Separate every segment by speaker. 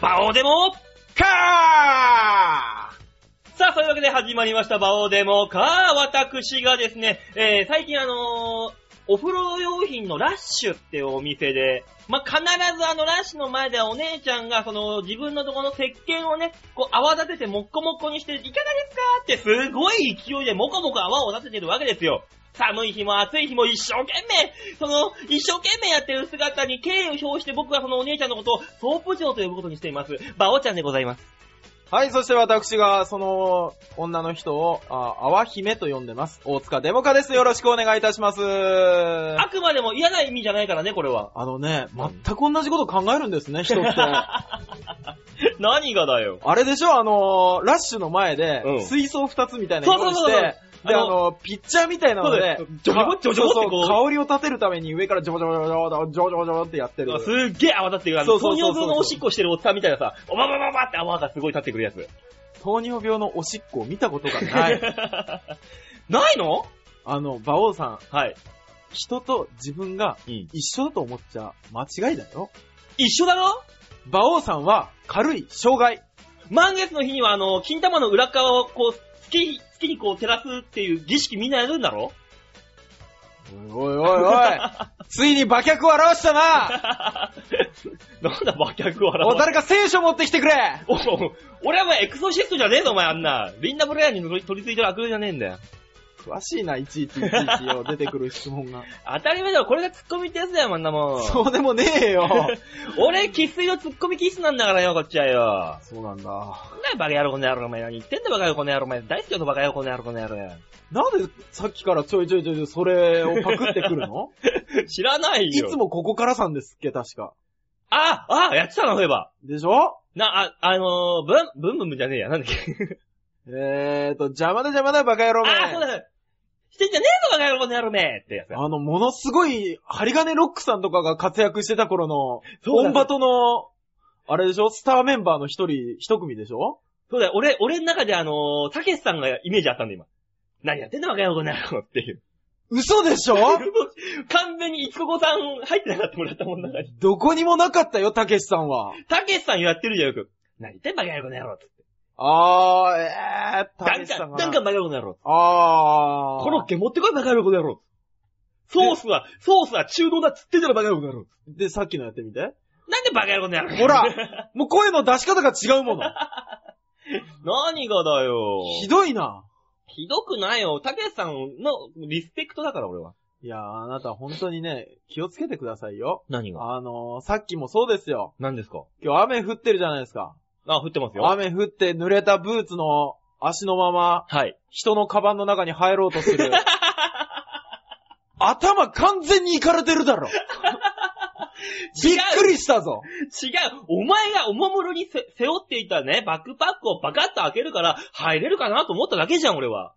Speaker 1: バオデモカーさあ、そういうわけで始まりました、バオデモカー。私がですね、えー、最近あのーお風呂用品のラッシュってお店で、まあ、必ずあのラッシュの前ではお姉ちゃんが、その自分のところの石鹸をね、こう泡立ててもっこもっこにして、いかがですかってすごい勢いでもこもこ泡を立ててるわけですよ。寒い日も暑い日も一生懸命、その、一生懸命やってる姿に敬意を表して僕はそのお姉ちゃんのことをソープ嬢と呼ぶことにしています。バオちゃんでございます。
Speaker 2: はい、そして私が、その、女の人を、あ、あわ姫と呼んでます。大塚デモカです。よろしくお願いいたします。
Speaker 1: あくまでも嫌な意味じゃないからね、これは。
Speaker 2: あのね、全く同じこと考えるんですね、人って。あ
Speaker 1: 何がだよ。
Speaker 2: れでしょ、あのー、ラッシュの前で
Speaker 1: うん、
Speaker 2: 水槽二つみたいなのをし
Speaker 1: そうそうそうそう
Speaker 2: て、で、あ
Speaker 1: あ
Speaker 2: のー、ピッチャーみたいなので
Speaker 1: そうだよ、ジョボジョボジョボってこう
Speaker 2: そうそう香りを立てるために上からジョボジョボジョボジョボジョボジョボってやってる。
Speaker 1: すっげえ泡立ってくる。あの、
Speaker 2: そうそ
Speaker 1: 糖
Speaker 2: うそうそう
Speaker 1: 尿病のおしっこしてるおっさんみたいなさ、おばばばばって泡がすごい立ってくるやつ。
Speaker 2: 糖尿病のおしっこを見たことがない。
Speaker 1: ないの
Speaker 2: あの、馬王さん、
Speaker 1: はい。
Speaker 2: 人と自分が
Speaker 1: うん。
Speaker 2: 一緒だと思っちゃ間違いだよ。
Speaker 1: 一緒だろ
Speaker 2: 馬王さんは軽い障害。
Speaker 1: 満月の日にはあの、金玉の裏側をこう、月に、月にこう照らすっていう儀式みんなやるんだろ
Speaker 2: おいおいおいお いついに馬脚を表したな
Speaker 1: なんだ馬脚を
Speaker 2: お
Speaker 1: 表す。
Speaker 2: 誰か聖書持ってきてくれ
Speaker 1: お 俺はもうエクソシストじゃねえぞ、お前あんな。リンダブレアに取り付いてる悪霊じゃねえんだよ。
Speaker 2: 詳しいな、いちいちいちいちよ、出てくる質問が。
Speaker 1: 当たり前だろ、これがツッコミってやつだよ、あんなもん。
Speaker 2: そうでもねえよ。
Speaker 1: 俺、喫水のツッコミキスなんだからよ、こっちはよ。
Speaker 2: そうなん
Speaker 1: な
Speaker 2: だ。
Speaker 1: んだよ、バカ野郎、この野郎、お前。何言ってんだ、バカ野郎、この野郎、お前。大好きだぞ、バカ野郎、この野郎、この野郎。
Speaker 2: なんでさっきからちょいちょいちょいちょいそれをパクってくるの
Speaker 1: 知らない
Speaker 2: い
Speaker 1: よ。
Speaker 2: つ。もここからさんですっけ、確か。
Speaker 1: あ、あ、やってたの、そういえば。
Speaker 2: でしょ
Speaker 1: な、あ、あのー、ブン、ブンブンブンじゃねえや、なんだっけ。
Speaker 2: えーと、邪魔だ邪魔だ、バカ野郎め。
Speaker 1: あ、そうだ。してんじゃねえぞ、バカ野郎、この野郎め。ってやつだ。
Speaker 2: あの、ものすごい、針金ロックさんとかが活躍してた頃の、
Speaker 1: そう
Speaker 2: オ
Speaker 1: だ
Speaker 2: ンバトの、あれでしょスターメンバーの一人、一組でしょ
Speaker 1: そうだよ、俺、俺の中であのー、たけしさんがイメージあったんだ、今。何やってんだ、バカ野郎、この野郎っていう。
Speaker 2: 嘘でしょ
Speaker 1: 完全に、いつここさん入ってなかったもらったもんの中に。
Speaker 2: どこにもなかったよ、たけしさんは。
Speaker 1: たけしさんやってるじゃん、よく。何言ってんだ、バカ野郎、この野郎。
Speaker 2: あー、えー、た
Speaker 1: ダン
Speaker 2: けしさ
Speaker 1: カ
Speaker 2: ん
Speaker 1: ン、
Speaker 2: が。
Speaker 1: ダンカンバカ野郎、この野郎。
Speaker 2: あー。
Speaker 1: コロッケ持ってこい、バカ野郎、この野郎。ソースは、ソースは中濃だっつってんだろ、バカ野郎、この野郎。
Speaker 2: で、さっきのやってみて。
Speaker 1: なんでバカ野郎、この野郎。
Speaker 2: ほらもう声の出し方が違うもの。
Speaker 1: 何がだよ。
Speaker 2: ひどいな。
Speaker 1: ひどくないよ。たけしさんのリスペクトだから、俺は。
Speaker 2: いやー、あなた本当にね、気をつけてくださいよ。
Speaker 1: 何
Speaker 2: あのー、さっきもそうですよ。
Speaker 1: 何ですか
Speaker 2: 今日雨降ってるじゃないですか。
Speaker 1: あ、降ってますよ。
Speaker 2: 雨降って濡れたブーツの足のまま、
Speaker 1: はい。
Speaker 2: 人のカバンの中に入ろうとする。頭完全にいかれてるだろ。びっくりしたぞ。
Speaker 1: 違うお前がおもむろにせ背負っていたね、バックパックをバカッと開けるから、入れるかなと思っただけじゃん、俺は。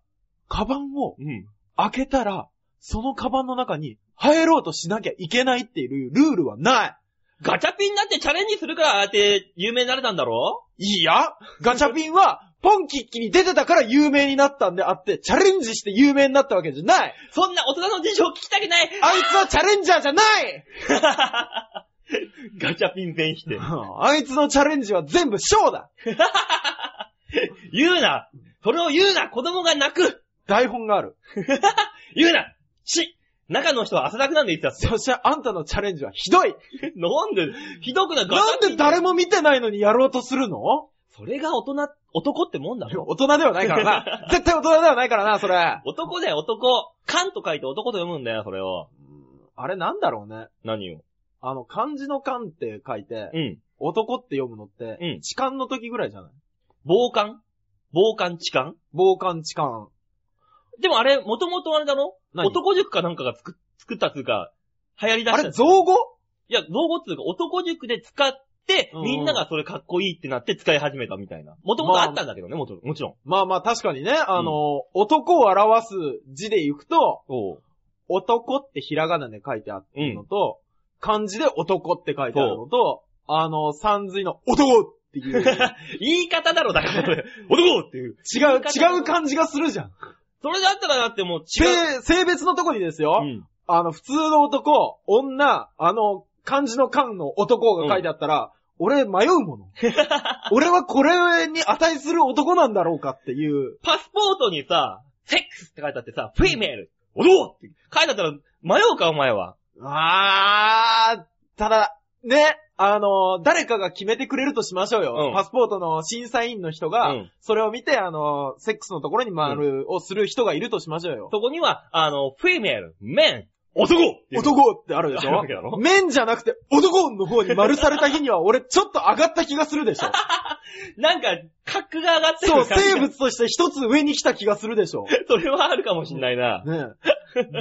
Speaker 2: カバンを
Speaker 1: うん。
Speaker 2: 開けたら、そのカバンの中に入ろうとしなきゃいけないっていうルールはな
Speaker 1: ガチャピンだってチャレンジするから、ああやって有名になれたんだろ
Speaker 2: い。いいや、ガチャピンは、ポンキッキに出てたから有名になったんであって、チャレンジして有名になったわけじゃない。
Speaker 1: そんな大人の事情聞きたくない
Speaker 2: あいつはチャレンジャーじゃない
Speaker 1: ガチャピン全否定。
Speaker 2: あいつのチャレンジは全部ショーだ
Speaker 1: 言うなそれを言うな子供が泣く
Speaker 2: 台本がある。
Speaker 1: 言うなし中の人は汗だくなんで言ってたっすよ。
Speaker 2: そしてあんたのチャレンジはひどい
Speaker 1: なんで、ひどくないガチ
Speaker 2: な
Speaker 1: ャ
Speaker 2: ん
Speaker 1: ピン
Speaker 2: で誰も見てないのにやろうとするの
Speaker 1: それが大人、男ってもんだろ
Speaker 2: 大人ではないから な。絶対大人ではないからな、それ。
Speaker 1: 男だよ、男。缶と書いて男と読むんだよ、それを。
Speaker 2: あれなんだろうね。
Speaker 1: 何を
Speaker 2: あの、漢字の漢って書いて、
Speaker 1: うん。
Speaker 2: 男って読むのっ
Speaker 1: う
Speaker 2: て
Speaker 1: ん、
Speaker 2: 痴漢の時ぐらいじゃない
Speaker 1: 防寒防寒痴漢
Speaker 2: 傍観痴漢。
Speaker 1: でもあれ、もともとあれだろ
Speaker 2: 何
Speaker 1: 男塾かなんかが作、作ったつうか、流行り出し
Speaker 2: あ
Speaker 1: た。
Speaker 2: れ、造語
Speaker 1: いや、造語っつうか、男塾で使って
Speaker 2: うんう、ん
Speaker 1: みんながそれかっこいいってなって使い始めたみたいな。もともとあったんだけどね、もちろん。もちろん。
Speaker 2: まあまあ確かにね、あの、男を表す字で行くと、
Speaker 1: おう
Speaker 2: 男ってひらがなで書いてあるのと、漢字で男って書いてあるのと、あの、三髄の男っていう、違う、
Speaker 1: 言い方だろ、だからそれ。男っていう。
Speaker 2: 違う感じがするじゃん。
Speaker 1: それだったらだってもう違う。
Speaker 2: 性、性別のとこにですよ、
Speaker 1: うん。
Speaker 2: あの、普通の男、女、あの、漢字の漢の男が書いてあったら、俺迷う もの。俺はこれに値する男なんだろうかっていう。
Speaker 1: パスポートにさ、セックスって書いてあってさ、フィメール、おどうって書いてあったら迷うか、お前は。
Speaker 2: あー、ただ、ね、あの、誰かが決めてくれるとしましょうよ。
Speaker 1: うん
Speaker 2: パスポートの審査員の人が、
Speaker 1: うん
Speaker 2: それを見て、あの、セックスのところに丸をする人がいるとしましょうよ。
Speaker 1: そこには、あの、フィメール、メン、男
Speaker 2: 男ってあるでし
Speaker 1: ある
Speaker 2: ょ
Speaker 1: わけだろ
Speaker 2: 面じゃなくて男の方に丸された日には俺ちょっと上がった気がするでし ょ。
Speaker 1: なんか、格が上がってる
Speaker 2: そう、
Speaker 1: 感じが
Speaker 2: 生物として一つ上に来た気がするでしょ。
Speaker 1: それはあるかもしんないな。
Speaker 2: ねえ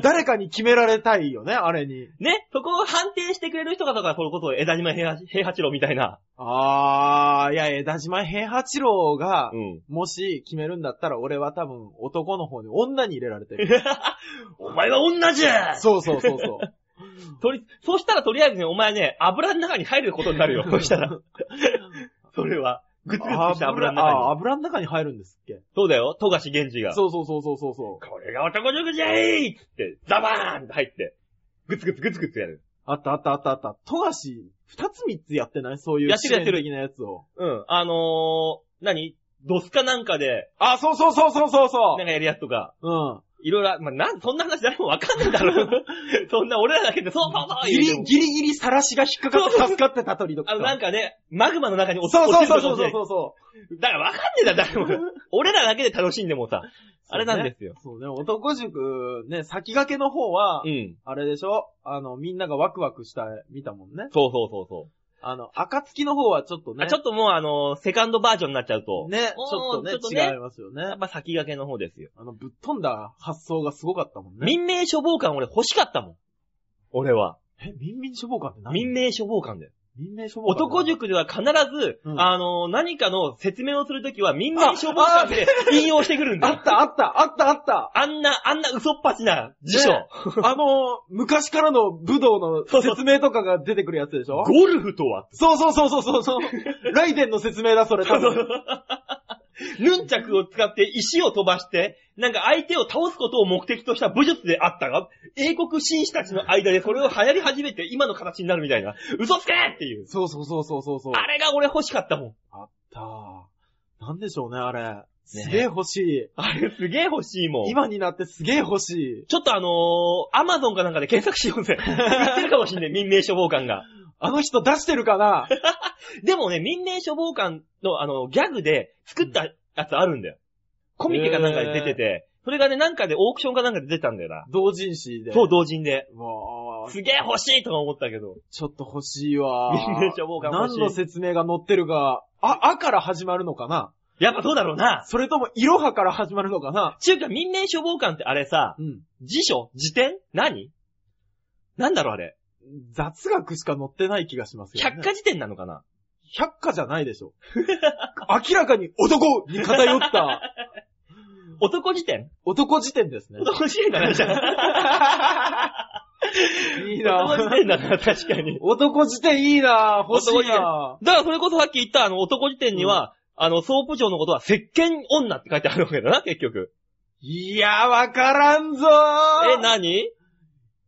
Speaker 2: 誰かに決められたいよね、あれに。
Speaker 1: ね、そこを判定してくれる人が、だから、それこそ枝島平八平八郎みたいな。
Speaker 2: あー、いや、江田島平八郎が、
Speaker 1: ん。
Speaker 2: もし決めるんだったら俺は多分男の方に女に入れられてる。
Speaker 1: お前は女じゃ そ
Speaker 2: そうそうそうそう。
Speaker 1: とり、そうしたらとりあえずね、お前ね、油の中に入ることになるよ。そうしたら。 それは。ぐつぐつした油の
Speaker 2: あ
Speaker 1: 中に。
Speaker 2: 油の中に入るんですっけ
Speaker 1: そうだよ、富樫源氏が。
Speaker 2: そうそうそうそうそうそう。
Speaker 1: これが男塾じゃいっつって、ザバーンって入って、ぐつぐつぐつぐつやる。
Speaker 2: あったあったあったあった。富樫、二つ三つやってないそういう。
Speaker 1: やってるやってる
Speaker 2: 的なやつを。
Speaker 1: うん。あのー、何ドスかなんかで、
Speaker 2: あ、そうそうそうそうそうそ
Speaker 1: なんかやるやつとか、
Speaker 2: う。うん。
Speaker 1: いろいろあ、まあ、なん、そんな話誰もわかんないだろ。 そんな俺らだけで、そうそうそう
Speaker 2: ギ
Speaker 1: 言うて
Speaker 2: リ、
Speaker 1: も
Speaker 2: ギリギリさらしが引っかかって助かってた鳥とか。
Speaker 1: あの、なんかね、マグマの中に落ち
Speaker 2: そう
Speaker 1: 落
Speaker 2: そう
Speaker 1: ち
Speaker 2: そう
Speaker 1: ると
Speaker 2: そう
Speaker 1: かね
Speaker 2: そうそ
Speaker 1: だからわかんねえだ、誰も。 俺らだけで楽しんでもさ、
Speaker 2: う。
Speaker 1: あれなんですよ。
Speaker 2: そうね、男塾、ね、先駆けの方は、
Speaker 1: うん。
Speaker 2: あれでしょあの、みんながワクワクした、見たもんね。
Speaker 1: そうそうそうそ
Speaker 2: あの、暁の方はちょっと
Speaker 1: う、
Speaker 2: ね。
Speaker 1: あ。ちょっともうあのーセカンドバージョンになっちゃうと、
Speaker 2: ね、ち
Speaker 1: もう
Speaker 2: ょっとね、
Speaker 1: ちょっとね
Speaker 2: 違いますよ
Speaker 1: や
Speaker 2: ね
Speaker 1: っ。ぱ先駆けの方ですよ。
Speaker 2: あの、ぶっ飛んだ発想がすごかったもんね。
Speaker 1: 民命処方官俺欲しかったもん。俺は。
Speaker 2: え、民民処方官って何
Speaker 1: 民命処方官だよ。
Speaker 2: 民民処方官。
Speaker 1: 男塾では必ず、
Speaker 2: うん
Speaker 1: あのー何かの説明をするときは民命処方官で引用してくるんだ
Speaker 2: あ
Speaker 1: よ。
Speaker 2: ったあったあったあ った
Speaker 1: あんな、あんな嘘っぱちな辞書。
Speaker 2: ねあの、昔からの武道の
Speaker 1: そうそう
Speaker 2: 説明とかが出てくるやつでしょ
Speaker 1: ゴルフとは
Speaker 2: そうそうそうそうそ うそう。ライデンの説明だ、それ多分。
Speaker 1: ヌンチャクを使って石を飛ばして、なんか相手を倒すことを目的とした武術であったが、英国紳士たちの間でこれを流行り始めて今の形になるみたいな、嘘つけっていう。
Speaker 2: そうそうそうそうそうそう。
Speaker 1: あれが俺欲しかったもん。
Speaker 2: あったなんでしょうね、あれ。すげえ欲しい。
Speaker 1: あれすげえ欲しいもん。
Speaker 2: 今になってすげえ欲しい。
Speaker 1: ちょっとあのー、アマゾンかなんかで検索しようぜ。売ってるかもしんない、民命処方官が。
Speaker 2: あの人出してる かな
Speaker 1: でもね、民命処方官のあの、ギャグで作ったやつあるんだよ。コミケかなんかで出てて、それがね、なんかでオークションかなんかで出たんだよな。
Speaker 2: 同人誌で。
Speaker 1: そう、同人で。
Speaker 2: うわー
Speaker 1: すげえ欲しいとか思ったけど。
Speaker 2: ちょっと欲しいわー。
Speaker 1: 民命処方官欲し
Speaker 2: 何
Speaker 1: い
Speaker 2: の説明が載ってるか。あ、あから始まるのかな
Speaker 1: やっぱそうだろうな。
Speaker 2: それとも、いろはから始まるのかな
Speaker 1: ちゅうか、民命処方官ってあれさ、
Speaker 2: うん。
Speaker 1: 辞書辞典何なんだろうあれ。
Speaker 2: 雑学しか載ってない気がしますよ、ね。
Speaker 1: 百科辞典なのかな
Speaker 2: 百科じゃないで しょ。明らかに男に偏った
Speaker 1: 男辞典
Speaker 2: 男辞典ですね。
Speaker 1: 男辞典だな、じゃあ。
Speaker 2: いい
Speaker 1: 男辞
Speaker 2: なぁ
Speaker 1: 典だな、確かに。
Speaker 2: 男辞典いいなぁ欲しいなぁ
Speaker 1: だからそれこそさっき言ったあの男辞典には、あの、ソープ嬢のことは、石鹸女って書いてあるわけだな、結局。
Speaker 2: いや、わからんぞ
Speaker 1: え、
Speaker 2: ー
Speaker 1: 何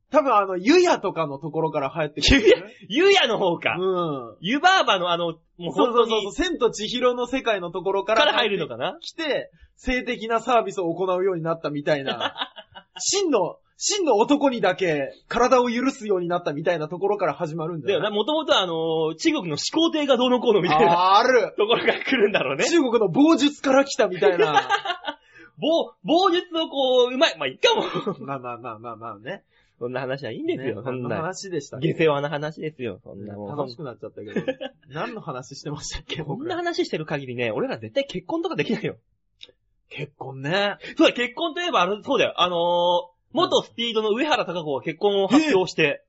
Speaker 2: 多分あの、ゆやとかのところから入ってくる、
Speaker 1: ゆやの方か。
Speaker 2: うん。
Speaker 1: ゆばあばのあの、もう
Speaker 2: そう
Speaker 1: 本
Speaker 2: そ
Speaker 1: 当
Speaker 2: うそうそう、
Speaker 1: に、
Speaker 2: 千と千尋の世界のところから
Speaker 1: から入るのかな
Speaker 2: 来て、性的なサービスを行うようになったみた いな、真の、真の男にだけ体を許すようになったみたいなところから始まるんだ
Speaker 1: だ
Speaker 2: よ
Speaker 1: よな、もともとあのー中国の始皇帝がどうのこうのみたいな
Speaker 2: あーある。
Speaker 1: ところから来るんだろうね。
Speaker 2: 中国の棒術から来たみたい な。
Speaker 1: 棒、棒術をこう、うまい。まあ、いっかも。
Speaker 2: まあまあまあまあまあね。
Speaker 1: そんな話はいいんですよ、
Speaker 2: ね
Speaker 1: そん
Speaker 2: 何の
Speaker 1: な。
Speaker 2: 話でしたっけ
Speaker 1: 下世話な話ですよ、そんなも
Speaker 2: 楽
Speaker 1: う
Speaker 2: し。くなっちゃったけど。 何の話してましたっけ
Speaker 1: こん
Speaker 2: 僕
Speaker 1: な
Speaker 2: ら。
Speaker 1: 話してる限りね、俺ら絶対結婚とかできないよ。
Speaker 2: 結婚ね。
Speaker 1: そうだ、結婚といえば、あれ、そうだよ。あのー、元スピードの上原貴子が結婚を発表して、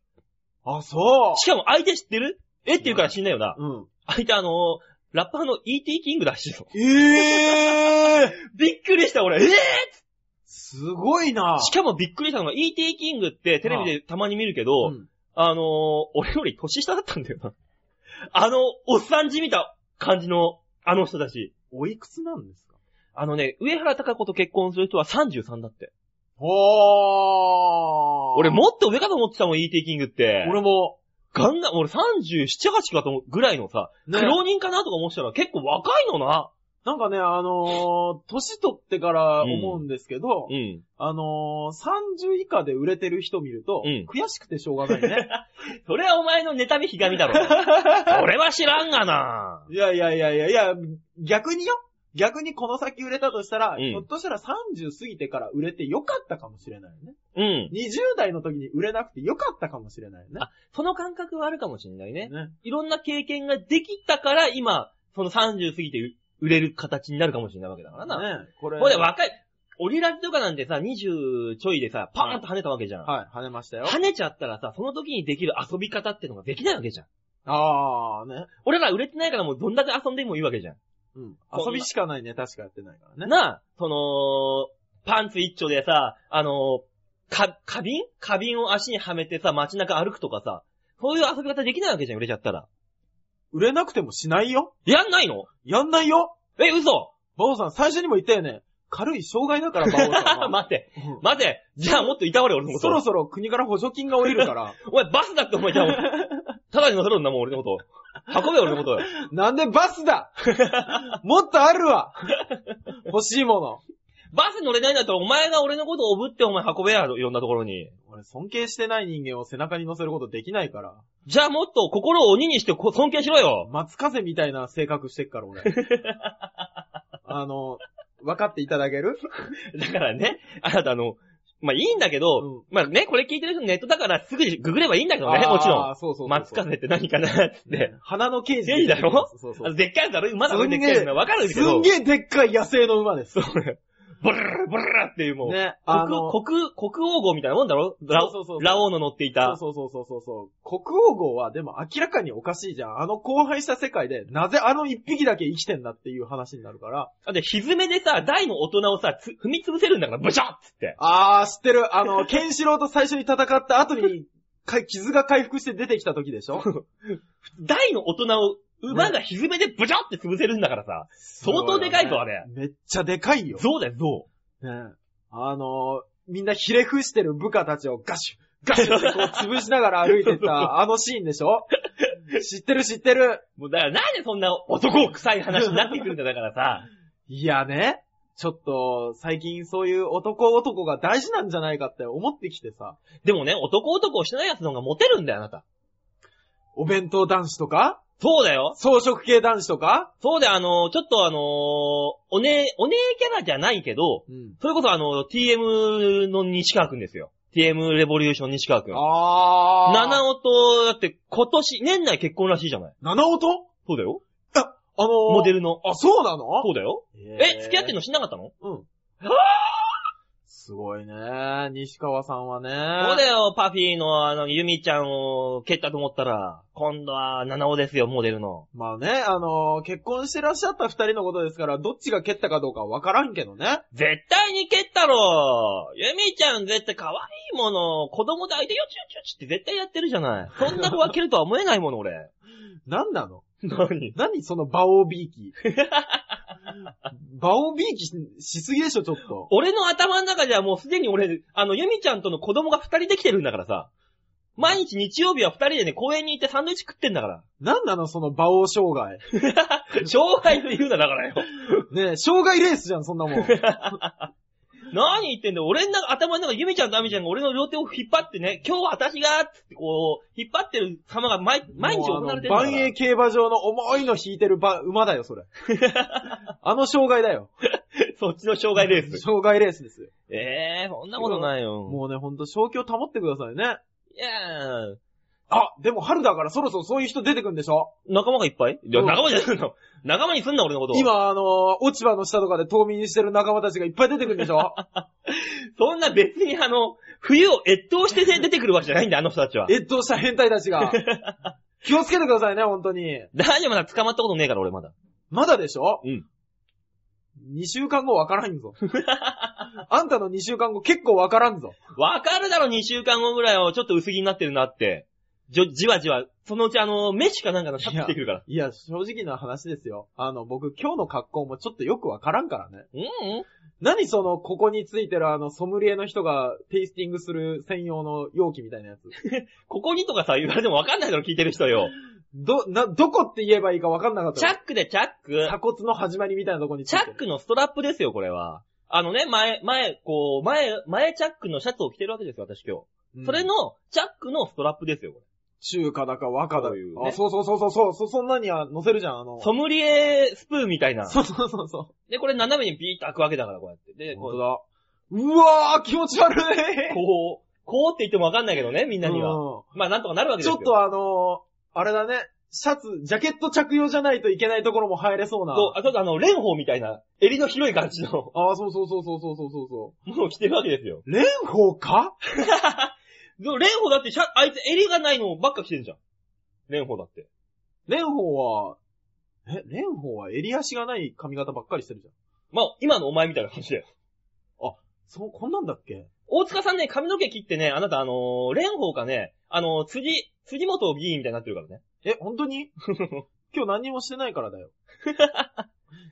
Speaker 2: あ、そ
Speaker 1: しかも相手知ってるえって言うから死んだよな。
Speaker 2: う。うん。
Speaker 1: 相手あのー、ラッパーの E.T. キングだしよ。
Speaker 2: ええー、
Speaker 1: びっくりした、俺。え
Speaker 2: すごいな
Speaker 1: ー、しかもびっくりしたのが E.T. キングってテレビでたまに見るけど、
Speaker 2: うん
Speaker 1: あのー、俺より年下だったんだよな。あの、おっさんじみた感じの、あの人たち。
Speaker 2: おいくつなんですか
Speaker 1: あのね、上原貴子と結婚する人は33だって。
Speaker 2: ほー。
Speaker 1: 俺もっと上かと思ってたもん、E.T. キングって。
Speaker 2: 俺も、
Speaker 1: ガンガン、俺37、8かと思うぐらいのさ、
Speaker 2: ね
Speaker 1: 苦労人かなとか思ってたら結構若いのな。
Speaker 2: なんかね、あのー、年取ってから思うんですけど、
Speaker 1: うん。
Speaker 2: あのー、30以下で売れてる人見ると、
Speaker 1: うん
Speaker 2: 悔しくてしょうがないね。
Speaker 1: それはお前の妬みひがみだろ。 俺は知らんがな。
Speaker 2: いやいやいやいやいや、逆によ。逆にこの先売れたとしたら、
Speaker 1: ん
Speaker 2: ひょっとしたら30過ぎてから売れてよかったかもしれないよね。
Speaker 1: うん。
Speaker 2: 20代の時に売れなくてよかったかもしれないよね。
Speaker 1: その感覚はあるかもしれないね。
Speaker 2: ね
Speaker 1: いろんな経験ができたから、今、その30過ぎて売れる形になるかもしれないわけだからな。
Speaker 2: ねこれ。
Speaker 1: ほんで若い、オリラジとかなんてさ、20ちょいでさ、パーンと跳ねたわけじゃん。
Speaker 2: はい、跳ねましたよ。
Speaker 1: 跳ねちゃったらさ、その時にできる遊び方ってのができないわけじゃん。
Speaker 2: あーね。
Speaker 1: 俺ら売れてないからもうどんだけ遊んでもいいわけじゃん。
Speaker 2: うん。
Speaker 1: こんな
Speaker 2: 遊びしかないね、確かやってないからね。
Speaker 1: なあ、その、パンツ一丁でさ、あのー、か、花瓶花瓶を足にはめてさ、街中歩くとかさ、そういう遊び方できないわけじゃん、売れちゃったら。
Speaker 2: 売れなくてもしないよ。
Speaker 1: やんないの
Speaker 2: やんないよ。
Speaker 1: え、嘘
Speaker 2: バオさん、最初にも言ったよね。軽い障害だから、バオさ ん
Speaker 1: あ
Speaker 2: は。
Speaker 1: 待って、
Speaker 2: うん
Speaker 1: 待って、じゃあもっといたわれ、俺のこと。
Speaker 2: そろそろ国から補助金が降りる から、
Speaker 1: お前バスだってお前 じゃあ、ただに乗せろんな、もう俺のこと。運べ、俺のこと。
Speaker 2: なんでバスだもっとある わ欲しいもの。
Speaker 1: バス乗れないんだったら、お前が俺のことをおぶってお前運べや、いろんなところに。
Speaker 2: 俺尊敬してない人間を背中に乗せることできないから。
Speaker 1: じゃあもっと心を鬼にしてこ尊敬しろよ。
Speaker 2: 松風みたいな性格してっから 俺。あの、分かっていただける
Speaker 1: だからね、あなたあの、まあ、いいんだけど、
Speaker 2: うん
Speaker 1: まあね、これ聞いてる人ネットだからすぐにググればいいんだけどね、もちろ
Speaker 2: あー。そうそうそ
Speaker 1: ん。
Speaker 2: う。
Speaker 1: 松風って何かなって。
Speaker 2: 花の刑事。
Speaker 1: 刑事だろ
Speaker 2: そう
Speaker 1: あ
Speaker 2: そ
Speaker 1: の
Speaker 2: う。
Speaker 1: でっかいやつだろ馬だ
Speaker 2: す
Speaker 1: ろ
Speaker 2: ん
Speaker 1: で
Speaker 2: げ
Speaker 1: っか
Speaker 2: え
Speaker 1: いやつだろわかるけ
Speaker 2: す
Speaker 1: ど。
Speaker 2: んげえでっかい野生の馬です。
Speaker 1: そう。ブルー、ブルーっていうもう、
Speaker 2: ね。あの、
Speaker 1: 国、国、国王号みたいなもんだろラオ
Speaker 2: そうそうそうそう
Speaker 1: ラオウの乗っていた。
Speaker 2: そうそうそうそうそう。国王号はでも明らかにおかしいじゃん。あの荒廃した世界で、なぜあの一匹だけ生きてんだっていう話になるから。
Speaker 1: だって、ひずめでさ、大の大人をさ、つ踏み潰せるんだから、ブシャッつって。
Speaker 2: あー、知ってる。あの、ケンシロウと最初に戦った後に、か傷が回復して出てきた時でしょ
Speaker 1: 大の大人を、馬がひずめでブシャッって潰せるんだからさ。相当でかいぞあれ
Speaker 2: めっちゃでかいよ。
Speaker 1: 象だよ、象。
Speaker 2: ねあの、みんなひれ伏してる部下たちをガシュガシュってこう潰しながら歩いて った、あのシーンでしょ知ってる知ってる。
Speaker 1: もうだ からなんでそんな男臭い話になってくるんだだからさ。
Speaker 2: いやね、ちょっと、最近そういう男男が大事なんじゃないかって思ってきてさ、
Speaker 1: でもね、男男をしてない奴の方がモテるんだよ、あなた。
Speaker 2: お弁当男子とか、
Speaker 1: そうだよ。
Speaker 2: 装飾系男子とか、
Speaker 1: そうだよ、あのーちょっとあのーおねおねえキャラじゃないけど、
Speaker 2: うん。
Speaker 1: それこそあの TM の西川くんですよ。TM レボリューション西川くん。
Speaker 2: あー。
Speaker 1: 七尾と、だって今年、年内結婚らしいじゃない。
Speaker 2: 七音
Speaker 1: そうだよ。
Speaker 2: あのー、
Speaker 1: モデルの。
Speaker 2: あ、そうなの
Speaker 1: そうだよ。え、付き合ってんのしなかったの
Speaker 2: うん。すごいね。西川さんはね。
Speaker 1: そうだよ、パフィーのあの、ユミちゃんを蹴ったと思ったら、今度は七尾ですよ、モデルの。
Speaker 2: まあね、あのー結婚してらっしゃった二人のことですから、どっちが蹴ったかどうかはわからんけどね。
Speaker 1: 絶対に蹴ったろユミちゃん絶対可愛いもの。子供で相手よちよちよちって絶対やってるじゃない。そんな子が蹴るとは思えないもの、俺。
Speaker 2: なんなの
Speaker 1: 何
Speaker 2: 何そのバオビ ーキ。バオビーキししすぎでしょ、ちょっと。
Speaker 1: 俺の頭の中じゃもうすでに俺、あの、ユミちゃんとの子供が二人できてるんだからさ。毎日日曜日は二人でね、公園に行ってサンドイッチ食ってんだ から。
Speaker 2: なんなのそのバオ障害。
Speaker 1: 障害で言うな、だからよ。
Speaker 2: ねえ、障害レースじゃん、そんなもん。
Speaker 1: 何言ってんだよ俺の中頭の中、ユミちゃんとアミちゃんが俺の両手を引っ張ってね、今日は私が、つってこう、引っ張ってる様が毎 毎日行われてるんだ
Speaker 2: もう
Speaker 1: か
Speaker 2: あの
Speaker 1: ら。
Speaker 2: 万栄競馬場の重いの引いてる馬馬だ よ、それ。あの障害だよ。
Speaker 1: そっちの障害レース。
Speaker 2: 障害レースですよ。
Speaker 1: ええー、そんなことないよ。
Speaker 2: もうね、ほんと正気を保ってくださいね。
Speaker 1: いやー、
Speaker 2: あ、でも春だからそろそろそういう人出てくんでしょ
Speaker 1: 仲間がいっぱいいや、
Speaker 2: うん
Speaker 1: 仲間じゃないの。仲間にすんな、俺のこと。。
Speaker 2: 今、あのー落ち葉の下とかで冬眠してる仲間たちがいっぱい出てくるんで しょ
Speaker 1: そんな別にあの、冬を越冬して出てくるわけじゃないんだよ、あの人たちは。
Speaker 2: 越冬した変態たち が。気をつけてくださいね、本当に。
Speaker 1: 大丈夫だ、捕まったことねえから、俺まだ。
Speaker 2: まだでしょ
Speaker 1: うん。
Speaker 2: 2週間後わか らんぞ。あんたの2週間後結構わからんぞ。
Speaker 1: わかるだろ、2週間後ぐらいは、ちょっと薄着になってるなって。じょじわじわ、そのうちあの、飯かなんかのシャッてくるから。
Speaker 2: いや、正直な話ですよ。あの、僕今日の格好もちょっとよくわからんからね。
Speaker 1: うんうん
Speaker 2: 何その、ここについてるあの、ソムリエの人がテイスティングする専用の容器みたいなやつ。
Speaker 1: ここにとかさ、言われてもわかんないだろ、聞いてる人 よ。
Speaker 2: ど、な、どこって言えばいいかわかんなかった
Speaker 1: チャ
Speaker 2: よ。
Speaker 1: ックでチャッ ク。
Speaker 2: 鎖骨の始まりみたいなとこについ
Speaker 1: チ
Speaker 2: てる
Speaker 1: ャックのストラップですよ、これは。あのね、前、前、こう、前、前チャックのシャツを着てるわけですよ、私今
Speaker 2: う
Speaker 1: 日。
Speaker 2: ん
Speaker 1: それの、チャックのストラップですよ、こ
Speaker 2: 中華だか和歌だか
Speaker 1: そういうね
Speaker 2: あ、そうそうそうそうそう、そ、そんなには乗せるじゃん、あの
Speaker 1: れ。。ソムリエスプーンみたいな。
Speaker 2: そうそうそうそ
Speaker 1: で、これ斜めにビーッと開くわけだから、こうやって。で、
Speaker 2: う。
Speaker 1: こ
Speaker 2: 本
Speaker 1: う
Speaker 2: 当、だ。うわー、気持ち悪い
Speaker 1: こう、こうって言ってもわかんないけどね、みんなには。
Speaker 2: は。
Speaker 1: まあ、なんとかなるわけで
Speaker 2: ち
Speaker 1: す
Speaker 2: ょ
Speaker 1: よ。
Speaker 2: っとあのー、あれだね、シャツ、ジャケット着用じゃないといけないところも入れそうな。
Speaker 1: こう、あ、ちょっとあの、蓮舫みたいな、襟の広い感じの
Speaker 2: あー、そうそうそうそうそうそうそうそ
Speaker 1: ものを着てるわけですよ。
Speaker 2: う。蓮舫か
Speaker 1: でも蓮舫だってシャ、あいつ襟がないのばっか着てるじゃん。蓮舫だって。
Speaker 2: 蓮舫は、え、蓮舫は襟足がない髪型ばっかりしてるじゃん。
Speaker 1: まあ、今のお前みたいな感じだよ。
Speaker 2: そう、こんなんだっけ
Speaker 1: 大塚さんね、髪の毛切ってね、あなたあのー、蓮舫かね、あのー、辻、辻元議員みたいになってるからね。
Speaker 2: え、本 当に今日何にもしてないからだよ。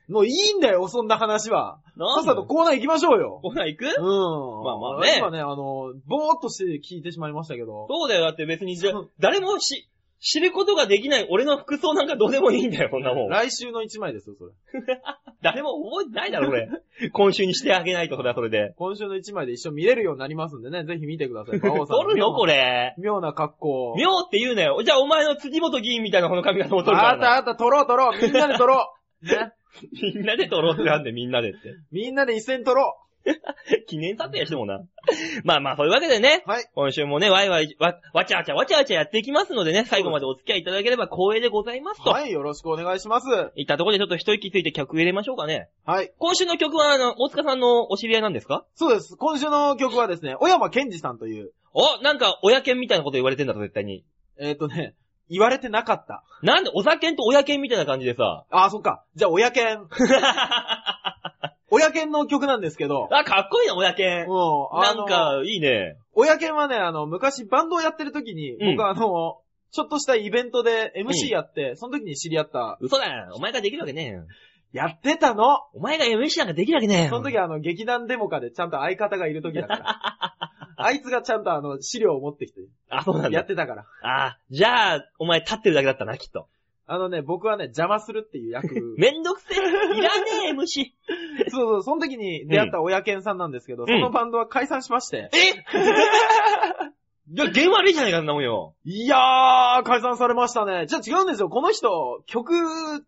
Speaker 2: もういいんだよ、そんな話は。
Speaker 1: な
Speaker 2: さっ
Speaker 1: ん
Speaker 2: さとコーナー行きましょ うよ。
Speaker 1: コーナー行く
Speaker 2: うん。
Speaker 1: まあまあね
Speaker 2: 今ね、あの、ぼーっとして聞いてしまいましたけど。
Speaker 1: そうだよ、だって別にじゃ
Speaker 2: うん、
Speaker 1: 誰もし、知ることができない俺の服装なんかどうでもいいんだよ、こんなもん。
Speaker 2: 来週の一枚ですよ、それ。
Speaker 1: 誰も覚えてないだろ、これ。今週にしてあげないと、それはそれで。
Speaker 2: 今週の一枚で一緒見れるようになりますんでね、ぜひ見てください。馬 王さん。
Speaker 1: 取るのこれ。
Speaker 2: 妙な格好。
Speaker 1: 妙って言うなよ。じゃあお前の辻元議員みたいなこの髪型も取るか
Speaker 2: あ
Speaker 1: ら
Speaker 2: っ
Speaker 1: な。
Speaker 2: たあった、取ろう取ろう。みんなで取 ろう。ね。
Speaker 1: みんなで取ろうってなんでみんなでっ
Speaker 2: みんなで一斉に取ろ
Speaker 1: て。記念撮影してもな。 まあまあ、そういうわけでね。
Speaker 2: はい
Speaker 1: 今週もね、ワイワイ、わ、わちゃわちゃ、わちゃわちゃやっていきますのでね、最後までお付き合いいただければ光栄でございます
Speaker 2: う。
Speaker 1: と。
Speaker 2: はい、よろしくお願いします。
Speaker 1: い。ったところでちょっと一息ついて曲入れましょうかね。
Speaker 2: はい。
Speaker 1: 今週の曲は、あの、大塚さんのお知り合いなんですか
Speaker 2: そうです。今週の曲はですね、小山健二さんという、
Speaker 1: お、なんか、親犬みたいなこと言われてんだろ、絶対に。
Speaker 2: えっ、とね、言われてなかった。
Speaker 1: なんで、お酒と親犬みたいな感じでさ。
Speaker 2: あー、そっか。じゃあ、親健。
Speaker 1: あ、
Speaker 2: 親健の曲なんですけど、
Speaker 1: かっこいいな、親犬。
Speaker 2: もう、あ
Speaker 1: な
Speaker 2: の
Speaker 1: ん、か、いいね。
Speaker 2: 親犬はね、あの、昔バンドをやってる時に、
Speaker 1: うん
Speaker 2: 僕はあの、ちょっとしたイベントで
Speaker 1: うん
Speaker 2: MC やって、その時に知り合った、
Speaker 1: 嘘だお前ができるわけねえよ。
Speaker 2: やってたの
Speaker 1: お前が MC なんかできるわけねえよ。
Speaker 2: その時あの、劇団デモカでちゃんと相方がいる時だから。 あいつがちゃんとあの、資料を持ってきて、
Speaker 1: あ、そうなん
Speaker 2: や
Speaker 1: だ
Speaker 2: っ。てたから。
Speaker 1: あじゃあ、お前立ってるだけだったな、きっと。
Speaker 2: あのね、僕はね、邪魔するっていう 役。そう
Speaker 1: めんどくせえ。いらねえ、MC。
Speaker 2: そう、その時に出会った親犬さんなんですけど、
Speaker 1: ん
Speaker 2: そのバンドは解散しまして。
Speaker 1: えいや、弦悪いじゃないか、そんなもんよ。
Speaker 2: いやー、解散されましたね。じゃあ違うんですよ。この人、曲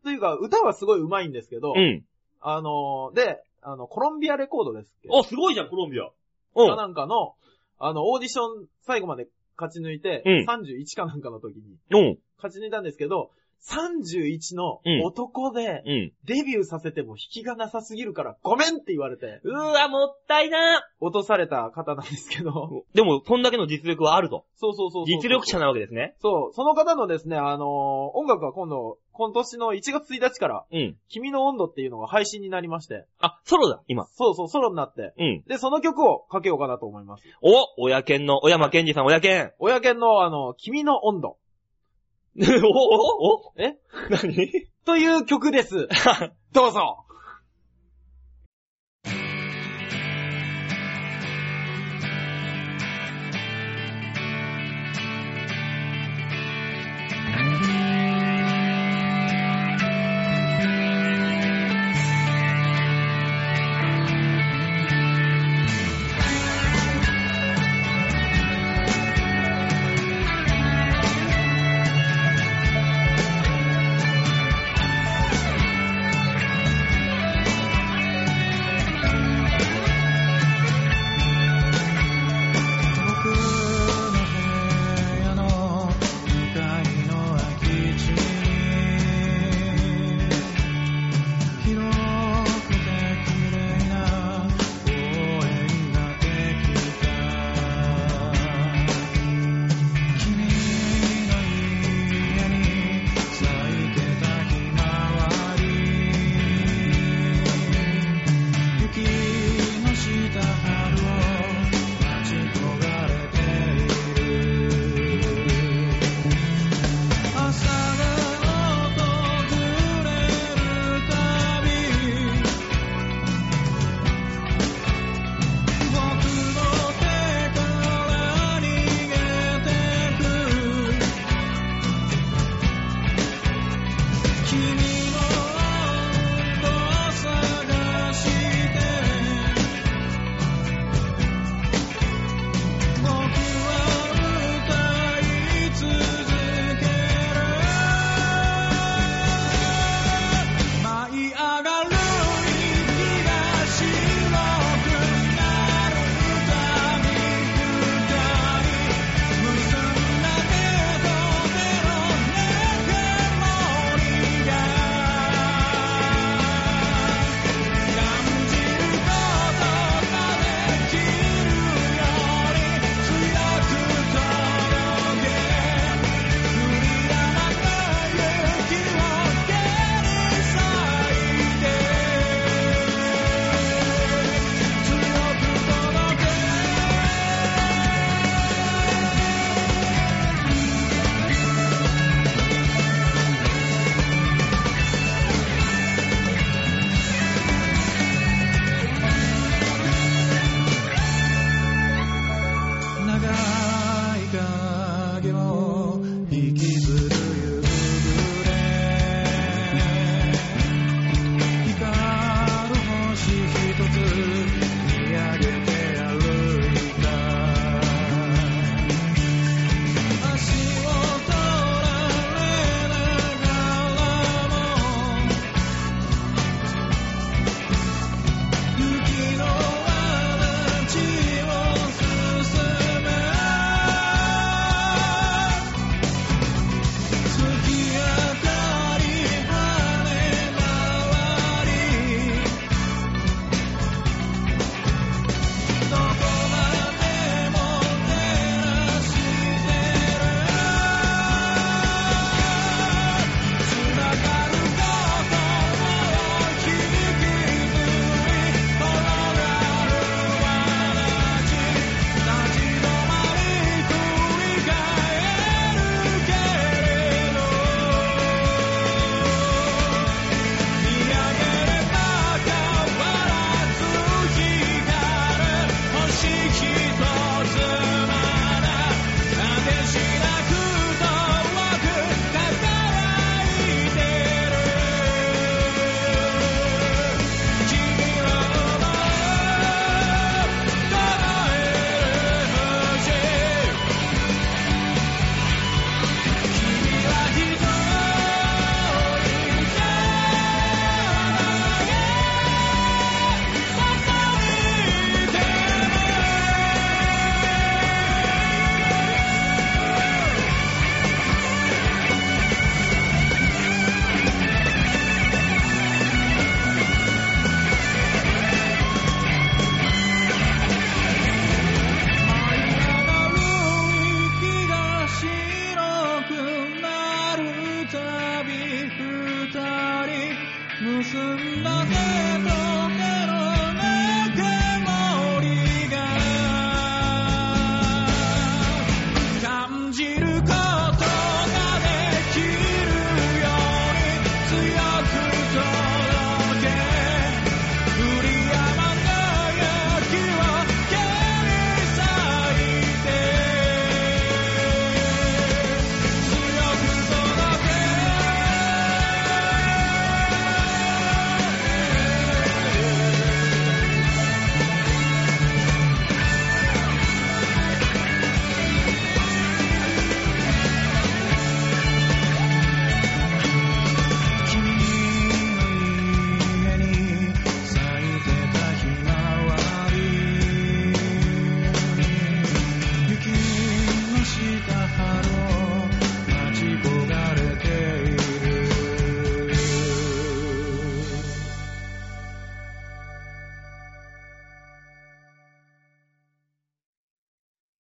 Speaker 2: というか、歌はすごい上手いんですけど、
Speaker 1: うん。
Speaker 2: あのー、で、あの、コロンビアレコードですっけ
Speaker 1: お、すごいじゃん、コロンビア。
Speaker 2: か
Speaker 1: う
Speaker 2: なんかの、あの、オーディション最後まで勝ち抜いて、
Speaker 1: うん
Speaker 2: 31かなんかの時に
Speaker 1: ん。うん。
Speaker 2: 勝ち抜いたんですけど、31の
Speaker 1: うん
Speaker 2: 男で
Speaker 1: うん。
Speaker 2: デビューさせても引きがなさすぎるからごめんって言われて
Speaker 1: うーわ、もったいな。
Speaker 2: 落とされた方なんですけど、
Speaker 1: でも、そんだけの実力はあると。
Speaker 2: そうそうそうそう。
Speaker 1: 実力者なわけですね。
Speaker 2: そう、その方のですね、あのー音楽は今度、今年の1月1日から、
Speaker 1: うん。
Speaker 2: 君の温度っていうのが配信になりまして、
Speaker 1: あ、ソロだ、今。
Speaker 2: そうそう、ソロになって、
Speaker 1: うん。
Speaker 2: で、その曲をかけようかなと思います。
Speaker 1: お、親犬の、小山健二さん、親犬。
Speaker 2: 親犬の、あの、君の温度
Speaker 1: お、お、お
Speaker 2: え
Speaker 1: 何
Speaker 2: という曲です。どうぞ
Speaker 3: 「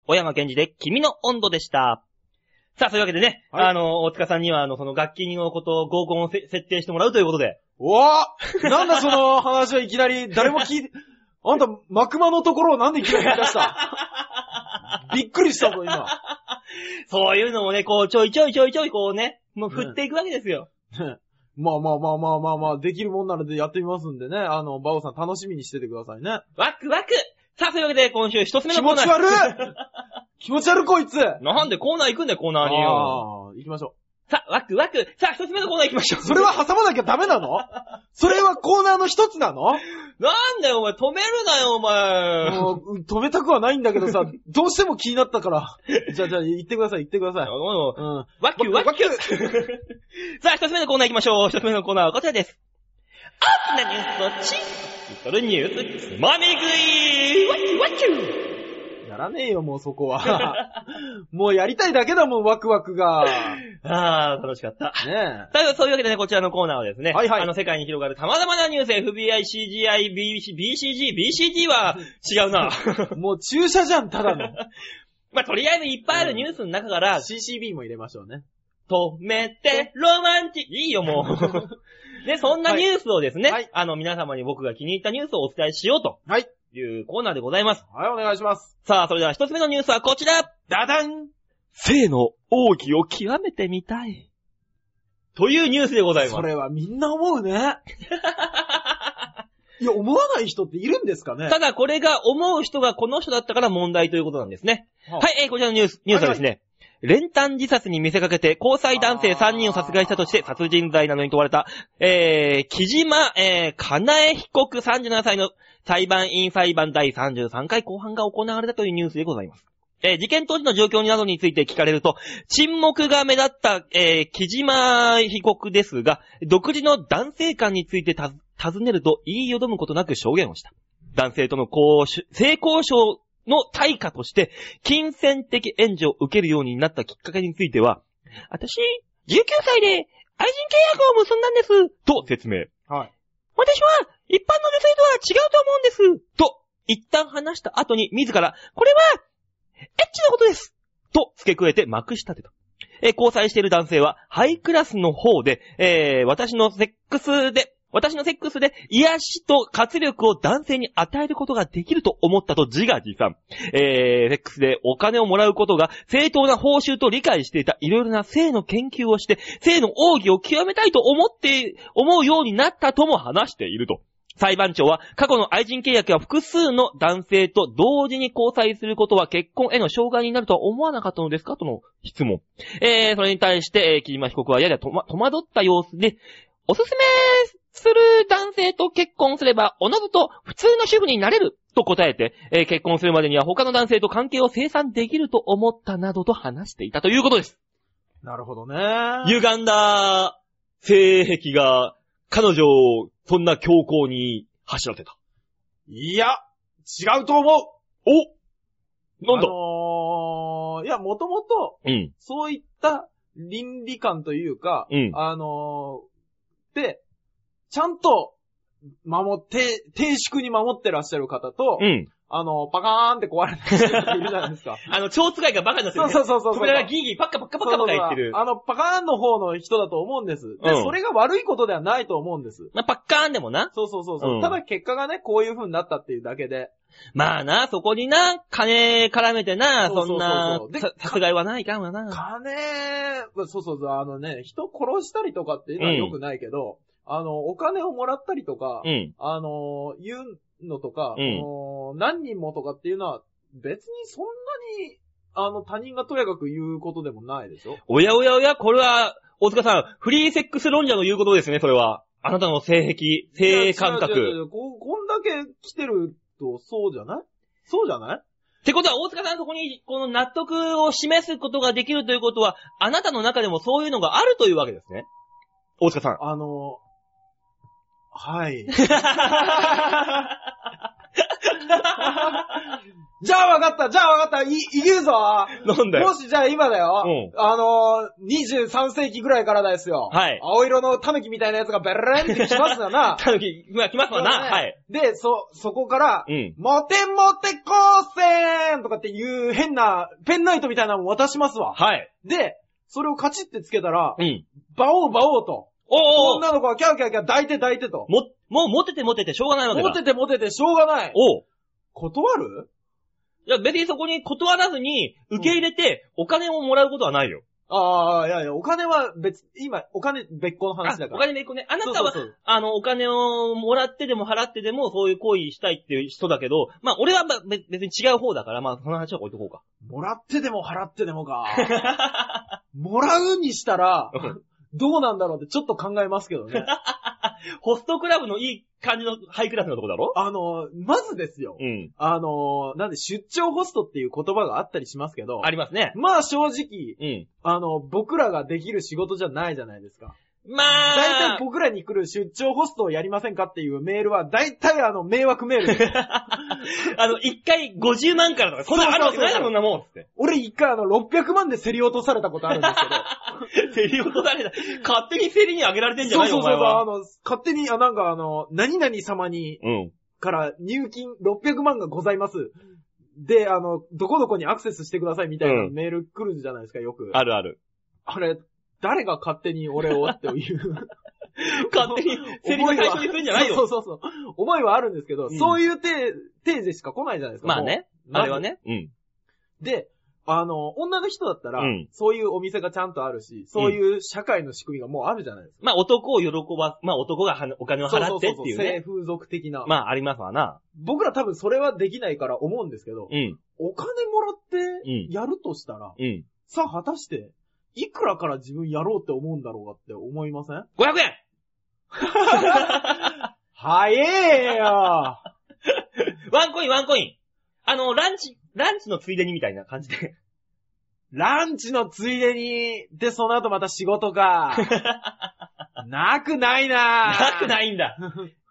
Speaker 1: 小山健二で君の温度でした。さあ、そういうわけでね、
Speaker 2: はい
Speaker 1: あの、大塚さんには、あの、その楽器のことを合コンをせ設定してもらうということで。
Speaker 2: おぉなんだその話はいきなり、誰も聞いて、あんた、マクマのところをなんでいきなり言い出したびっくりしたぞ、今。
Speaker 1: そういうのもね、こう、ちょいちょいちょいちょい、こうね、もう振っていくわけですよ。
Speaker 2: ねまあまあまあまあまあまあ、できるもんなのでやってみますんでね。あの、バオさん楽しみにしててくださいね。
Speaker 1: ワクワクさあ、そういうわけで、今週一つ目
Speaker 2: 気
Speaker 1: のコー
Speaker 2: 持
Speaker 1: ナー。
Speaker 2: ち悪い 気持ち悪いこいつ
Speaker 1: なんでコーナー行くんだよ、コーナーによ。
Speaker 2: ああ、行きましょ
Speaker 1: さあ、ワクワクさあ、一つ目のコーナー行きましょう。
Speaker 2: う。それは挟まなきゃダメなのそれはコーナーの一つなの
Speaker 1: なんだよ、お前、止めるなよ、お前。
Speaker 2: もう止めたくはないんだけどさ、どうしても気になったから。じゃあじゃあ、行ってください、行ってください。うん。
Speaker 1: ワキュワキュ さあ、一つ目のコーナー行きましょう。一つ目のコーナーはこちらです。アップなニュースをチッリトルニュースつまみ食いワキュワキュ
Speaker 2: やらねえよ、もうそこは。もうやりたいだけだもん、ワクワクが。
Speaker 1: あー、楽しかった。
Speaker 2: ね
Speaker 1: さあ、そういうわけでね、こちらのコーナーはですね、
Speaker 2: はいはい
Speaker 1: あの、世界に広がる様々なニュース、FBI、CGI、BC BCG、BCG は違う な。
Speaker 2: え。もう注射じゃん、ただの。
Speaker 1: まあ、とりあえずいっぱいあるニュースの中から、
Speaker 2: CCB も入れましょうね。
Speaker 1: 止めて、ロマンチック。いいよ、もう。 で、そんなニュースをですね、
Speaker 2: はい
Speaker 1: あの、皆様に僕が気に入ったニュースをお伝えしようと
Speaker 2: はい。
Speaker 1: いうコーナーでございます。
Speaker 2: はい、お願いします。
Speaker 1: さあ、それでは一つ目のニュースはこちらダダン性の奥義を極めてみたい。というニュースでござい
Speaker 2: そ
Speaker 1: ます。
Speaker 2: れはみんな思うね。 いや、思わない人っているんですかね
Speaker 1: ただこれが思う人がこの人だったから問題ということなんですね。
Speaker 2: は
Speaker 1: はいい、えーこちらのニュース、ニュースはですね、練炭自殺に見せかけて交際男性3人を殺害したとして殺人罪などに問われた、えー、木島、えー、かなえ被告37歳の裁判員裁判第33回後半が行われたというニュースでございます。えー事件当時の状況などについて聞かれると、沈黙が目立った、えー木島被告ですが、独自の男性観についてた尋ねると言いよどむことなく証言をした。男性との交渉性交渉の対価として、金銭的援助を受けるようになったきっかけについては、私、19歳で愛人契約を結んだんです、と説明。
Speaker 2: はい。
Speaker 1: 私は、一般の女性とは違うと思うんです。と、一旦話した後に自ら、これは、エッチなことです。と、付け加えてまくし立てた。えー交際している男性は、ハイクラスの方で、えー私のセックスで、私のセックスで癒しと活力を男性に与えることができると思ったと自画自賛。えーセックスでお金をもらうことが正当な報酬と理解していたいろいろな性の研究をして、性の奥義を極めたいと思って、思うようになったとも話していると。裁判長は、過去の愛人契約や複数の男性と同時に交際することは結婚への障害になるとは思わなかったのですかとの質問。えー、それに対して、えー、木島被告はややとま戸惑った様子で、おすすめする男性と結婚すれば、おのずと普通の主婦になれると答えて、えー結婚するまでには他の男性と関係を生産できると思ったなどと話していたということです。
Speaker 2: なるほどね。
Speaker 1: 歪んだ性癖が彼女をそんな強行に走らせた。
Speaker 2: いや、違うと思う
Speaker 1: おなんだ
Speaker 2: あのー、いや、もともと、
Speaker 1: うん。
Speaker 2: そういった倫理観というか、
Speaker 1: うん
Speaker 2: あのー、で、ちゃんと、守って、定粛に守ってらっしゃる方と、
Speaker 1: うん。
Speaker 2: あの、パカーンって壊れた人がいるじゃないですか。
Speaker 1: あの、蝶使いがバカになってる、
Speaker 2: そう
Speaker 1: ね。
Speaker 2: そうそうそう。
Speaker 1: 扉がギーギーパッカパッカパッカパカ言ってる。
Speaker 2: あの、パカーンの方の人だと思うんです。で、
Speaker 1: うん
Speaker 2: それが悪いことではないと思うんです。
Speaker 1: まあ、パッカーンでもな。
Speaker 2: そうそうそうそう、
Speaker 1: うん
Speaker 2: ただ結果がね、こういう風になったっていうだけで。
Speaker 1: まあな、そこにな、金絡めてな、
Speaker 2: そ
Speaker 1: そ
Speaker 2: うそ
Speaker 1: ん
Speaker 2: うそう
Speaker 1: な
Speaker 2: そうで
Speaker 1: さ殺害はないかんわな。
Speaker 2: 金、そうそうそう、あのね、人殺したりとかっていうのは良くないけど、あの、お金をもらったりとか、
Speaker 1: うん。
Speaker 2: あの、言うのとか、
Speaker 1: うん
Speaker 2: あの何人もとかっていうのは、別にそんなに、あの、他人がとやかく言うことでもないでしょ
Speaker 1: おやおやおや、これは、大塚さん、フリーセックス論者の言うことですね、それは。あなたの性癖、性感
Speaker 2: いや違う
Speaker 1: 覚。
Speaker 2: 違う違うここんだけ来てると、そうじゃないそうじゃない
Speaker 1: ってことは、大塚さん、そこに、この納得を示すことができるということは、あなたの中でもそういうのがあるというわけですね。大塚さん。
Speaker 2: あの、はい。じゃあ分かった、じゃあ分かった、い、いけるぞ
Speaker 1: なんだ
Speaker 2: も
Speaker 1: よ。
Speaker 2: しじゃあ今だよ、
Speaker 1: うん
Speaker 2: あのー、23世紀ぐらいからですよ。
Speaker 1: はい
Speaker 2: 青色のタヌキみたいなやつがベレンって来ます よな。
Speaker 1: たぬき、まあ、来ますわな。はい。
Speaker 2: で、そ、そこから、
Speaker 1: うん。
Speaker 2: モテモテ光線とかっていう変なペンナイトみたいなのを渡しますわ。
Speaker 1: はい。
Speaker 2: で、それをカチってつけたら、
Speaker 1: うん。
Speaker 2: バオーバオーと、
Speaker 1: おーおー
Speaker 2: 女の子はキャーキャーキャー抱いて抱いてと。
Speaker 1: も、もうモテてモテてしょうがないわけだ。
Speaker 2: モテてモテてしょうがない。
Speaker 1: おう。
Speaker 2: 断る
Speaker 1: いや、別にそこに断らずに、受け入れて、お金をもらうことはないよ。
Speaker 2: ああ、いやいや、お金は別、今、お金別個の
Speaker 1: あ
Speaker 2: 話だか
Speaker 1: お
Speaker 2: ら。
Speaker 1: 金でいくね。あなたは
Speaker 2: そうそうそう
Speaker 1: あの、お金をもらってでも払ってでも、そういう行為したいっていう人だけど、まあ、俺はまあ別別に違う方だから、まあ、その話は置いとこうか。
Speaker 2: もらってでも払ってでもか。 もらうにしたら
Speaker 1: う、
Speaker 2: どうなんだろうってちょっと考えますけど ね。
Speaker 1: ホストクラブのいい感じのハイクラスのとこだろ
Speaker 2: あの、まずですよ。
Speaker 1: うん。
Speaker 2: あの、なんで出張ホストっていう言葉があったりしますけど
Speaker 1: あ、りますね。
Speaker 2: まあ正直、
Speaker 1: うん。
Speaker 2: あの、僕らができる仕事じゃないじゃないですか。
Speaker 1: ま
Speaker 2: 大
Speaker 1: あ
Speaker 2: 体、僕らに来る出張ホストをやりませんかっていうメールは、大体あの迷惑メー ルです。
Speaker 1: あの、一回50万からとか、そんなあるわけないだろ、そ
Speaker 2: そうそうそうん
Speaker 1: なもんっつって。
Speaker 2: 俺一回あの600万で競り落とされたことあるんですけど。
Speaker 1: 競り落とされた。勝手に競りに上げられてんじゃ ないよ、
Speaker 2: そう
Speaker 1: お
Speaker 2: そう
Speaker 1: 前
Speaker 2: そうそう、あ
Speaker 1: は。
Speaker 2: の、勝手に、あ、なんかあの、何々様に、
Speaker 1: うん。
Speaker 2: から入金600万がございます。で、あの、どこどこにアクセスしてくださいみたいな
Speaker 1: うん
Speaker 2: メール来るじゃないですか、よく。
Speaker 1: あるある。
Speaker 2: あれ、誰が勝手に俺をっていう。
Speaker 1: 勝手に競りの対象にするんじゃない
Speaker 2: そ
Speaker 1: よ。
Speaker 2: うそうそう。思いはあるんですけ
Speaker 1: う
Speaker 2: ど、
Speaker 1: ん
Speaker 2: そういう手、手でしか来ないじゃないですか。
Speaker 1: まあね。
Speaker 2: もう。
Speaker 1: あれはね。うん。
Speaker 2: で、あの、女の人だったら、
Speaker 1: うん
Speaker 2: そういうお店がちゃんとあるし、そういう社会の仕組みがもうあるじゃないですか。
Speaker 1: まあ、男を喜ば、まあ、男がはなお金を払ってっていう
Speaker 2: 性
Speaker 1: ね。
Speaker 2: 風俗的な。
Speaker 1: まあ、ありますわな。
Speaker 2: 僕ら多分それはできないから思うんですけど、
Speaker 1: うん。
Speaker 2: お金もらって
Speaker 1: うん
Speaker 2: やるとしたら、
Speaker 1: うん。
Speaker 2: さあ果たして、いくらから自分やろうって思うんだろうかって思いません
Speaker 1: 500円
Speaker 2: 早えよ
Speaker 1: ワンコイン、ワンコイン。あの、ランチ、ランチのついでにみたいな感じで。
Speaker 2: ランチのついでに、で、その後また仕 事か。なくないな
Speaker 1: なく
Speaker 2: い、
Speaker 1: ないんだ。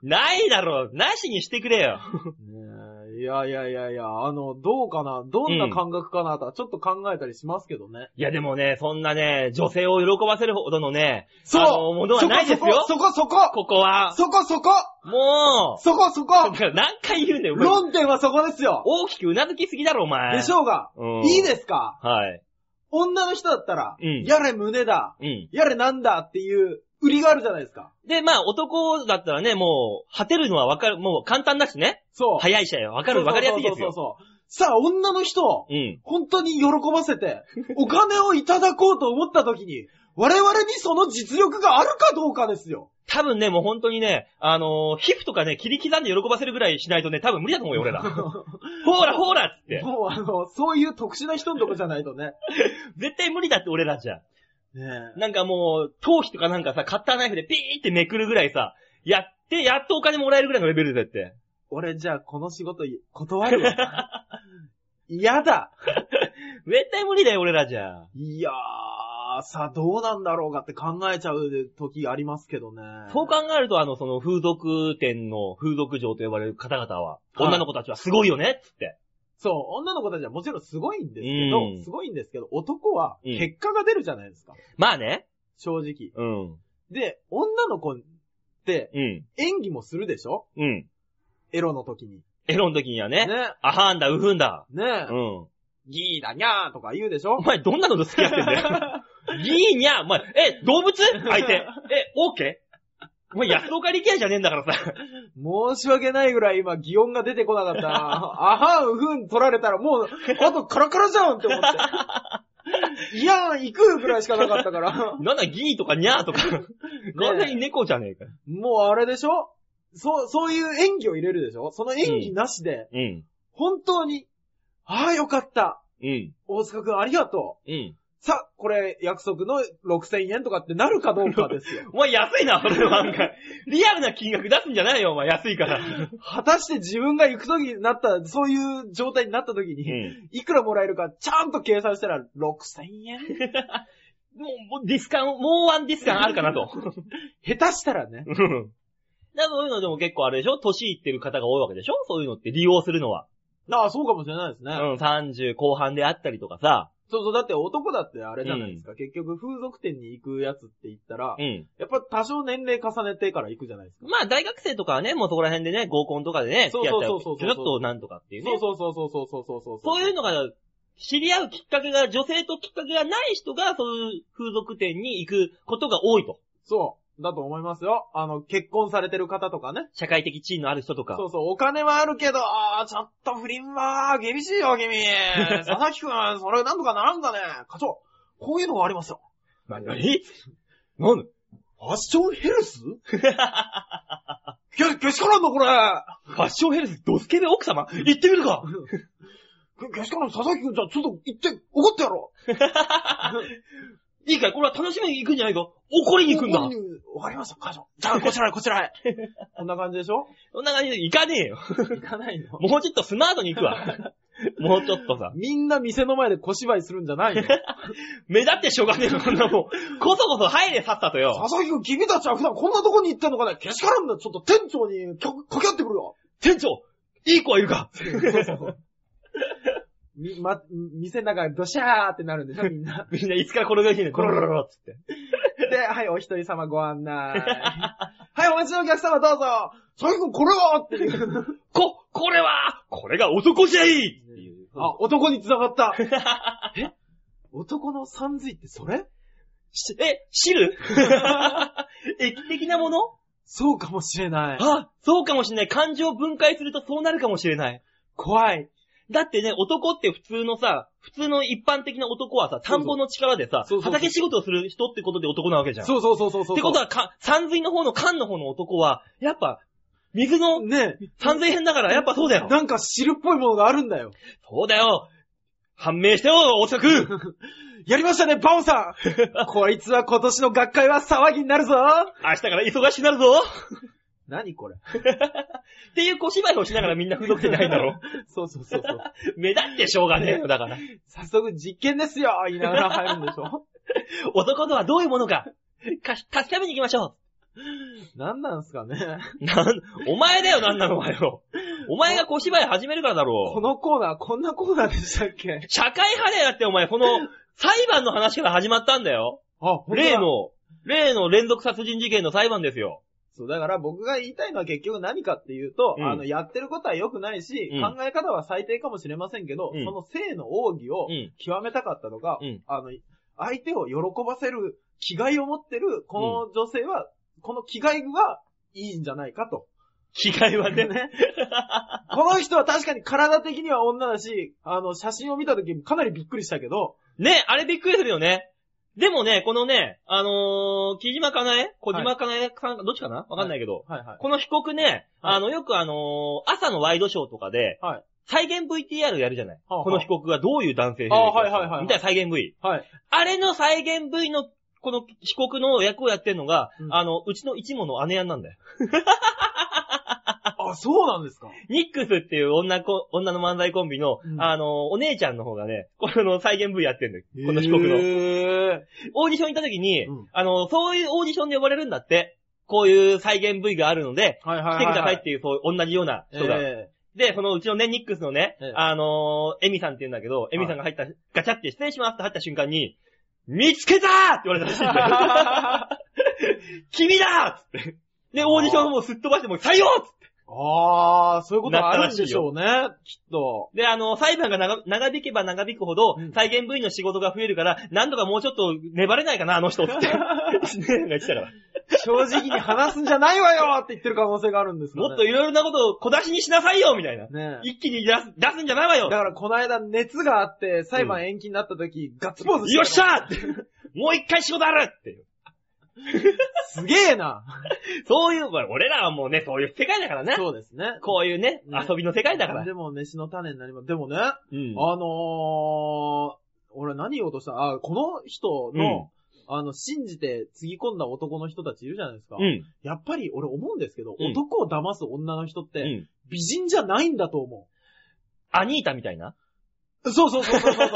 Speaker 1: ないだろう。なしにしてくれよ。
Speaker 2: ねえいやいやいやいや、あの、どうかなどんな感覚かなとはちょっと考えたりしますけどね。
Speaker 1: いやでもね、そんなね、女性を喜ばせるほどのね、
Speaker 2: そう
Speaker 1: あのものはないですよ。
Speaker 2: そこそこ
Speaker 1: ここは、
Speaker 2: そこそこ
Speaker 1: も
Speaker 2: そこそこ
Speaker 1: う、何回言うんだよ。お前
Speaker 2: 論点はそこですよ
Speaker 1: 大きくうなずきすぎだろ、お前。
Speaker 2: でしょうが、
Speaker 1: うん
Speaker 2: いいですか
Speaker 1: はい。
Speaker 2: 女の人だったら、
Speaker 1: うん
Speaker 2: やれ胸だ、
Speaker 1: うん。
Speaker 2: やれなんだっていう売りがあるじゃないですか。
Speaker 1: で、まあ、男だったらね、もう、果てるのはわかる、もう簡単だしね。
Speaker 2: そう。
Speaker 1: 早いしね、わか
Speaker 2: そう
Speaker 1: る、わかりやすいですよ。
Speaker 2: そうそうそうそうさあ、女の人を
Speaker 1: うん。
Speaker 2: 本当に喜ばせ て、お金をいただこうと思った時に、我々にその実力があるかどうかですよ。
Speaker 1: 多分ね、もう本当にね、あのー皮膚とかね、切り刻んで喜ばせるぐらいしないとね、多分無理だと思うよ、俺 ら。ほーらほーらっつって。
Speaker 2: もうあの、そういう特殊な人のとこじゃない とね。
Speaker 1: 絶対無理だって俺らじゃ。
Speaker 2: ねえ
Speaker 1: なんかもう、頭皮とかなんかさ、カッターナイフでピーってめくるぐらいさ、やって、やっとお金もらえるぐらいのレベルだって。
Speaker 2: 俺じゃあこの仕事い断るわ。 嫌だ。
Speaker 1: 絶対無理だよ、俺らじゃ。
Speaker 2: いやー、さあどうなんだろうかって考えちゃう時ありますけどね。
Speaker 1: そう考えると、あの、その、風俗店の風俗嬢と呼ばれる方々は、
Speaker 2: はい
Speaker 1: 女の子たちはすごいよね、つって。
Speaker 2: そう、女の子たちはもちろんすごいんですけど、
Speaker 1: うん
Speaker 2: すごいんですけど、男は
Speaker 1: うん
Speaker 2: 結果が出るじゃないですか。
Speaker 1: まあね。
Speaker 2: 正直。
Speaker 1: うん。
Speaker 2: で、女の子って
Speaker 1: うん。
Speaker 2: 演技もするでしょ
Speaker 1: うん。
Speaker 2: エロの時に。
Speaker 1: エロの時には
Speaker 2: ね
Speaker 1: ね、。あはんだ、うふんだ。
Speaker 2: ね
Speaker 1: う、ん。
Speaker 2: ギーだにゃーとか言うでし
Speaker 1: お
Speaker 2: ょ
Speaker 1: 前どんなのと付き合ってんだよ。ギーニャー、お前、え、動物相手。え、オーケーお前、安岡力也じゃねえんだからさ。
Speaker 2: 申し訳ないぐらい今、擬音が出てこなかったな。 あはん、うふん取られたらもう、あとカラカラじゃんって思って。いやー、行くぐらいしかなかっ たから。
Speaker 1: なんだ、ギーとかニャーとか。完全に猫じゃねえか。
Speaker 2: もうあれでしょそう、そういう演技を入れるでしょその演技なしで、
Speaker 1: うん。
Speaker 2: 本当に、ああ、よかった。
Speaker 1: うん。
Speaker 2: 大塚くんありがと
Speaker 1: うん。。
Speaker 2: う。さあ、これ、約束の6000円とかってなるかどうかですよ
Speaker 1: お前安いな、それは案外。リアルな金額出すんじゃないよ、お前安いから。
Speaker 2: 果たして自分が行く時になった、そういう状態になった時に、
Speaker 1: ん
Speaker 2: いくらもらえるかちゃんと計算したら6000円
Speaker 1: もう、もうディスカウント、もうワンディスカウントあるかなと。
Speaker 2: 下手したらね。
Speaker 1: うんだからそういうのでも結構あれでしょ年いってる方が多いわけでしょそういうのって利用するのは。
Speaker 2: ああ、そうかもしれないですね。
Speaker 1: うん、30後半であったりとかさ。
Speaker 2: そうそう、だって男だってあれじゃないですか。結局、風俗店に行くやつって言ったら、
Speaker 1: うん。
Speaker 2: やっぱ多少年齢重ねてから行くじゃないですか。
Speaker 1: まあ大学生とかはね、もうそこら辺でね、合コンとかでね、
Speaker 2: そう
Speaker 1: 付き合っ
Speaker 2: そう
Speaker 1: ちゃ
Speaker 2: そう
Speaker 1: う。
Speaker 2: そう
Speaker 1: ちょっとなんとかっていうね。
Speaker 2: そうそうそうそうそうそうそう
Speaker 1: そういうのが、知り合うきっかけが、女性ときっかけがない人が、そういう風俗店に行くことが多いと。
Speaker 2: そう。だと思いますよ。あの、結婚されてる方とかね。
Speaker 1: 社会的地位のある人とか
Speaker 2: そ。うそう、お金はあるけど、あーちょっと不倫は、厳しいよ、 君。佐々木くん、それなんとかならんかね。課長、こういうのがありますよ。
Speaker 1: 何何
Speaker 2: なんファッションヘルス け、けしからんの、これ。
Speaker 1: ファッションヘルス、ドスケベ奥様行ってみるか
Speaker 2: け、けしからん、佐々木くん、じゃあちょっと行って、怒ってやろう。
Speaker 1: いいかいこれは楽しみに行くんじゃないか怒りに行くんだ
Speaker 2: 怒りにわかりました、課長。じゃあ、こちらへ、こちらへ。こんな感じでしょ
Speaker 1: そんな感じで行かねえよ。
Speaker 2: 行かないの
Speaker 1: もうちょっとスマートに行く わ。もうちょっとさ。
Speaker 2: みんな店の前で小芝居するんじゃないよ。
Speaker 1: 目立ってしょうがねえよ、こんなもん。こそこそ入れさっさとよ。
Speaker 2: 佐々木くん、君たちは普段こんなとこに行ってんのかねけしからんだ、ちょっと店長にか掛け合ってくるよ。
Speaker 1: 店長いい子はいるか
Speaker 2: み、ま、店の中でドシャーってなるんでしょ、みん な。
Speaker 1: みんないつからこの上にね、コロロロロっつって。
Speaker 2: で、はい、お一人様ご案内。はい、お待ちのお客様どうぞ。佐々木くん、これはっていう。
Speaker 1: こ、これはこれが男じゃいっていう。
Speaker 2: あ、男に繋が った。え男のさんずいってそれ
Speaker 1: しえ、汁液的なもの
Speaker 2: そうかもしれない。
Speaker 1: あ、そうかもしれない。漢字を分解するとそうなるかもしれない。
Speaker 2: 怖い。
Speaker 1: だってね、男って普通のさ、普通の一般的な男はさ、田んぼの力でさ、
Speaker 2: そうそうそう
Speaker 1: 畑仕事をする人ってことで男なわけじゃん。
Speaker 2: そうそうそうそうそ
Speaker 1: っ
Speaker 2: う。
Speaker 1: てことは、か、山水の方の缶の方の男は、やっぱ、水の
Speaker 2: ねえ
Speaker 1: 山水編だからやっぱそうだよ。
Speaker 2: なんか汁っぽいものがあるんだよ。
Speaker 1: そうだよ。判明してよ、大塚くん
Speaker 2: やりましたね、バ オさんこいつは今年の学会は騒ぎになるぞ
Speaker 1: 明日から忙しくなるぞ
Speaker 2: 何これ
Speaker 1: っていう小芝居をしながらみんな風俗店に入んだろ。
Speaker 2: そうそうそうそう。
Speaker 1: 目立ってしょうがねえよ、だから。
Speaker 2: 早速実験ですよ言いながら入るんでし ょ
Speaker 1: 男とはどういうものか、か、確かめに行きましょう。
Speaker 2: 何なんすかね
Speaker 1: なん、お前だよ、なんなの、お前よ。お前が小芝居始めるからだ
Speaker 2: こ
Speaker 1: ろう。
Speaker 2: のコーナー、こんなコーナーでしたっけ
Speaker 1: 社会派だよ、だってお前、この、裁判の話から始まったんだよ。
Speaker 2: あ、
Speaker 1: 例。の、例の連続殺人事件の裁判ですよ。
Speaker 2: そう、だから僕が言いたいのは結局何かっていうと、
Speaker 1: うん
Speaker 2: あの、やってることは良くないし、
Speaker 1: うん
Speaker 2: 考え方は最低かもしれませんけど、
Speaker 1: うん
Speaker 2: その性の奥義を
Speaker 1: うん
Speaker 2: 極めたかったとか、
Speaker 1: うん
Speaker 2: あの、相手を喜ばせる気概を持ってる、この女性は、この気概はいいんじゃないかと。
Speaker 1: 着替えはね。
Speaker 2: ね。 この人は確かに体的には女だし、あの、写真を見た時かなりびっくりしたけど、
Speaker 1: ね、あれびっくりするよね。でもね、このね、あのー、木島かなえ小島かなえさん、どっちかなわかんないけど、
Speaker 2: はいはい。
Speaker 1: この被告ね、
Speaker 2: はい
Speaker 1: あの、よくあのー、朝のワイドショーとかで、
Speaker 2: はい
Speaker 1: 再現 VTR やるじゃない。
Speaker 2: はあはあ
Speaker 1: この被告がどういう男性で
Speaker 2: ああはいはいはいはい
Speaker 1: みたいな再現 V。
Speaker 2: はい。
Speaker 1: あれの再現 V の、この被告の役をやってるのが、
Speaker 2: うん
Speaker 1: あの、うちの一門の姉やんなんだよ。
Speaker 2: あ、そうなんですか
Speaker 1: ニックスっていう女こ、女の漫才コンビの、
Speaker 2: うん
Speaker 1: あの、お姉ちゃんの方がね、この再現 V やってんだよ。この被告の。
Speaker 2: の。
Speaker 1: オーディション行った時に、
Speaker 2: うん
Speaker 1: あの、そういうオーディションで呼ばれるんだって。こういう再現 V があるので、
Speaker 2: はいはいはい。
Speaker 1: 来てくださいっていう、そう、同じような人が。
Speaker 2: え
Speaker 1: で、そのうちのね、ニックスのね
Speaker 2: ええ、
Speaker 1: あのー、エミさんって言うんだけど、エミさんが入った、ガチャって失礼しますって入った瞬間に、見つけたーって言 われたらしいんだ よ。
Speaker 2: あ
Speaker 1: 君だーっつって。で、オーディションをもうすっ飛ばして、もう採用っつって
Speaker 2: あー、そういうことあるんでしょうね、きっ と。
Speaker 1: で、あの、裁判が長長引けば長引くほど
Speaker 2: うん、
Speaker 1: 再現部員の仕事が増えるから、何とかもうちょっと粘れないかな、あの 人っつって。ねえ言ってたから。
Speaker 2: 正直に話すんじゃないわよって言ってる可能性があるんですかね。
Speaker 1: もっといろいろなことを小出しにしなさいよみたいな。
Speaker 2: ねえ
Speaker 1: 一気に出す出すんじゃないわ よ
Speaker 2: だからこの間熱があって裁判延期になった時、ガッツポーズ
Speaker 1: よっし
Speaker 2: ゃ
Speaker 1: ゃーって。もう一回仕事あるっていう。
Speaker 2: すげえな
Speaker 1: そういう、まあ俺らはもうね、そういう世界だからね。
Speaker 2: そうですね。
Speaker 1: こういうね、
Speaker 2: ね
Speaker 1: 遊びの世界だから。
Speaker 2: でも飯の種になります。でもね、
Speaker 1: うん
Speaker 2: あのー、俺何言おうとしたあ、この人の、あの、信じてつぎ込んだ男の人たちいるじゃないですか。
Speaker 1: うん。
Speaker 2: やっぱり俺思うんですけど、
Speaker 1: うん
Speaker 2: 男を騙す女の人っ
Speaker 1: う
Speaker 2: て、
Speaker 1: ん。
Speaker 2: 美人じゃないんだと思う。
Speaker 1: アニータみたいな
Speaker 2: そうそうそうそう そう。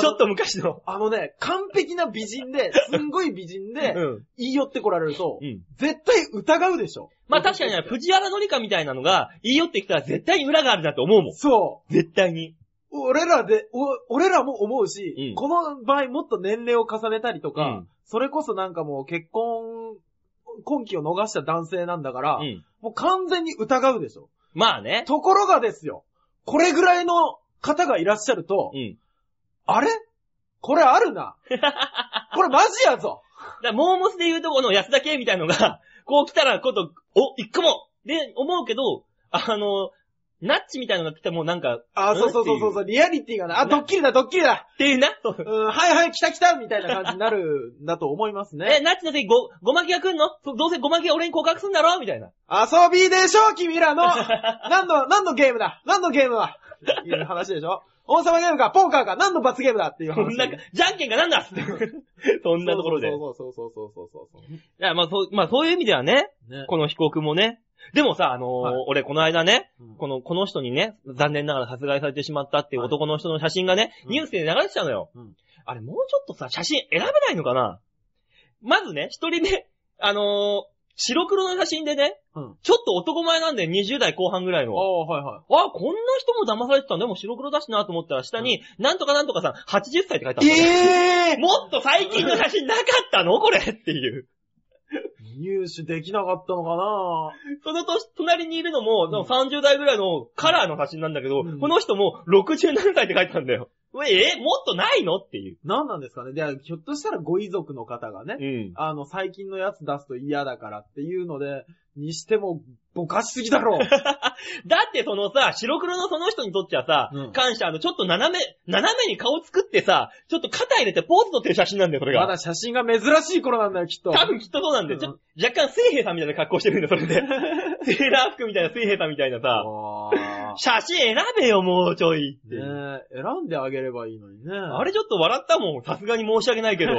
Speaker 1: ちょっと昔の。
Speaker 2: あのね、完璧な美人で、すんごい美人で、
Speaker 1: ん。
Speaker 2: 言い寄ってこられると
Speaker 1: う、ん。
Speaker 2: 絶対疑うでしょ。
Speaker 1: まあ確かにね、藤原紀香みたいなのが言い寄ってきたら絶対に裏があるなと思うもん。
Speaker 2: そう。
Speaker 1: 絶対に。
Speaker 2: 俺らで、お俺らも思うし、
Speaker 1: うん
Speaker 2: この場合もっと年齢を重ねたりとか、
Speaker 1: うん
Speaker 2: それこそなんかもう結婚、婚期を逃した男性なんだから、
Speaker 1: うん。
Speaker 2: もう完全に疑うでしょ。
Speaker 1: まあね。
Speaker 2: ところがですよ、これぐらいの方がいらっしゃると、
Speaker 1: うん。
Speaker 2: あれこれある な。これマジやぞ。
Speaker 1: だからモーモスで言うとこの安田圭みたいなのが、こう来たらこと、お、行くもで、思うけど、あの、ナッチみたいなのが来てもうなんか、っ
Speaker 2: あ、そうそうそうそうそう、リアリティがない。あ、ドッキリだ、ドッキリだ。
Speaker 1: ていうな。
Speaker 2: うん、はいはい、来た来たみたいな感じになるんだと思います
Speaker 1: え、
Speaker 2: ね。
Speaker 1: ナッチの時、ご、ごまきが来んのそどうせごまきが俺に告白すんだろみたいな。
Speaker 2: 遊びでしょ、君らの何の、何のゲームだ何のゲームだいう話でしょ王様ゲームか、ポーカーか、何の罰ゲームだっていう話。
Speaker 1: なんか、じゃんけんがなんだっつって。 そんなところで。い
Speaker 2: そうそうそうそうそうそうそうそ
Speaker 1: や、まあそう、まあそういう意味ではね、
Speaker 2: う。ね。
Speaker 1: この被告もね。でもさ、あのー
Speaker 2: はい
Speaker 1: 俺この間ね、
Speaker 2: うん
Speaker 1: この、この人にね、残念ながら殺害されてしまったっていう男の人の写真がね、
Speaker 2: うん
Speaker 1: ニュースで流れてたのよ。
Speaker 2: うん
Speaker 1: あれ、もうちょっとさ、写真選べないのかなまずね、一人目、あのー白黒の写真でね、
Speaker 2: うん
Speaker 1: ちょっと男前なんで20代後半ぐらい
Speaker 2: あ
Speaker 1: の。あ、
Speaker 2: あ、はいは
Speaker 1: こんな人も騙されてたんだ。でも白黒だしなと思ったら下に、なんとかなんとかさん、80歳って書いてあった
Speaker 2: い。
Speaker 1: のね、
Speaker 2: ええ
Speaker 1: もっと最近の写真なかったのこれっていう。
Speaker 2: 入手できなかったのかな
Speaker 1: その年、隣にいるのも、
Speaker 2: うん
Speaker 1: 30代ぐらいのカラーの写真なんだけど、
Speaker 2: うん
Speaker 1: この人も67歳って書いてあるんだよ。え、えもっとないのっていう。
Speaker 2: 何なんですかねで、ひょっとしたらご遺族の方がね、
Speaker 1: うん。
Speaker 2: あの、最近のやつ出すと嫌だからっていうので、にしても、ぼかしすぎだろ。
Speaker 1: だってそのさ、白黒のその人にとってはさ、
Speaker 2: うん
Speaker 1: 感謝のちょっと斜め、斜めに顔作ってさ、ちょっと肩入れてポーズ撮ってる写真なんだよ、それ
Speaker 2: ま
Speaker 1: が。
Speaker 2: だ写真が珍しい頃なんだよ、きっと。
Speaker 1: 多分きっとそうなんだよ。ちょ若干水平さんみたいな格好してるんだよ、それで。セーラー服みたいな水平さんみたいなさ、
Speaker 2: あ
Speaker 1: 写真選べよ、もうちょいっ
Speaker 2: ー
Speaker 1: ていう。
Speaker 2: ねえ、選んであげればいいのにね。
Speaker 1: あれちょっと笑ったもん。さすがに申し訳ないけ ど。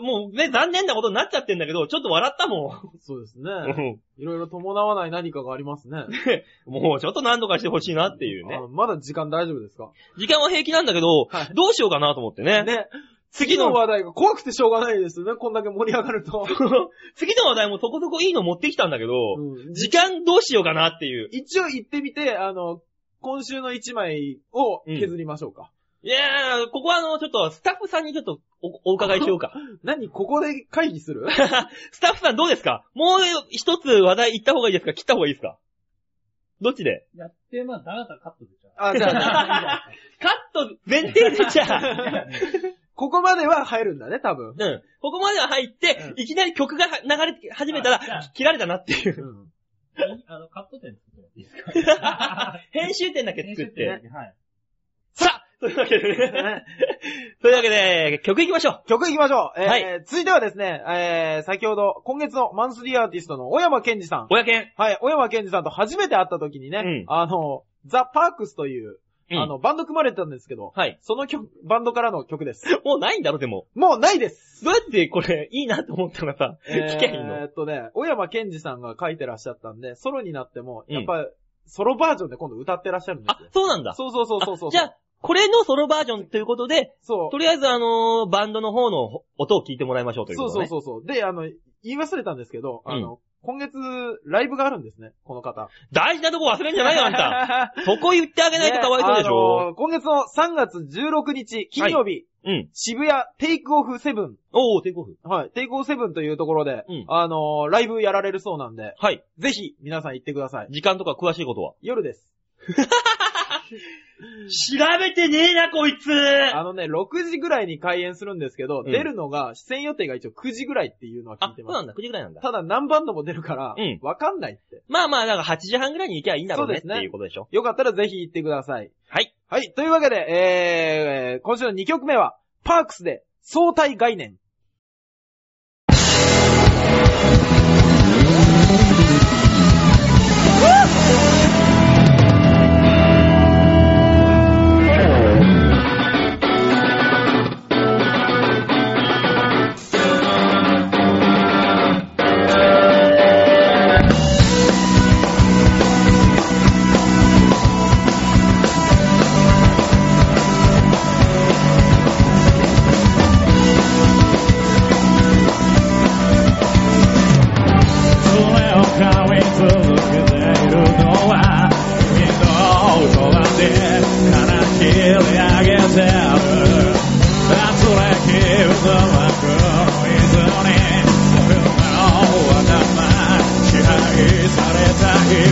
Speaker 1: もうね、残念なことになっちゃってんだけど、ちょっと笑ったも
Speaker 2: そうです
Speaker 1: ん。
Speaker 2: ね。いろいろ伴わない何かがありますね。
Speaker 1: もうちょっと何とかしてほしいなっていうね
Speaker 2: あ。のまだ時間大丈夫ですか
Speaker 1: 時間は平気なんだけど、
Speaker 2: はい
Speaker 1: どうしようかなと思ってね。
Speaker 2: ね。
Speaker 1: 次の
Speaker 2: 次の話題が怖くてしょうがないですよね、こんだけ盛り上がると。
Speaker 1: 次の話題もそこそこいいの持ってきたんだけど、
Speaker 2: うん
Speaker 1: 時間どうしようかなっていう。
Speaker 2: 一応言ってみて、あの、今週の一枚を削りましょうか。
Speaker 1: いやー、ここはあの、ちょっとスタッフさんにちょっとおお伺いし ようか。
Speaker 2: 何ここで会議する
Speaker 1: スタッフさんどうですかもう一つ話題行った方がいいですか切った方がいいですかどっちで
Speaker 3: やって、まあ、だらだらカットでちゃう。
Speaker 2: あ、じゃあ、
Speaker 1: カット前提でじゃあ。
Speaker 2: ここまでは入るんだね、多
Speaker 1: う
Speaker 2: 分。
Speaker 1: ん。ここまでは入って、
Speaker 2: うん
Speaker 1: いきなり曲が流れて始めたら
Speaker 3: あじゃあ、
Speaker 1: 切られたなっていう。
Speaker 2: うん
Speaker 3: あの、カット点作ってもらっていいですか
Speaker 1: 編集点だけ作っ
Speaker 3: 編集
Speaker 1: て。
Speaker 3: 点はい。
Speaker 1: さあというわけで ね。というわけで、曲行きましょう。
Speaker 2: 曲行きましょう。えー
Speaker 1: は
Speaker 2: 続いてはですね、えー、先ほど、今月のマンスリーアーティストの小山健二さん。
Speaker 1: 親犬。
Speaker 2: はい、小山健二さんと初めて会った時にね、
Speaker 1: うん
Speaker 2: あの、ザ・パークスという、
Speaker 1: うん
Speaker 2: あの、バンド組まれてたんですけど、
Speaker 1: はい。
Speaker 2: その曲、バンドからの曲です。
Speaker 1: もうないんだろ、でも。
Speaker 2: もうないです
Speaker 1: どうやってこれ、いいなと思ったのがさ、 聞けへん
Speaker 2: えー
Speaker 1: の。
Speaker 2: っとね、小山健二さんが書いてらっしゃったんで、ソロになっても、
Speaker 1: うん
Speaker 2: やっぱ、ソロバージョンで今度歌ってらっしゃるんで
Speaker 1: あ
Speaker 2: すよ。、
Speaker 1: そうなんだ。
Speaker 2: そうそうそうそうそう。
Speaker 1: あじゃあ、これのソロバージョンということで、
Speaker 2: そう
Speaker 1: とりあえずあのーバンドの方の音を聞いてもらいましょうという
Speaker 2: そ
Speaker 1: こと
Speaker 2: うそう
Speaker 1: ね。
Speaker 2: そうそう。で、あの、言い忘れたんですけど、
Speaker 1: うん
Speaker 2: あの、今月、ライブがあるんですね、この方。
Speaker 1: 大事なとこ忘れんじゃないよ、あんた。
Speaker 2: た。
Speaker 1: そこ言ってあげないとかわいそうでしょ。
Speaker 2: あの今月の3月16日、金曜日、
Speaker 1: うん。
Speaker 2: 渋谷テイクオフセブン。
Speaker 1: おー、テイクオフ。
Speaker 2: はい、テイクオフセブンというところで、
Speaker 1: うん
Speaker 2: あの、ライブやられるそうなんで、
Speaker 1: はい。
Speaker 2: ぜひ、皆さん行ってください。
Speaker 1: 時間とか詳しいことは
Speaker 2: 夜です。
Speaker 1: 調べてねえな、こいつ
Speaker 2: あのね、6時ぐらいに開演するんですけど、
Speaker 1: うん
Speaker 2: 出るのが、出演予定が一応9時ぐらいっていうのは聞
Speaker 1: あ
Speaker 2: い、て
Speaker 1: そう
Speaker 2: ま
Speaker 1: な
Speaker 2: す。
Speaker 1: んだ、9時ぐらいなんだ。
Speaker 2: ただ何バンドも出るから
Speaker 1: うん、
Speaker 2: わかんないって。
Speaker 1: まあまあ、なんか8時半ぐらいに行けばいいんだろうね
Speaker 2: そうですね
Speaker 1: っていうことでしょ。
Speaker 2: よかったらぜひ行ってください。
Speaker 1: はい。
Speaker 2: はい。というわけで、えー、今週の2曲目は、パークスで相対概念。
Speaker 4: 「された日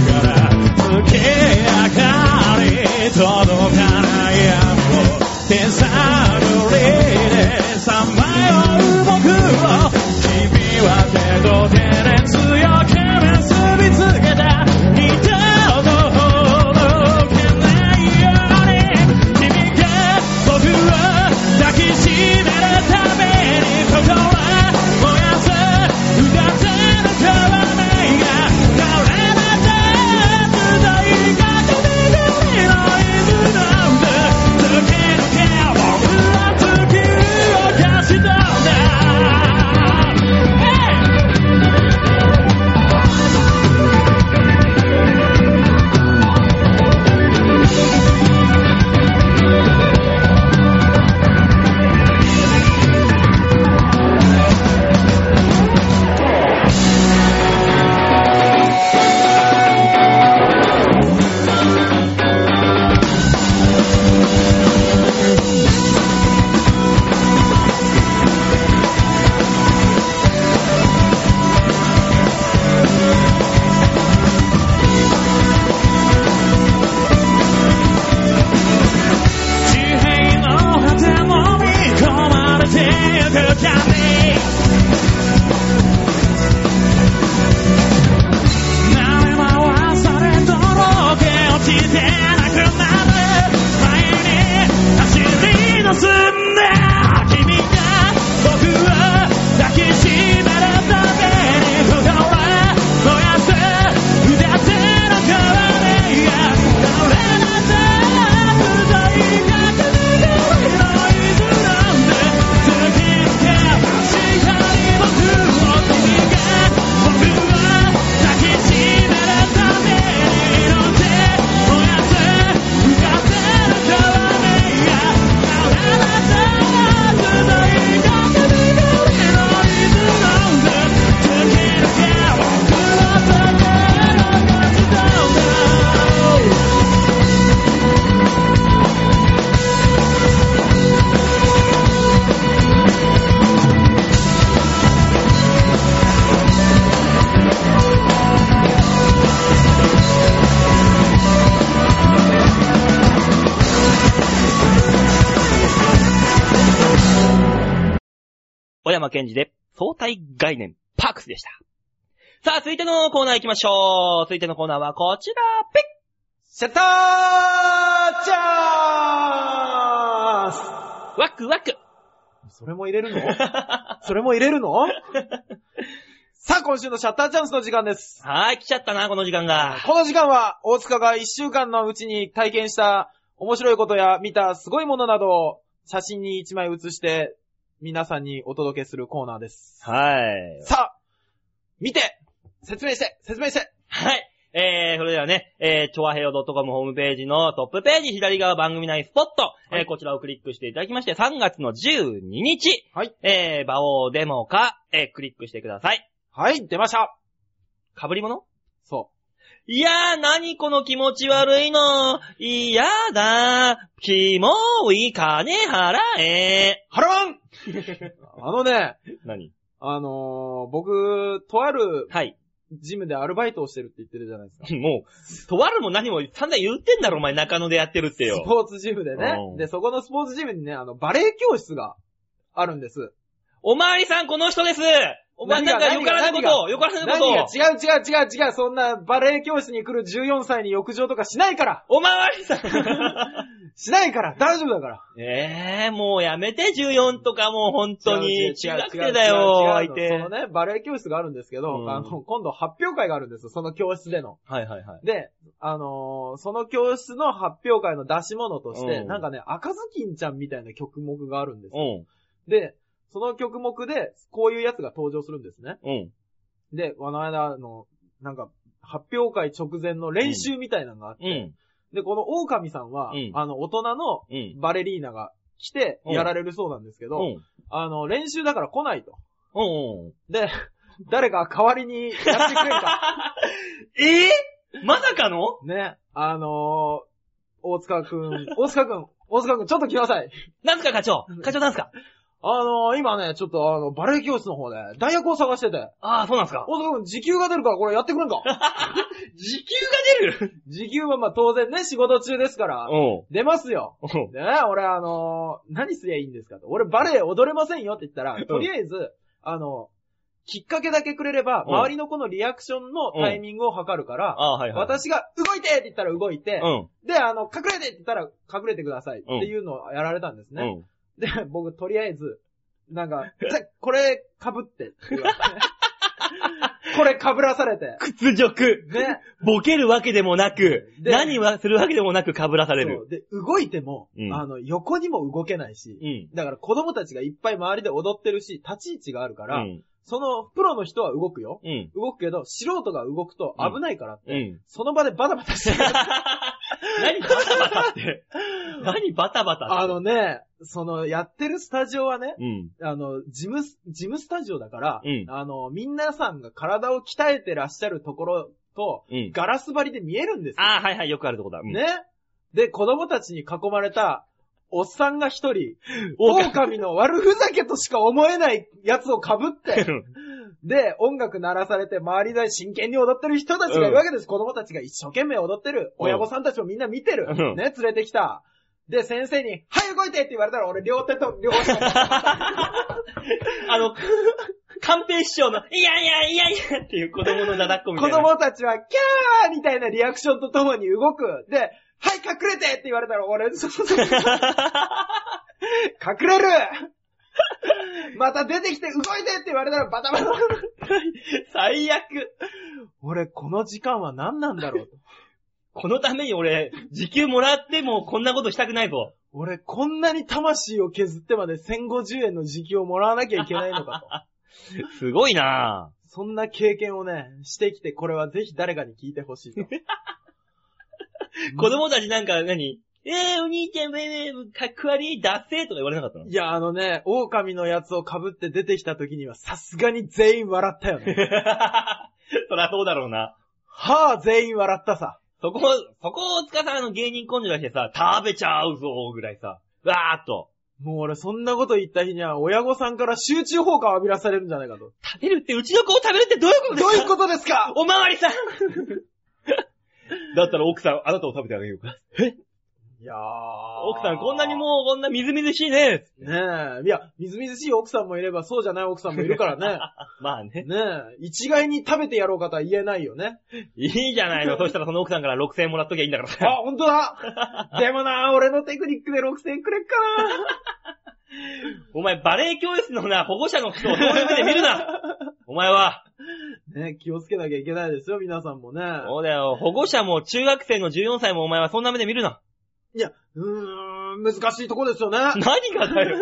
Speaker 4: から月明かり届かない雨を手探りでさまよう僕を君は手と手で強く結びつけた二度とほどけないように君が僕を抱きしめるために心を震わせた燃やす二つの共鳴が誰またずっといいかと巡りの犬なんだ時々僕は月を貸したんだ地平の果ても見込まれてゆく風慣れ回されとろけ落ちてなくなる前に走り出すんだ君が僕を抱きしめるために心は燃やす二つの代わりが誰だって二人がくぐるのいずなんで突き抜け確かに僕を君が僕は抱きしめるために祈って燃やす二つの代わりが誰だって二人がくぐるのいずなんで突き抜け僕は抱きしめるために祈って燃やす二つの代わりが誰だって二人がくぐるのいずなんで
Speaker 1: 小山健二で相対概念パークスでした。さあ、続いてのコーナー行きましょう。続いてのコーナーはこちら、ピッ
Speaker 2: シャッターチャン
Speaker 1: ワクワク
Speaker 2: スそれも入れるのそれも入れるのさあ、今週のシャッターチャンスの時間です。
Speaker 1: はーい、来ちゃったな、この時間が。
Speaker 2: この時間は、大塚が一週間のうちに体験した面白いことや見たすごいものなどを写真に一枚写して、皆さんにお届けするコーナーです。
Speaker 1: はい。
Speaker 2: さあ、見て説明して説明して
Speaker 1: はい。えー、それではね、えー、ちょわへよ .com ホームページのトップページ左側番組内スポット、えー、こちらをクリックしていただきまして、3月の12日、
Speaker 2: はい。
Speaker 1: えー、馬王デモか、えー、クリックしてください。
Speaker 2: はい、出ました
Speaker 1: 被り物
Speaker 2: そ
Speaker 1: いやー、何この気持ち悪いの。いやだ。キモい金払え
Speaker 2: う。。ハロワンあのね、
Speaker 1: 何
Speaker 2: あのー、僕、とある
Speaker 1: はい。
Speaker 2: ジムでアルバイトをしてるって言ってるじゃないですか。
Speaker 1: もう、とあるも何も散々言ってんだろ、お前中野でやってるって
Speaker 2: ス
Speaker 1: よ。
Speaker 2: ポーツジムでね
Speaker 1: うん。
Speaker 2: で、そこのスポーツジムにね、あの、バレエ教室があるんです。
Speaker 1: おまわりさん、この人ですお前なんかよ
Speaker 2: 何が
Speaker 1: からぬこと
Speaker 2: 何が
Speaker 1: よからぬこ
Speaker 2: 何が違う
Speaker 1: と
Speaker 2: 違う違う違う、そんなバレエ教室に来る14歳に浴場とかしないから
Speaker 1: おまわりさん
Speaker 2: しないから大丈夫だから
Speaker 1: ええー、もうやめて、14とかもう本当
Speaker 2: 違う違
Speaker 1: に。
Speaker 2: う
Speaker 1: 中
Speaker 2: 違う
Speaker 1: 学生だよ、
Speaker 2: 違う違う
Speaker 1: 相手。
Speaker 2: そのね、バレエ教室があるんですけど、
Speaker 1: うん
Speaker 2: あの、今度発表会があるんですよ、その教室での。
Speaker 1: はいはいはい。
Speaker 2: で、あのーその教室の発表会の出し物として、
Speaker 1: うん
Speaker 2: なんかね、赤ずきんちゃんみたいな曲目があるんですよ。
Speaker 1: う
Speaker 2: で、その曲目で、こういうやつが登場するんですね。
Speaker 1: ん、うん。
Speaker 2: で、この間あの、なんか、発表会直前の練習みたいなのがあって、
Speaker 1: うん、
Speaker 2: で、この狼さんは、
Speaker 1: うん
Speaker 2: あの、大人の
Speaker 1: うん。
Speaker 2: バレリーナが来て、
Speaker 1: うん
Speaker 2: やられるそうなんですけ
Speaker 1: う
Speaker 2: ど、
Speaker 1: ん、
Speaker 2: あの、練習だから来ないと。
Speaker 1: うん。
Speaker 2: で、 誰か代わりにやってくれる か。
Speaker 1: ええまさかの
Speaker 2: ね、あのー、大塚くん、大塚くん、大塚くん、ちょっと来なさい。
Speaker 1: なんすか課長課長なんすか
Speaker 2: あのー、今ね、ちょっとあの、バレエ教室の方で、大学を探してて。
Speaker 1: ああ、そうなんですか。
Speaker 2: 大阪君、時給が出るからこれやってくれんか
Speaker 1: 時給が出る
Speaker 2: 時給はまあ当然ね、仕事中ですから、
Speaker 1: お
Speaker 2: 出ますよ。
Speaker 1: うん。
Speaker 2: でね、俺あのー、何すりゃいいんですかと。俺バレエ踊れませんよって言ったら、とりあえず、あの、きっかけだけくれれば、
Speaker 1: うん
Speaker 2: 周りの子のリアクションのタイミングを測るから、
Speaker 1: ああー、はいはい。
Speaker 2: 私が動いてって言ったら動いて、
Speaker 1: うん。
Speaker 2: で、あの、隠れてって言ったら隠れてくださいっていうのをやられたんですね。
Speaker 1: うん。
Speaker 2: で、僕、とりあえず、なんか、 じゃ、これ、被ってって言わ れて。これ被らされて。
Speaker 1: 屈辱。
Speaker 2: ね。
Speaker 1: ボケるわけでもなく、
Speaker 2: で
Speaker 1: 何はするわけでもなく被らされ
Speaker 2: そ
Speaker 1: る。
Speaker 2: うで、動いても、
Speaker 1: うん
Speaker 2: あの、横にも動けないし、
Speaker 1: うん。
Speaker 2: だから子供たちがいっぱい周りで踊ってるし、立ち位置があるか
Speaker 1: う
Speaker 2: ら、
Speaker 1: ん。
Speaker 2: その、プロの人は動くよ。
Speaker 1: うん。
Speaker 2: 動くけど、素人が動くと危ないからって、
Speaker 1: うん。
Speaker 2: その場でバタバタし て、
Speaker 1: 何バタバタ って。何バタバタって。
Speaker 2: あのね、その、やってるスタジオはね、
Speaker 1: うん。
Speaker 2: あの、ジムス、ジムスタジオだから、
Speaker 1: うん
Speaker 2: あの、みんなさんが体を鍛えてらっしゃるところと、
Speaker 1: うん。
Speaker 2: ガラス張りで見えるんですよ。
Speaker 1: ああ、はいはい、よくあるとこだ。うん。
Speaker 2: ね。で、子供たちに囲まれた、おっさんが一人、
Speaker 1: 狼
Speaker 2: 狼の悪ふざけとしか思えないやつを被 って、で、音楽鳴らされて、周りで真剣に踊ってる人たちがいるわけです。子供たちが一生懸命踊ってる。
Speaker 1: うん
Speaker 2: 親御さんたちもみんな見てる。
Speaker 1: うん
Speaker 2: ね、連れてきた。で、先生に、はい、動いてって言われたら、俺両手と、両足。
Speaker 1: あの、 寛平師匠の、いやいやいやいやっていう子供のだだっこみた
Speaker 2: 子
Speaker 1: いな。
Speaker 2: 供たちは、キャーみたいなリアクションとともに動く。で、はい、隠れてって言われたら、俺、隠れるまた出てきて動いてって言われたら、バタバタ。
Speaker 1: 最悪。
Speaker 2: 俺、この時間は何なんだろうと。
Speaker 1: このために俺、時給もらってもこんなことしたくないぞ。
Speaker 2: 俺、こんなに魂を削ってまで1050円の時給をもらわなきゃいけないのかと。
Speaker 1: すごいなぁ。
Speaker 2: そんな経験をね、してきて、これはぜひ誰かに聞いてほし いと。
Speaker 1: 子供たちなんか何、えー、お兄ちゃん、えー、かっこ悪い、だっせーとか言われなかったの
Speaker 2: いや、あのね、狼のやつを被って出てきた時には、さすがに全員笑ったよ ね。
Speaker 1: そりゃそうだろうな。
Speaker 2: はぁ、全員笑ったさ。
Speaker 1: そこ、そこをつかさ、あの芸人根性出してさ、食べちゃうぞぐらいさ、わーっと。
Speaker 2: もう俺、そんなこと言った日には、親御さんから集中放火を浴びらされるんじゃないかと。
Speaker 1: 食べるって、うちの子を食べる ってどういうことです
Speaker 2: どう
Speaker 1: か
Speaker 2: いうことですか
Speaker 1: おまわりさん だったら奥さん、あなたを食べてあげようか。
Speaker 2: いやー。
Speaker 1: 奥さん、こんなにもう、こんなみずみずしいね。
Speaker 2: ねえ、いや、みずみずしい奥さんもいれば、そうじゃない奥さんもいるか らね。
Speaker 1: まあね。
Speaker 2: ねえ、一概に食べてやろうかとは言えないよね。
Speaker 1: いいじゃ ないの。そしたらその奥さんから6000円もらっときゃいいんだからさ。
Speaker 2: あ、ほんと だでもな、俺のテクニックで6000円くれっか
Speaker 1: お前、バレエ教室のな、保護者の人をそういう目で見るなお前は、
Speaker 2: な。ねえ、気をつけなきゃいけないですよ、皆さんもね。
Speaker 1: そうだよ、保護者も中学生の14歳もお前はそんな目で見るな。
Speaker 2: いや、うーん、難しいとこですよね。
Speaker 1: 何がだよ。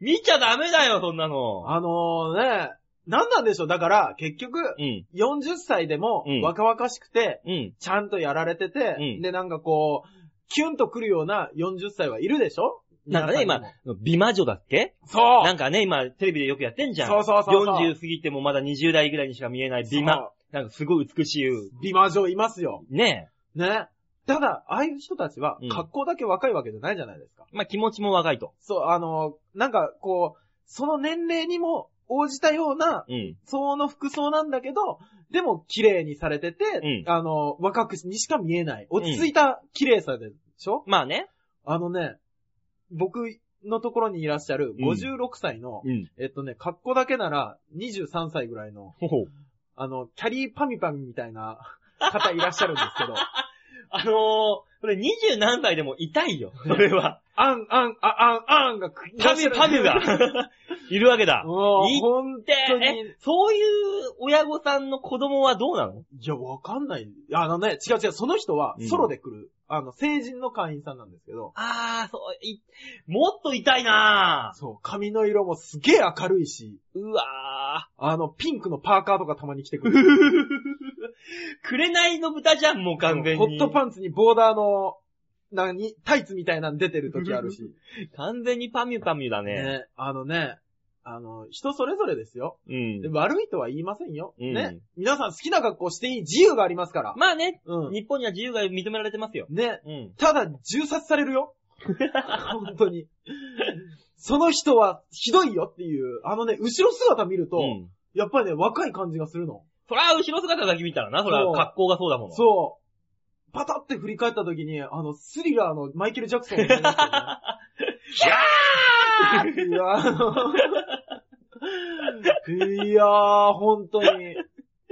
Speaker 1: 見ちゃダメだよ、そんなの。
Speaker 2: あのね、なんなんでしょう、だから、結局、
Speaker 1: うん、
Speaker 2: 40歳でも
Speaker 1: うん
Speaker 2: 若々しくて、
Speaker 1: うん、
Speaker 2: ちゃんとやられてて、
Speaker 1: うん
Speaker 2: で、なんかこう、キュンとくるような40歳はいるでしょ
Speaker 1: なんかね、今
Speaker 2: 皆さ、
Speaker 1: 美魔女だっけ
Speaker 2: そう
Speaker 1: なんかね、今、テレビでよくやってんじゃん。
Speaker 2: そうそうそうそう
Speaker 1: 40過ぎてもまだ20代ぐらいにしか見えない美魔。なんかすごい美しい。
Speaker 2: 美魔女いますよ。
Speaker 1: ね
Speaker 2: ね。ただ、ああいう人たちは
Speaker 1: うん、
Speaker 2: 格好だけ若いわけじゃないじゃないですか。
Speaker 1: え。まあ、気持ちも若いと。
Speaker 2: そう、あの、なんかこう、その年齢にも応じたような、
Speaker 1: うん。
Speaker 2: 相応の服装なんだけど、でも綺麗にされてて、
Speaker 1: うん
Speaker 2: あの、若くにしか見えない。落ち着いた綺麗さでしょ、
Speaker 1: まあね。
Speaker 2: あのね、僕のところにいらっしゃる
Speaker 1: うん
Speaker 2: 56歳の、
Speaker 1: うん。
Speaker 2: えっとね、格好だけなら23歳ぐらいの、
Speaker 1: ほほ。
Speaker 2: あの、キャリーパミパミみたいな方いらっしゃるんですけど、
Speaker 1: あのー、それ20何歳でも痛いよ。 それは。
Speaker 2: アン、アン、あ、アン、アンが、
Speaker 1: パミュパミュ が、いるわけだ。
Speaker 2: もう
Speaker 1: いい
Speaker 2: 本
Speaker 1: で、
Speaker 2: 当に、
Speaker 1: え、そういう親御さんの子供はどうなの
Speaker 2: いや、わかんない。あのね、違う違う、その人は
Speaker 1: うん、
Speaker 2: ソロで来る、あの、成人の会員さんなんですけど、
Speaker 1: あー、そう、い、もっと痛いな
Speaker 2: そう、髪の色もすげえ明るいし、
Speaker 1: ーうわ
Speaker 2: あの、ピンクのパーカーとかたまに着てく
Speaker 1: ー。
Speaker 2: る。
Speaker 1: くれないの豚じゃん、もう完全に。
Speaker 2: ホットパンツにボーダーの、なに、タイツみたいなの出てる時あるし。
Speaker 1: 完全にパミュパミュだね。
Speaker 2: ね、あのね、あの、人それぞれですよ。
Speaker 1: うん。
Speaker 2: 悪いとは言いませんよ。
Speaker 1: うん
Speaker 2: ね。皆さん好きな格好していい自由がありますから。
Speaker 1: まあね、
Speaker 2: うん。
Speaker 1: 日本には自由が認められてますよ。
Speaker 2: ね。
Speaker 1: うん。
Speaker 2: ただ、銃殺されるよ。本当に。その人はひどいよっていう、あのね、後ろ姿見ると、
Speaker 1: うん。
Speaker 2: やっぱりね、若い感じがするの。
Speaker 1: そら、後ろ姿だけ見たらな、そら
Speaker 2: そ、う
Speaker 1: 格好がそうだもの。
Speaker 2: そう。パタって振り返った時に、あの、スリラーのマイケル・ジャクソンみたいな人ねいやーいやー、本当に。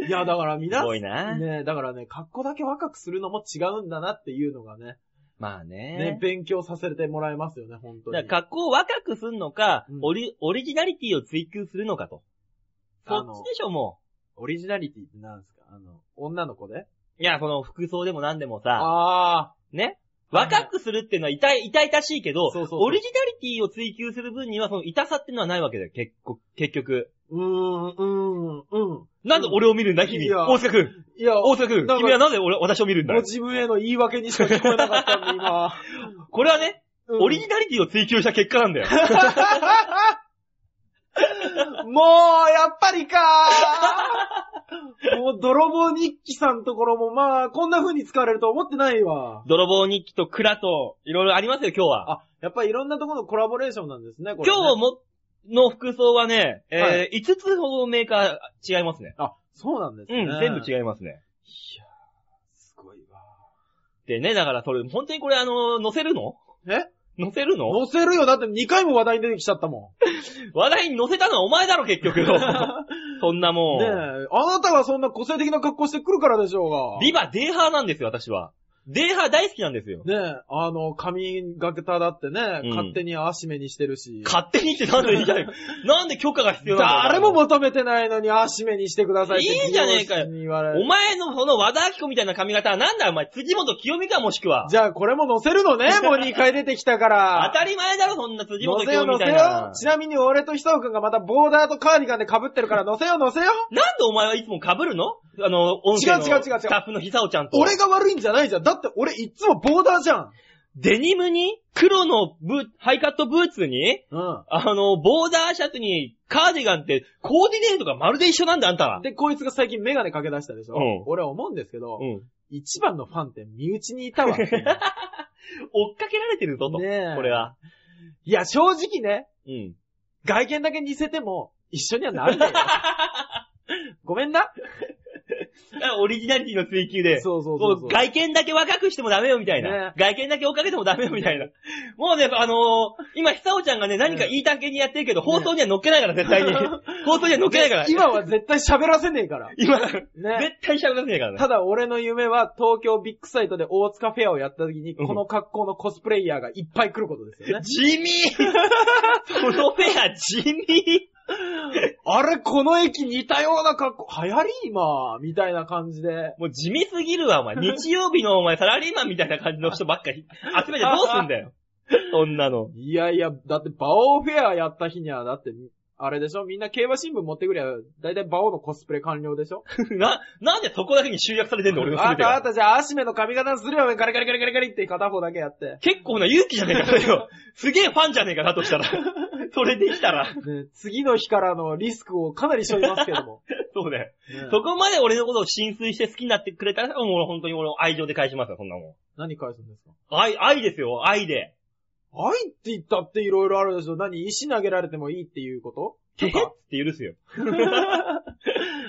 Speaker 2: いや、だから皆
Speaker 1: す
Speaker 2: さん
Speaker 1: ごいな。
Speaker 2: ねだからね、格好だけ若くするのも違うんだなっていうのがね、
Speaker 1: まあ
Speaker 2: ね
Speaker 1: ね。、
Speaker 2: 勉強させてもらえますよね、本当
Speaker 1: だから
Speaker 2: に。
Speaker 1: 格好を若くすんのか、
Speaker 2: うん
Speaker 1: オリ、オリジナリティを追求するのかと。そ
Speaker 2: あの
Speaker 1: っちでしょ、も
Speaker 2: オリジナリティって何ですかあの、女の子で
Speaker 1: う。いや、この服装でも何でもさ、
Speaker 2: あ
Speaker 1: ね。
Speaker 2: はいはい
Speaker 1: 若くするっていうのは痛い、痛々しいけど、
Speaker 2: そうそうそう
Speaker 1: オリジナリティを追求する分には、その痛さっていうのはないわけだよ、結構、結局。
Speaker 2: ー、うーん、うーん、うん。
Speaker 1: なんで俺を見るんだ、君。
Speaker 2: いや
Speaker 1: 大塚君。
Speaker 2: いや、
Speaker 1: 大塚君。
Speaker 2: なんか
Speaker 1: 君はなぜ俺、私を見るんだ
Speaker 2: ご自分への言い訳にしか聞こえなかったんで、今。
Speaker 1: これはね、
Speaker 2: うん
Speaker 1: オリジナリティを追求した結果なんだよ。
Speaker 2: もう、やっぱりかーもう、泥棒日記さんのところも、まあ、こんな風に使われると思ってないわ。
Speaker 1: 泥棒日記と蔵と、いろいろありますよ、今日は。
Speaker 2: あ、やっぱりいろんなところのコラボレーションなんですね、これ、ね。
Speaker 1: 今日も、の服装はね、えー
Speaker 2: は
Speaker 1: 5つほどメーカー違いますね。
Speaker 2: あ、そうなんです
Speaker 1: う
Speaker 2: ね。
Speaker 1: ん、全部
Speaker 2: う。
Speaker 1: 違いますね。
Speaker 2: すごいわ。
Speaker 1: でね、だからそれ、本当にこれあの、載せるの
Speaker 2: え
Speaker 1: 載せるの
Speaker 2: 載せるよ。だって2回も話題に出てきちゃったも。
Speaker 1: 話題に載せたのはお前だろ、結局。そんなんも
Speaker 2: ねえ、
Speaker 1: ん。
Speaker 2: あなたがそんな個性的な格好してくるからでしょうが。
Speaker 1: リバ、デーハーなんですよ、私は。デーハー大好きなんですよ。
Speaker 2: ねえ、あの、髪型だってね、
Speaker 1: うん
Speaker 2: 勝手に足目にしてるし。
Speaker 1: 勝手にってなんで言い たいのなんで許可が必要なの
Speaker 2: 誰も求めてないのに足目にしてくださいって。
Speaker 1: いいじゃねえかよ
Speaker 2: に言われ
Speaker 1: お
Speaker 2: る。
Speaker 1: 前のその和田明子みたいな髪型はなんだよお前、辻元清美かもしくは。
Speaker 2: じゃあこれも載せるの ね、もう2回出てきたか
Speaker 1: 当
Speaker 2: ら。
Speaker 1: たり前だろ、そんな辻元
Speaker 2: 載せ
Speaker 1: 清
Speaker 2: よ
Speaker 1: 美み
Speaker 2: 載
Speaker 1: たい
Speaker 2: せよ
Speaker 1: な。
Speaker 2: ちなみに俺とひとくんがまたボーダーとカーディガンで被ってるから載せよ載せよ
Speaker 1: なんでお前はいつも被るのあの、音声の
Speaker 2: 違う違う違う違う
Speaker 1: スタッフのひさおちゃんと。
Speaker 2: 俺が悪いんじゃないじゃん。だって俺いつもボーダーじゃん。
Speaker 1: デニムに、黒のブーハイカットブーツに、
Speaker 2: う
Speaker 1: あの、ボーダーシャツに、カーディガンって、コーディネートがまるで一緒なんだ、あんたは
Speaker 2: ん。。で、こいつが最近メガネかけ出したでしょ、
Speaker 1: うん
Speaker 2: 俺は思うんですけど、
Speaker 1: うん。
Speaker 2: 一番のファンって身内に いたわっていう。
Speaker 1: 追っかけられてるぞ、と。
Speaker 2: ねえ
Speaker 1: これは。
Speaker 2: いや、正直ね、
Speaker 1: うん。
Speaker 2: 外見だけ似せても、一緒にはなるよ。 ごめんな。
Speaker 1: オリジナリティの追求で。
Speaker 2: そうそうそうそう
Speaker 1: こ外見だけ若くしてもダメよ、みたいな。
Speaker 2: ね
Speaker 1: 外見だけ追っかけてもダメよ、みたいな。もうね、あのー今、ひさおちゃんがね、何か言いたけにやってるけど、放送には乗っけないから、絶対に。 放送には乗っけないから。
Speaker 2: 今は絶対喋らせねえから。
Speaker 1: 今、
Speaker 2: ね。
Speaker 1: 絶対喋らせないからね。
Speaker 2: ただ俺の夢は東京ビッグサイトで大塚フェアをやった時に、
Speaker 1: うん
Speaker 2: この格好のコスプレイヤーがいっぱい来ることです よね。
Speaker 1: 地味そのフェア地味
Speaker 2: あれ、この駅似たような格好、流行り今、みたいな感じで。
Speaker 1: もう地味すぎるわ、お前。日曜日のお前サラリーマンみたいな感じの人ばっかり集めてどうすんだよ。そんなの。
Speaker 2: いやいや、だってバオフェアやった日には、だって、あれでしょみんな競馬新聞持ってくりゃ、だいたいバオのコスプレ完了でしょ
Speaker 1: な、なんでそこだけに集約されてんの俺の
Speaker 2: あ
Speaker 1: 全
Speaker 2: ん
Speaker 1: て
Speaker 2: たあ
Speaker 1: が。
Speaker 2: んたじゃあ、アシメの髪型にするよね、ガリガリガリガリガリって片方だけやって。
Speaker 1: 結構な勇気じゃねえか、それよ。すげえファンじゃねえか、だと したら。それできたら。
Speaker 2: ね、次の日からのリスクをかなり背負いますけども。
Speaker 1: そうだよ。
Speaker 2: ね
Speaker 1: そこまで俺のことを浸水して好きになってくれたら、もう俺本当に俺を愛情で返しますよ、そんなもん。
Speaker 2: 何返すんですか
Speaker 1: 愛、愛ですよ、愛で。
Speaker 2: 愛って言ったっていろいろあるでしょ何石投げられてもいいっていうこと
Speaker 1: てへっつって許すよ。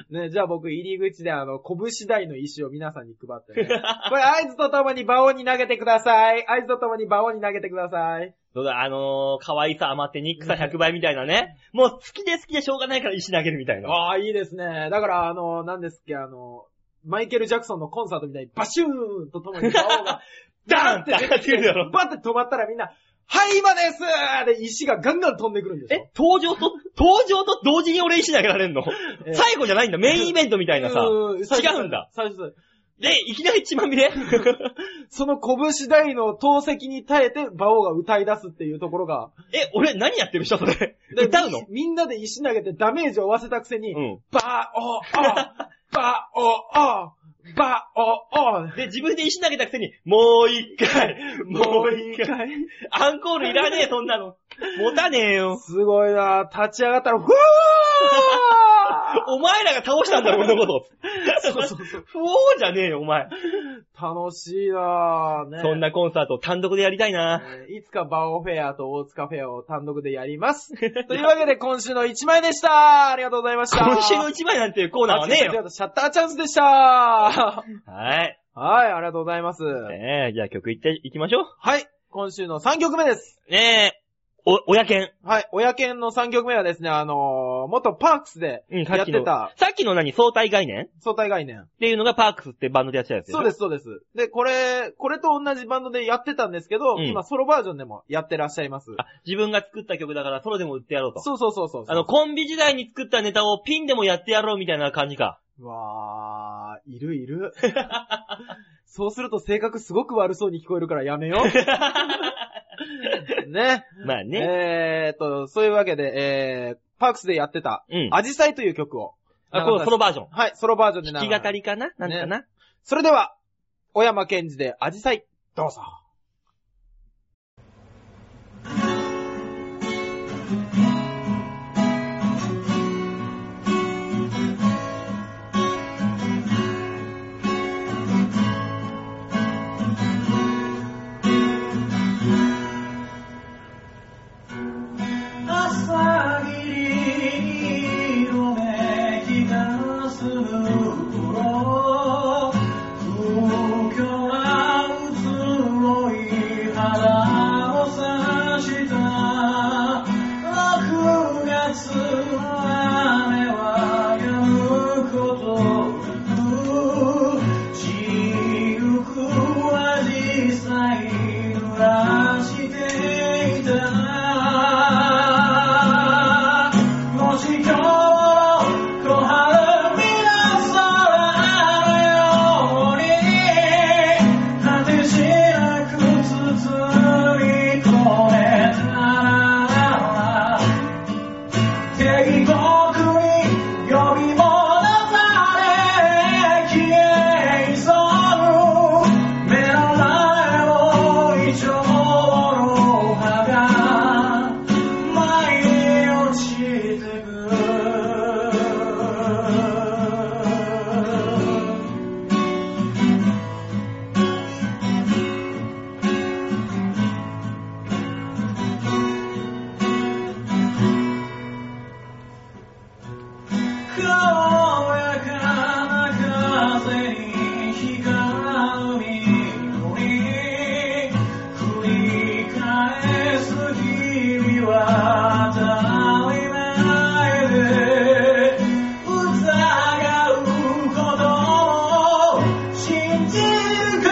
Speaker 2: ね、じゃあ僕入り口であの、拳台の石を皆さんに配 ってね。これ合図とともに馬王に投げてください。合図とともに馬王に投げてください。
Speaker 1: そうだ、あのー、可愛さ余ってニックさ100倍みたいなね。もう好きで好きでしょうがないから石投げるみたいな。
Speaker 2: ああ、いいですね。だからあの、何ですっけ、あの、マイケル・ジャクソンのコンサートみたいにバシューンとともに馬王が
Speaker 1: ダンって上がってくるやろ。
Speaker 2: バッて止まったらみんな、はい、今ですで石がガンガン飛んでくるんですよ。
Speaker 1: え、登場と、登場と同時に俺石投げられんの、
Speaker 2: ええ
Speaker 1: 最後じゃないんだ、メインイベントみたいなさ。
Speaker 2: うん最初
Speaker 1: 違うんだ。
Speaker 2: 最初最初
Speaker 1: で、いきなり血まみ れ
Speaker 2: その拳台の投石に耐えて馬王が歌い出すっていうところが、
Speaker 1: え、俺何やってる人それ。
Speaker 2: で
Speaker 1: 歌うの
Speaker 2: みみんなで石投げてダメージを負わせたくせに、
Speaker 1: うん
Speaker 2: バオオバオオバオオ
Speaker 1: で、自分で石投げたくせに、もう一回、 もう一回。アンコールいらねえ、そんなの。持たねえよ。
Speaker 2: すごいな立ち上がったら、ふわ
Speaker 1: お前らが倒したんだろ、このこと。
Speaker 2: そうそうそう。
Speaker 1: 不王じゃねえよ、お前。
Speaker 2: 楽しいなぁ、ね。
Speaker 1: そんなコンサートを単独でやりたいな。
Speaker 2: えーいつかバオフェアと大塚フェアを単独でや ります。というわけで今週の1枚でしたありがとうございました
Speaker 1: 今週の一枚なんていうコーナーはねえよ。
Speaker 2: シャッターチャンスでしたは
Speaker 1: はい。
Speaker 2: い、ありがとうございます。
Speaker 1: ねえじゃあ曲いっていきましょ
Speaker 2: はい、今週の3曲目です。
Speaker 1: う。ねえ、お、親犬。
Speaker 2: はい、親犬の3曲目はですね、あのー、元パークスで
Speaker 1: うん、さ
Speaker 2: や
Speaker 1: っ
Speaker 2: っ
Speaker 1: き
Speaker 2: て
Speaker 1: の。さ
Speaker 2: た
Speaker 1: っきの何相対概念っ
Speaker 2: 相対概念。
Speaker 1: ていうのがパークスってバンドでやってたやつ。
Speaker 2: そうですす、そうです。で、これ、これと同じバンドでやってたんですけ
Speaker 1: う
Speaker 2: ど、
Speaker 1: ん
Speaker 2: 今ソロバージョンでもやってらっしゃいます。
Speaker 1: あ、自分が作った曲だからソロでも売ってやろうと。
Speaker 2: そうそうそうそう。
Speaker 1: あの、コンビ時代に作ったネタをピンでもやってやろうみたいな感じか。
Speaker 2: うわー、いるいる。 そうすると性格すごく悪そうに聞こえるからやめ よう。ね。
Speaker 1: まあね。
Speaker 2: えーっと、そういうわけで、えー、パークスでやってた、
Speaker 1: うん。
Speaker 2: アジサイという曲を。
Speaker 1: あ、こう、ソロバージョン。
Speaker 2: はい、ソロバージョンで流
Speaker 1: 弾き語りかななんかな、
Speaker 2: それでは、小山健二でアジサイ、どうぞ。
Speaker 4: 朝霧をめき出す頃空虚な移ろい花を差した6月雨はやむことなく散るくは実際濡らしていたもし今日小春皆空のように果てしなく包み込めたら帝国に呼び戻され消え急ぐ目の前を異常の葉が舞い落ちてく軽やかな風に光る緑繰り返す日々は当たり前で疑うことを信じるこ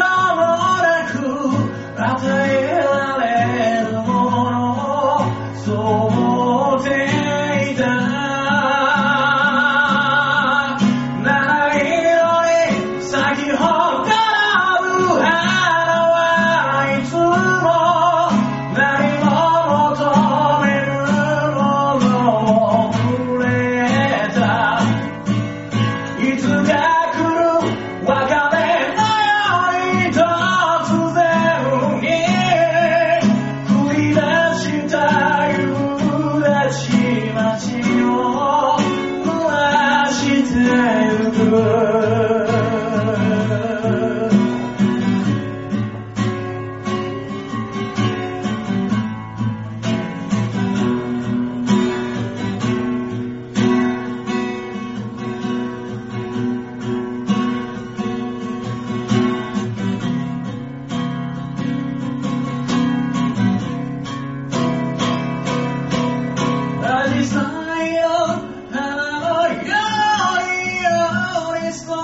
Speaker 4: ともなく与えられるものをそう思っていたないのに先ほどの花はいつも何も求めるものをくれたいつが来るわかめのように突然に繰り出した夕立ち街を暮らしてゆくアジサイよ花のように寄り添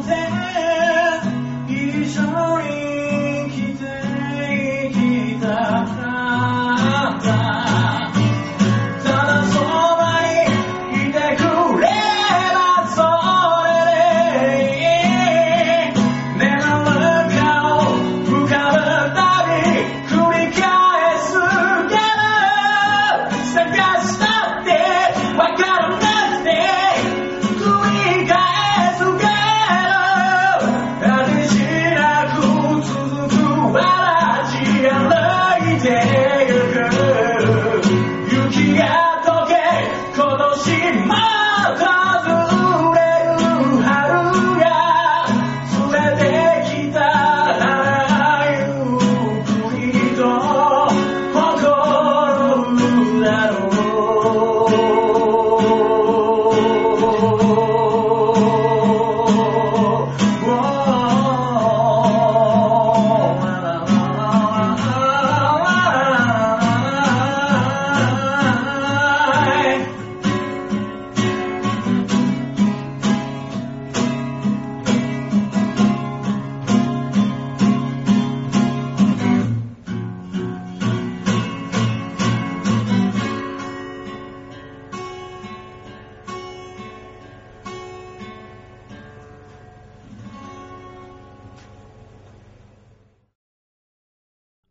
Speaker 4: って一緒に生きてきたかったただそばにいてくればそれでいい眠る顔浮かぶたび繰り返すから探したってわかるなって繰り返すから果てしなく続く嵐が泣いてゆく雪が溶け今年も
Speaker 5: れる春が連れてきたならゆっくりと心うだろう Whoa.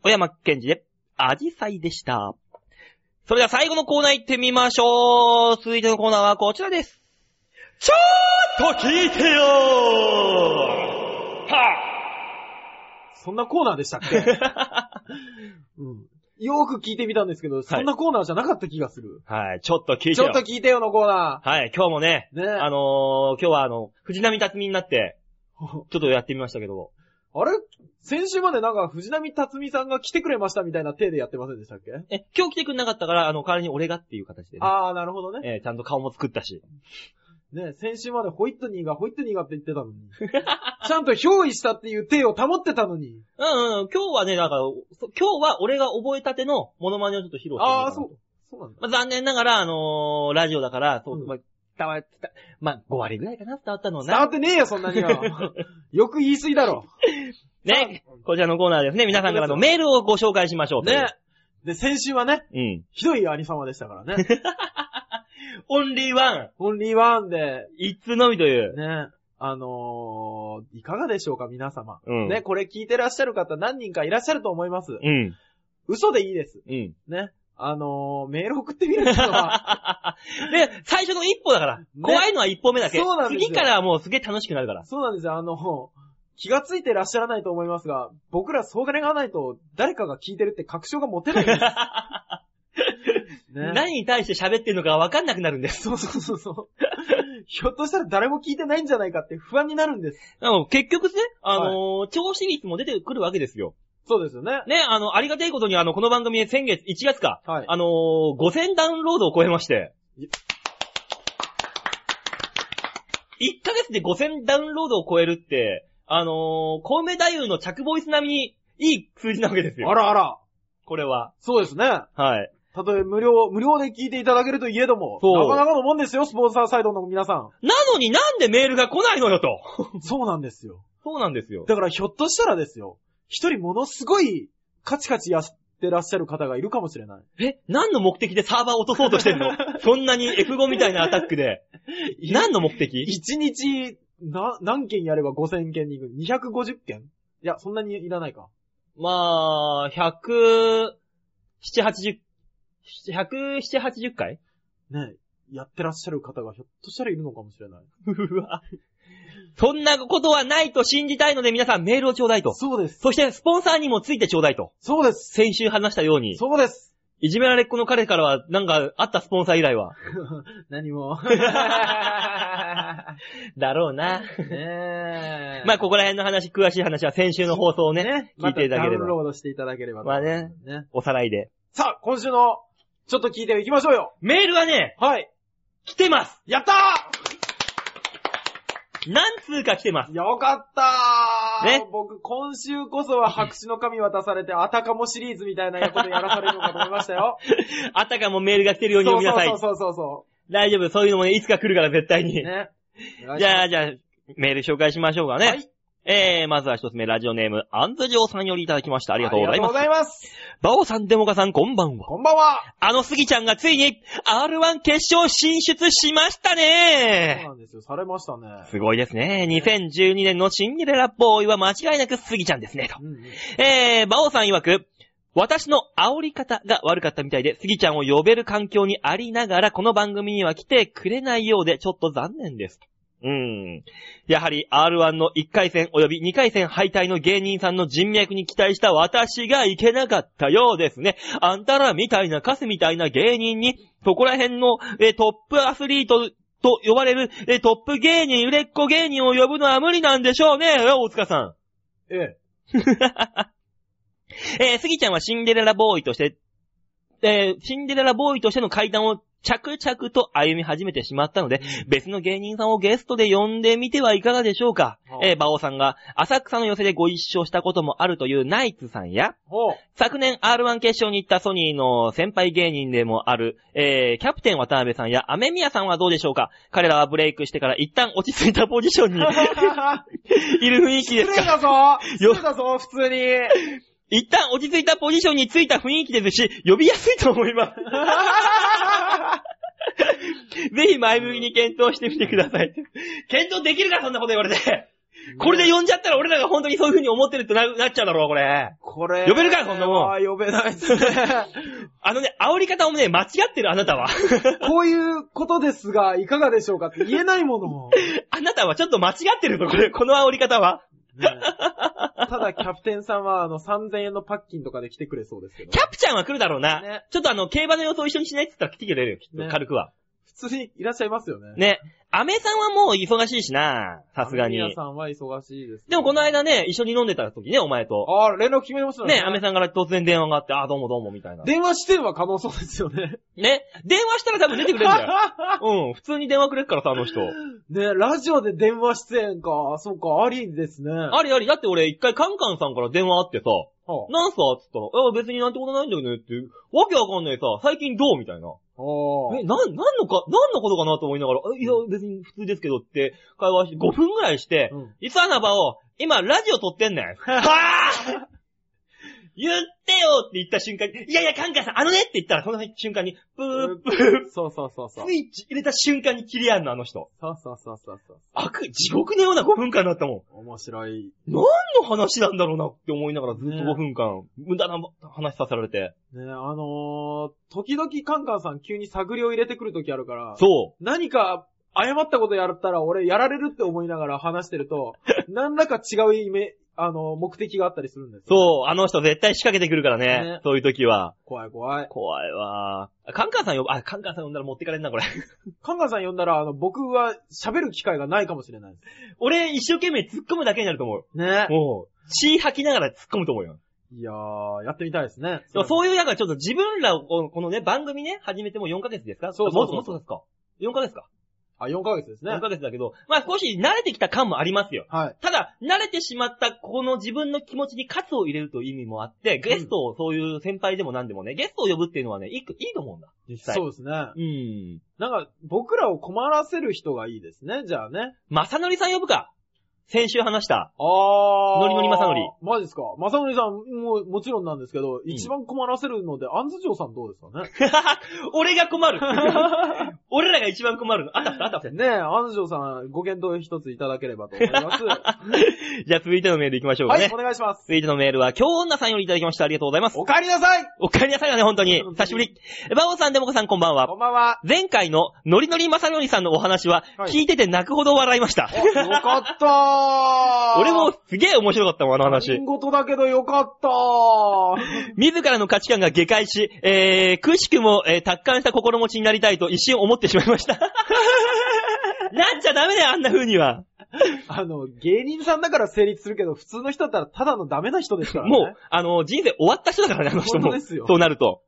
Speaker 1: 小山健二で、アジサイでした。それでは最後のコーナー行ってみましょう。続いてのコーナーはこちらです。ちょっと聞いてよは
Speaker 2: そんなコーナーでしたっけうん。よーく聞いてみたんですけど、そんなコーナーじゃなかった気がする。
Speaker 1: はい、ちょっと聞いてよ
Speaker 2: ちょっと聞いてよのコーナ
Speaker 1: はい、今日もね、
Speaker 2: ー。ねえ。
Speaker 1: あ
Speaker 2: あ
Speaker 1: のー、今日はあの、藤波辰巳にな って、ちょっとやってみましたけど、
Speaker 2: れ先週までなんか藤波辰巳さんが来てくれましたみたいな手でやってませんでしたっけ
Speaker 1: え、今日来てくんなかったから、あの、代わりに俺がっていう形でね、
Speaker 2: あー、なるほどね。
Speaker 1: えーちゃんと顔も作ったし。
Speaker 2: ねえ先週までホイットニーがホイットニーがって言 ってたのに。ちゃんと憑依したっていう手を保ってたの
Speaker 1: う
Speaker 2: に。
Speaker 1: んうん、今日はね、だから、そ今日は俺が覚えたてのモノマネをちょっと披露してみようかな
Speaker 2: あー、そう。そうなんだ。
Speaker 1: まあ、残念ながら、あのーラジオだから、そう、
Speaker 2: うん
Speaker 1: まあ、伝わった、まあ、5割ぐらいかな、伝わったのは
Speaker 2: 伝わ
Speaker 1: な。
Speaker 2: ってねえよ、そんなに は。よく言い過ぎだろ。
Speaker 1: ね、こちらのコーナーですね。皆さんからのメールをご紹介しましょう。
Speaker 2: ね。で、先週はね、
Speaker 1: うん。
Speaker 2: ひどい兄様でした からね。
Speaker 1: オンリーワン、
Speaker 2: オンリーワンで、
Speaker 1: 一通のみという。
Speaker 2: ね、あのー、いかがでしょうか、皆様。
Speaker 1: うん。
Speaker 2: ね、これ聞いてらっしゃる方何人かいらっしゃると思います。
Speaker 1: うん。
Speaker 2: 嘘でいいです。
Speaker 1: うん。
Speaker 2: ね。あのー、メール送ってみる人 は、
Speaker 1: で、最初の一歩だから、怖いのは一歩目だけ。
Speaker 2: そうなんですよ
Speaker 1: 次からはもうすげえ楽しくなるから。
Speaker 2: そうなんですよ、あの気がついてらっしゃらないと思いますが、僕ら総金がないと、誰かが聞いてるって確証が持てない んです。ね。
Speaker 1: 何に対して喋ってるのかわかんなくなるんです。
Speaker 2: そうそうそうそう。ひょっとしたら誰も聞いてないんじゃないかって不安になるんです。
Speaker 1: でも結局ね、あのー調子率も出てくるわけですよ。
Speaker 2: そうですよね。
Speaker 1: ね、あの、ありがたいことに、あの、この番組先月、1月か、
Speaker 2: はい
Speaker 1: あのー、5000ダウンロードを超えまして、
Speaker 2: い
Speaker 1: 1ヶ月で5000ダウンロードを超えるって、あのー、コウメ太夫の着ボイス並みに、いい数字なわけですよ。
Speaker 2: あらあら。
Speaker 1: これは。
Speaker 2: そうですね。
Speaker 1: はい。
Speaker 2: たとえ無料、無料で聞いていただけるといえども、
Speaker 1: そう
Speaker 2: なかなかのもんですよ、スポンサーサイドの皆さ
Speaker 1: なのになんでメールが来ないのよと。
Speaker 2: ん。そうなんですよ。
Speaker 1: そうなんですよ。
Speaker 2: だからひょっとしたらですよ、一人ものすごいカチカチやってらっしゃる方がいるかもしれない。
Speaker 1: え、何の目的でサーバー落とそうと してんのそんなに F5 みたいなアタックで。何の目的
Speaker 2: 一日、な、何件やれば5000件に行く ?250 件いや、そんなにいらないか。
Speaker 1: まあ、100、7、80、100、7、80回
Speaker 2: ねえやってらっしゃる方がひょっとしたらいるのかもしれない。
Speaker 1: うわ。そんなことはないと信じたいので皆さんメールをちょうだいと。
Speaker 2: そうです。
Speaker 1: そしてスポンサーにもついてちょうだいと。
Speaker 2: そうです。
Speaker 1: 先週話したように、
Speaker 2: そうです。
Speaker 1: いじめられっ子の彼からは、なんか、あったスポンサー以来は。
Speaker 2: 何 も。
Speaker 1: だろうな。
Speaker 2: ね え
Speaker 1: まあ、ここら辺の話、詳しい話は先週の放送をね、聞いていただけれ
Speaker 2: またダウン
Speaker 1: ば。
Speaker 2: ロードしていただければと。
Speaker 1: まあね、
Speaker 2: ね。
Speaker 1: おさらいで。
Speaker 2: さあ、今週の、ちょっと聞いていきましょうよ。
Speaker 1: メールはね、
Speaker 2: はい。
Speaker 1: 来てます
Speaker 2: やった
Speaker 1: 何通か来てます
Speaker 2: ーよかったー
Speaker 1: ね
Speaker 2: 僕、今週こそは白紙の紙渡さ れて、あたかもシリーズみたいなことやらされるのかと思いましたよ。
Speaker 1: あたかもメールが来てるよ
Speaker 2: そ
Speaker 1: に
Speaker 2: う
Speaker 1: 読
Speaker 2: う
Speaker 1: みなさい。
Speaker 2: そうそうそうそ
Speaker 1: 大丈夫、そういうのもね、いつか来るから絶対に。
Speaker 2: う。ね。
Speaker 1: じゃあ、じゃあ、メール紹介しましょうかね。
Speaker 2: はい
Speaker 1: えー、まずは一つ目、ラジオネーム、アンズジョーさんよりいただきました。あ
Speaker 2: あ
Speaker 1: りがとうございます。
Speaker 2: ありがとうございます。
Speaker 1: バオさん、デモカさん、こんばんは。
Speaker 2: こんばんは。
Speaker 1: あのスギちゃんがついに、R1 決勝進出しました
Speaker 2: そう
Speaker 1: ね
Speaker 2: なんですよ。されましたね。
Speaker 1: すごいですね。2012年のシンデレラボーイは間違いなくスギちゃんですね、と。
Speaker 2: うんうん
Speaker 1: えー、バオさん曰く、私の煽り方が悪かったみたいで、スギちゃんを呼べる環境にありながら、この番組には来てくれないようで、ちょっと残念です。うーん。やはり R1 の1回戦及び2回戦敗退の芸人さんの人脈に期待した私がいけなかったようですね。あんたらみたいなカスみたいな芸人に、そこら辺の、えートップアスリートと呼ばれる、えートップ芸人、売れっ子芸人を呼ぶのは無理なんでしょうね、大塚さん。
Speaker 2: ええ。
Speaker 1: えー、スギちゃんはシンデレラボーイとして、えーシンデレラボーイとしての階段を着々と歩み始めてしまったので、別の芸人さんをゲストで呼んでみてはいかがでしょうか。
Speaker 2: はあ
Speaker 1: えー、馬王さんが浅草の寄せでご一緒したこともあるというナイツさんや、
Speaker 2: ほう。
Speaker 1: 昨年 R1 決勝に行ったソニーの先輩芸人でもある、えー、キャプテン渡辺さんやアメミヤさんはどうでしょうか彼らはブレイクしてから一旦落ち着いたポジションにいる雰囲気で
Speaker 2: 失
Speaker 1: す
Speaker 2: 礼
Speaker 1: か
Speaker 2: だぞ
Speaker 1: よ
Speaker 2: 失礼だぞ、普通に。
Speaker 1: 一旦落ち着いたポジションについた雰囲気ですし、呼びやすいと思います。ぜひ前向きに検討してみてください。検討できるか、そんなこと言われて。 これで呼んじゃったら俺らが本当にそういう風に思ってるってななっちゃうだろう、これ。
Speaker 2: これ。
Speaker 1: 呼べるかそんなもん
Speaker 2: あー呼べない ですね。
Speaker 1: あのね、煽り方もね、間違ってる、あなたは。
Speaker 2: こういうことですが、いかがでしょうかって言えないも の。
Speaker 1: あなたはちょっと間違ってるぞ、これ。この煽り方は。
Speaker 2: ただ、キャプテンさんは、あの、3000円のパッキンとかで来てくれそうですけど
Speaker 1: キ。ャプちゃんは来るだろうな。
Speaker 2: ね
Speaker 1: ちょっとあの、競馬の予想一緒にしないって言ったら来てくれるよ、きっと。
Speaker 2: ね
Speaker 1: 軽くは。
Speaker 2: 普通にいらっしゃいますよね。
Speaker 1: ね。アメさんはもう忙しいしな、さすがに。
Speaker 2: アメミヤさんは忙しいです。
Speaker 1: でもこの間ね、一緒に飲んでた時ね、お前と。
Speaker 2: ああ、連絡決めました
Speaker 1: ね、アメさんから突然電話があって、あ、どうもどうも、みたいな。
Speaker 2: 電話しては可能そうです よね。
Speaker 1: ね、電話したら多分出てくれるん だよ。うん、普通に電話くれるからさ、あの人。
Speaker 2: ね、ラジオで電話出演か。そうか、ありですね。は
Speaker 1: ありあり、だって俺一回カンカンさんから電話あってさ、
Speaker 2: あ
Speaker 1: なんすかっつったら、いや別になんてことないんだけどねって、わけわかんないさ、最近どうみたいな。
Speaker 2: あ
Speaker 1: え、なん、なんのか、なんのことかなと思いながら、えいや別に普通ですけどって、会話して、5分ぐらいして、
Speaker 2: うん
Speaker 1: いさなばを、今ラジオ撮ってんね ん。はぁ言ってよって言った瞬間に、いやいや、カンカンさん、あのねって言ったら、その瞬間に、プープー、
Speaker 2: そうそうそうそう。
Speaker 1: スイッチ入れた瞬間に切りやんの、あの人。
Speaker 2: そうそうそうそうそう。
Speaker 1: 悪、地獄のような5分間だったも
Speaker 2: 面白い。
Speaker 1: ん。何の話なんだろうなって思いながらずっと5分間、無駄な話させられて。
Speaker 2: ね、あのー、時々カンカンさん急に探りを入れてくる時あるから、
Speaker 1: そう。
Speaker 2: 何か誤ったことやったら俺やられるって思いながら話してる と、何らか違う意味、あのー、目的があったりするんですよ。
Speaker 1: そう、あの人絶対仕掛けてくるからね
Speaker 2: ね
Speaker 1: そういう時は。
Speaker 2: 怖い怖い。
Speaker 1: 怖いわー。カンカンさん呼ぶ、あ、カンカンさん呼んだら持ってかれんな、これ。
Speaker 2: カンカンさん呼んだら、あの、僕は喋る機会がないかもしれないで
Speaker 1: 俺、一生懸命突っ込むだけになると思う。
Speaker 2: す。ね。
Speaker 1: もう、血吐きながら突っ込むと思うよ。
Speaker 2: いやー、やってみたいですね。
Speaker 1: でもそういう、なんかちょっと自分らを、このこのね、番組ね、始めてもう4ヶ月ですか
Speaker 2: そうそうそう
Speaker 1: もっともっとですか ?4 ヶ月か。
Speaker 2: あ、4ヶ月ですね
Speaker 1: ?4。ヶ月だけど、まあ少し慣れてきた感もありますよ。
Speaker 2: はい。
Speaker 1: ただ、慣れてしまった、この自分の気持ちに喝を入れるという意味もあって、ゲストを、そういう先輩でも何でもね、ゲストを呼ぶっていうのはね、いい、いいと思うんだ。実際。
Speaker 2: そうですね。
Speaker 1: うん。
Speaker 2: なんか、僕らを困らせる人がいいですね、じゃあね。
Speaker 1: まさのりさん呼ぶか。先週話した。
Speaker 2: あー。
Speaker 1: ノリノリマサノリ
Speaker 2: マジですか。マサノリさんも、もちろんなんですけど、一番困らせるので、アンズジョーさんどうですかね。
Speaker 1: 俺が 困る。俺らが一番困るの。あったふたあったふた。
Speaker 2: ねえ、アンズジョーさん、ご検討一ついただければと思 います。は
Speaker 1: じゃあ続いてのメール行きましょうかね。
Speaker 2: い、お願いします。
Speaker 1: 続いてのメールは、京女さんよりいただきました。ありがとうございます。
Speaker 2: お帰りなさい
Speaker 1: お帰りなさいだね、本当に。久しぶり。バオさん、デモコさん、こんばんは。
Speaker 2: こんばんは。
Speaker 1: 前回のノリノリマサノリさんのお話は、
Speaker 2: はい
Speaker 1: 聞いてて泣くほど笑いました。
Speaker 2: よかったー
Speaker 1: 俺もすげえ面白かったもん、あの話
Speaker 2: 他。人事だけどよかっ たー
Speaker 1: 自らの価値観が下界し、えー、くしくも、えー、達観した心持ちになりたいと一瞬思ってしまいま した。なっちゃダメだよ、あんな風には。
Speaker 2: あの、芸人さんだから成立するけど、普通の人だったらただのダメな人ですからね。
Speaker 1: もう、あの、人生終わった人だからね、あの人も。
Speaker 2: 本当ですよ
Speaker 1: そうなると。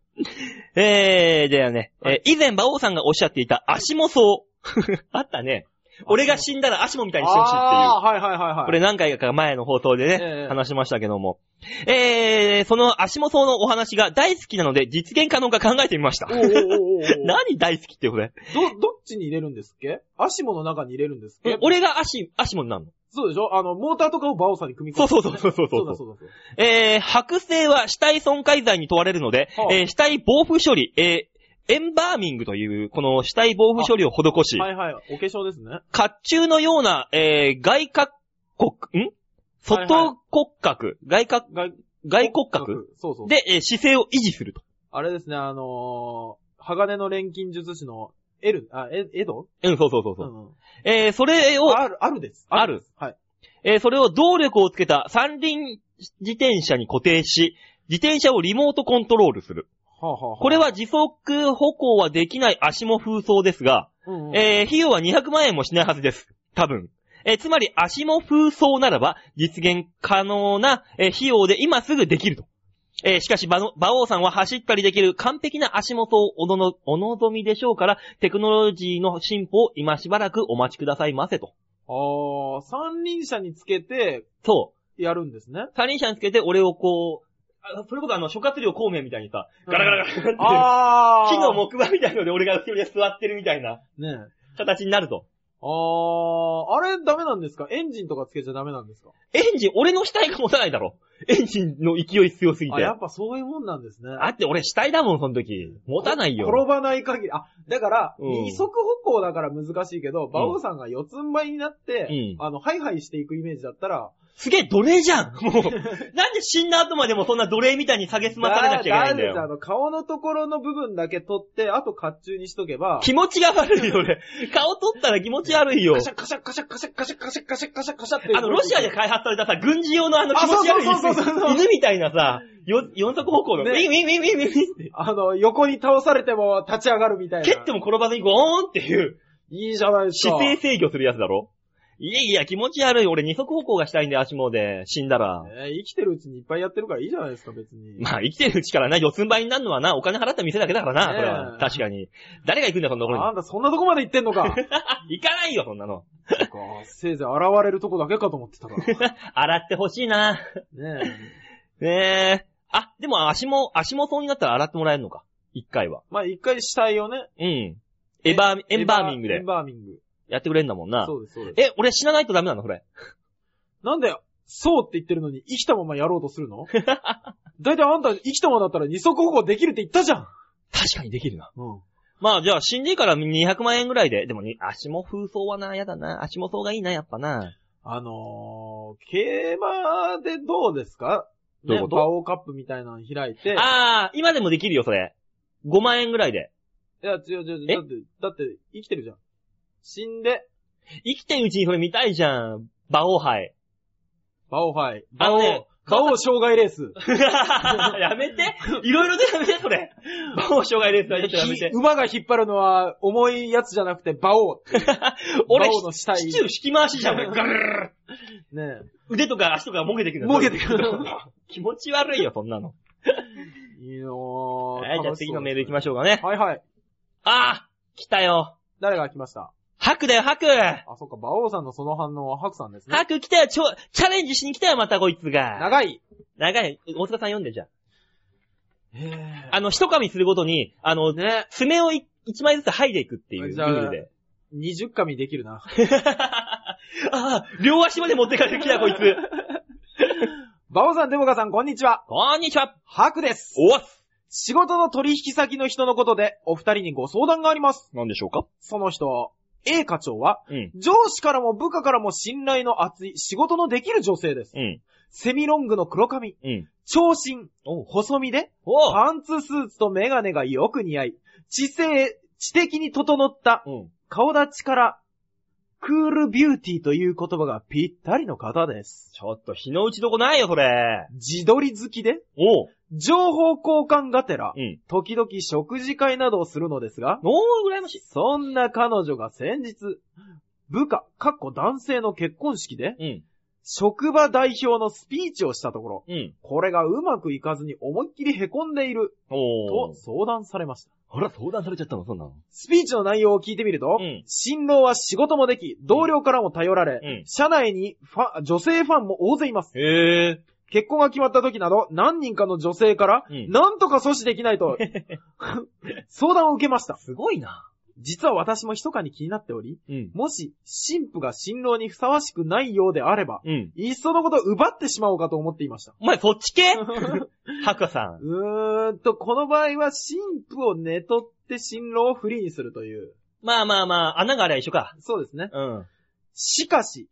Speaker 1: えー、だよね。えー以前、馬王さんがおっしゃっていた、足もそう。 あったね。俺が死んだら足もみたいにしてほしいっていう。
Speaker 2: あーはいはいはいはい。
Speaker 1: これ何回か前の放送でね、
Speaker 2: ええ
Speaker 1: 話しましたけども。えー、その足もそうのお話が大好きなので、実現可能か考えてみました
Speaker 2: お。うおうおうおう
Speaker 1: 何大好きってこれ。
Speaker 2: ど、どっちに入れるんですっけ足もの中に入れるんですっけ
Speaker 1: 俺が足、足もになるの。
Speaker 2: そうでしょあの、モーターとかをバオさんに組み込む。
Speaker 1: そうそうそうそうそう
Speaker 2: そうだそうだそう
Speaker 1: えー、白星は死体損壊罪に問われるので、
Speaker 2: はあ
Speaker 1: えー死体防腐処理、えーエンバーミングという、この死体防腐処理を施し
Speaker 2: だ。、はいはい。お化粧ですね。
Speaker 1: 甲冑のような、えー外角国、ん
Speaker 2: はいは
Speaker 1: 外骨格、外角、
Speaker 2: 外
Speaker 1: 外骨格
Speaker 2: そうそう。
Speaker 1: で、えー姿勢を維持すると。
Speaker 2: あれですね、あのー、鋼の錬金術師の、エル、あ、エエド
Speaker 1: うん、そうそうそう
Speaker 2: う
Speaker 1: そう。
Speaker 2: んうん。
Speaker 1: えーそれを、
Speaker 2: ある、あるです。です。はい。
Speaker 1: えーそれを動力をつけた三輪自転車に固定し、自転車をリモートコントロールする。
Speaker 2: はあ、はあはあ、
Speaker 1: これは時速歩行はできない足も風走ですが、
Speaker 2: うんうん
Speaker 1: えー、費用は200万円もしないはずです。多分。えーつまり足も風葬ならば実現可能な、えー費用で今すぐできると。えーしかし、馬の馬王さんは走ったりできる完璧な足元をおののお望みでしょうから、テクノロジーの進歩を今しばらくお待ちくださいませと。
Speaker 2: あー、三輪車につけて
Speaker 1: そう。
Speaker 2: やるんですね。
Speaker 1: 三輪車につけて俺をこう、あそれこそあの、諸葛亮孔明みたいにさ、ガラガラガラガラって、
Speaker 2: あー。
Speaker 1: 木の木馬みたいので俺が後ろで座ってるみたいな
Speaker 2: ねえ。
Speaker 1: 形になると。
Speaker 2: あー、あれダメなんですかエンジンとかつけちゃダメなんですか
Speaker 1: エンジン、俺の死体が持たないだろ。エンジンの勢い強すぎ
Speaker 2: あ、
Speaker 1: て
Speaker 2: や。っぱそういうもんなんですね。
Speaker 1: あって俺死体だもん、その時。持たないよ。
Speaker 2: 転ばない限り、あ、だから、
Speaker 1: うん
Speaker 2: 二足歩行だから難しいけど、馬王さんが四つん這いになって、
Speaker 1: うん
Speaker 2: あの、ハイハイしていくイメージだったら、
Speaker 1: すげえ奴隷じゃん もう、なんで死んだ後までもそんな奴隷みたいに下げすまされなきゃいけないんだ
Speaker 2: だだってあ
Speaker 1: よ。
Speaker 2: の、顔のところの部分だけ取って、あと甲冑にしとけば、
Speaker 1: 気持ちが悪いよ、俺。顔取ったら気持ち悪いよ
Speaker 2: カ。シャカシャカシャカシャカシャカシャカシャカシャカシャって。
Speaker 1: あの、ロシアで開発されたさ、軍事用のあの気持ち悪い
Speaker 2: あそうそうそうそう
Speaker 1: 犬犬みたいなさ、よ四足歩行の、ウィ
Speaker 2: ね
Speaker 1: ンウィンウィンウィンウィンって、
Speaker 2: あの、横に倒されても立ち上がるみたいな。
Speaker 1: 蹴っても転ばずにゴーンっていう
Speaker 2: いいじゃないですか。
Speaker 1: 姿勢制御するやつだろいやいや、気持ち悪い。俺二足歩行がしたいんで、足もで、死んだら。
Speaker 2: えー生きてるうちにいっぱいやってるからいいじゃないですか、別に。
Speaker 1: まあ、生きてるうちからな、四つん這いになるのはな、お金払った店だけだからな、
Speaker 2: ね
Speaker 1: こ
Speaker 2: え
Speaker 1: れは。確かに。誰が行くんだよ、そんなとこ
Speaker 2: あ
Speaker 1: ろ
Speaker 2: んたそんなとこまで行ってんの か。
Speaker 1: に。行かないよ、そんなの。
Speaker 2: そっかせいぜい現れるとこだけかと思ってたから。
Speaker 1: 洗ってほしいな。
Speaker 2: ねえ。
Speaker 1: ねえ。あ、でも足も、足もそうになったら洗ってもらえるのか。一回は。
Speaker 2: まあ一回死体をね。
Speaker 1: うん。エバー、エンバーミング
Speaker 2: エ
Speaker 1: で
Speaker 2: ンバーミング。
Speaker 1: やってくれるんだもんな。
Speaker 2: そうです、そうです。
Speaker 1: え、俺死なないとダメなのこれ。
Speaker 2: なんで、そうって言ってるのに生きたままやろうとする のだいたいあんた生きたままだったら二足歩行できるって言ったじゃん。
Speaker 1: 確かにできるな。
Speaker 2: うん。
Speaker 1: まあじゃあ死んでから200万円ぐらいで。でもに足も風葬はな、やだな。足もそうがいいな、やっぱな。
Speaker 2: あのー、競馬でどうですか
Speaker 1: どういうこと
Speaker 2: ね、馬王カップみたいなの開いて。
Speaker 1: あー、今でもできるよ、それ。5万円ぐらいで。
Speaker 2: いや、違う違う違
Speaker 1: え
Speaker 2: う。だって、だって生きてるじゃん。死んで、
Speaker 1: 生きてるうちにそれ見たいじゃん。馬王杯。
Speaker 2: 馬王杯。
Speaker 1: あの
Speaker 2: 馬王、
Speaker 1: ね
Speaker 2: 馬王障害レース。
Speaker 1: やめていろいろでやめて、それ。馬王障害レースはちょっと やめて
Speaker 2: ひ。馬が引っ張るのは重いやつじゃなくて馬王。
Speaker 1: 俺、
Speaker 2: 馬王の死体
Speaker 1: シチュー引き回しじゃん、俺。ガルルルル
Speaker 2: ね
Speaker 1: 腕とか足とかもげてくる。
Speaker 2: もげてくる。
Speaker 1: 気持ち悪いよ、そんなの。
Speaker 2: え。いいの
Speaker 1: はい、じゃあ次のメール行き
Speaker 2: ま
Speaker 1: ましょうかね。
Speaker 2: はいはい。
Speaker 1: あー来たよ。
Speaker 2: 誰が来ました
Speaker 1: ハクだよ、ハク
Speaker 2: あ、そっか、馬王さんのその反応はハクさんですね。
Speaker 1: ハク来たよ、ちょ、チャレンジしに来たよ、またこいつが。
Speaker 2: 長い。
Speaker 1: 長い、大塚さん読んで、じゃ
Speaker 2: へ
Speaker 1: あ。あの、一噛みするごとに、あの、
Speaker 2: ね。
Speaker 1: 爪をい一枚ずつ剥いでいくっていうル
Speaker 2: じゃあ
Speaker 1: ールで。
Speaker 2: 20紙できるな。
Speaker 1: ああ、両足まで持ってかれてきた、 こいつ。
Speaker 2: 馬王さん、デモカさん、こんにちは。
Speaker 1: こんにちは。
Speaker 2: ハクです。
Speaker 1: おっす。
Speaker 2: 仕事の取引先の人のことで、お二人にご相談があります。
Speaker 1: なんでしょうか
Speaker 2: その人、A 課長は、
Speaker 1: うん。
Speaker 2: 上司からも部下からも信頼の厚い仕事のできる女性です。
Speaker 1: うん。
Speaker 2: セミロングの黒髪、
Speaker 1: うん。
Speaker 2: 長身、
Speaker 1: おう
Speaker 2: 細身で、
Speaker 1: おう
Speaker 2: パンツスーツとメガネがよく似合い、知性、知的に整った
Speaker 1: うん。
Speaker 2: 顔立ちから、クールビューティーという言葉がぴったりの方です。
Speaker 1: ちょっと、日の打ちどこないよ、それ。
Speaker 2: 自撮り好きで、
Speaker 1: おう。
Speaker 2: 情報交換がてら
Speaker 1: う、ん。
Speaker 2: 時々食事会などをするのですが、
Speaker 1: おう、羨ましい。
Speaker 2: そんな彼女が先日、部下、かっこ男性の結婚式で、
Speaker 1: うん。
Speaker 2: 職場代表のスピーチをしたところ、
Speaker 1: うん。
Speaker 2: これがうまくいかずに思いっきり凹んでいる
Speaker 1: お
Speaker 2: と
Speaker 1: う。
Speaker 2: 相談されました。
Speaker 1: ほら、相談されちゃったの、そんなの。
Speaker 2: スピーチの内容を聞いてみると、
Speaker 1: うん
Speaker 2: 新郎は仕事もでき、同僚からも頼られ、
Speaker 1: うん
Speaker 2: 社内にファン女性ファンも大勢います。
Speaker 1: へえ。
Speaker 2: 結婚が決まった時など、何人かの女性から、
Speaker 1: うん
Speaker 2: なんとか阻止できない と、相談を受けました。
Speaker 1: すごいな。
Speaker 2: 実は私も密かに気になっており、
Speaker 1: うん。
Speaker 2: もし、新婦が新郎にふさわしくないようであれば、
Speaker 1: うん。
Speaker 2: いっそのこと奪ってしまおうかと思っていました。
Speaker 1: お前、そっち 系ハクさん。
Speaker 2: うーんと、この場合は、新婦を寝取って新郎をフリーにするという。
Speaker 1: まあまあまあ、穴があれば一緒か。
Speaker 2: そうですね。
Speaker 1: うん。
Speaker 2: しかし、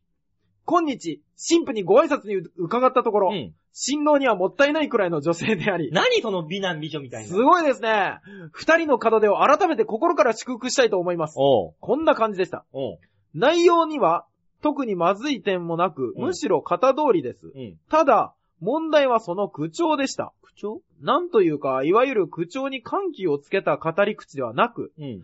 Speaker 2: 今日、新婦にご挨拶に伺ったところ、
Speaker 1: うん。
Speaker 2: 新郎にはもったいないくらいの女性であり、
Speaker 1: 何その美男美女みたい
Speaker 2: す
Speaker 1: な。
Speaker 2: ごいですね。二人の門出を改めて心から祝福したいと思います。
Speaker 1: おう。
Speaker 2: こんな感じでした。
Speaker 1: おう。
Speaker 2: 内容には、特にまずい点もなく、
Speaker 1: うん
Speaker 2: むしろ型通りです。
Speaker 1: うん。
Speaker 2: ただ、問題はその口調でした。口調なんというか、いわゆる口調に緩急をつけた語り口ではなく、
Speaker 1: うん。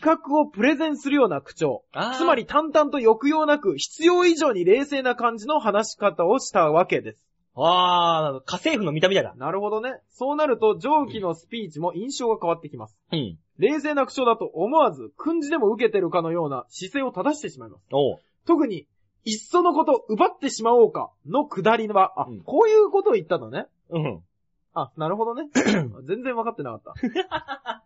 Speaker 2: 企画をプレゼンするような口調。
Speaker 1: あー
Speaker 2: つまり淡々と抑揚なく、必要以上に冷静な感じの話し方をしたわけです。
Speaker 1: あー、家政婦の見た目だな。
Speaker 2: なるほどね。そうなると、上記のスピーチも印象が変わってきます。
Speaker 1: うん。
Speaker 2: 冷静な口調だと思わず、訓示でも受けてるかのような姿勢を正してしまいます。
Speaker 1: おう。
Speaker 2: 特に、いっそのこと奪ってしまおうかの下りは、あ、
Speaker 1: うん
Speaker 2: こういうことを言ったのね。
Speaker 1: うん。
Speaker 2: あ、なるほ どね。全然分かってなか っ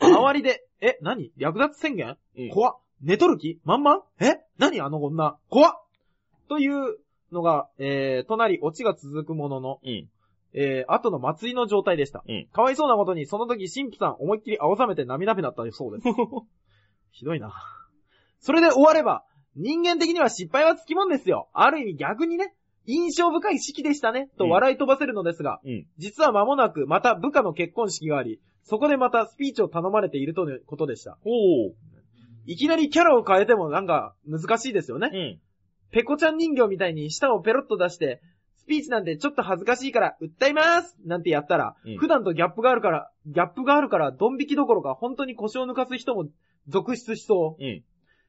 Speaker 2: た。周りで、え、何略奪宣言
Speaker 1: うん
Speaker 2: 怖っ。寝とる気まんまんえ何あの女怖っ。というのが、えー、隣、オチが続くものの、
Speaker 1: うん。
Speaker 2: えー、後の祭りの状態でした。
Speaker 1: うん
Speaker 2: かわいそうなことに、その時、神父さん思いっきり青ざめて涙目だったそう です。ひどいな。それで終われば、人間的には失敗はつきもんですよ。ある意味逆にね、印象深い式でしたね、と笑い飛ばせるのですが、
Speaker 1: うん。
Speaker 2: 実は間もなくまた部下の結婚式があり、そこでまたスピーチを頼まれているとのことでした。
Speaker 1: おう。
Speaker 2: いきなりキャラを変えてもなんか難しいですよね。
Speaker 1: うん。
Speaker 2: ペコちゃん人形みたいに舌をペロッと出して、スピーチなんてちょっと恥ずかしいから訴えますなんてやったら、
Speaker 1: うん
Speaker 2: 普段とギャップがあるから、ギャップがあるから、ドン引きどころか本当に腰を抜かす人も続出しそう。
Speaker 1: うん。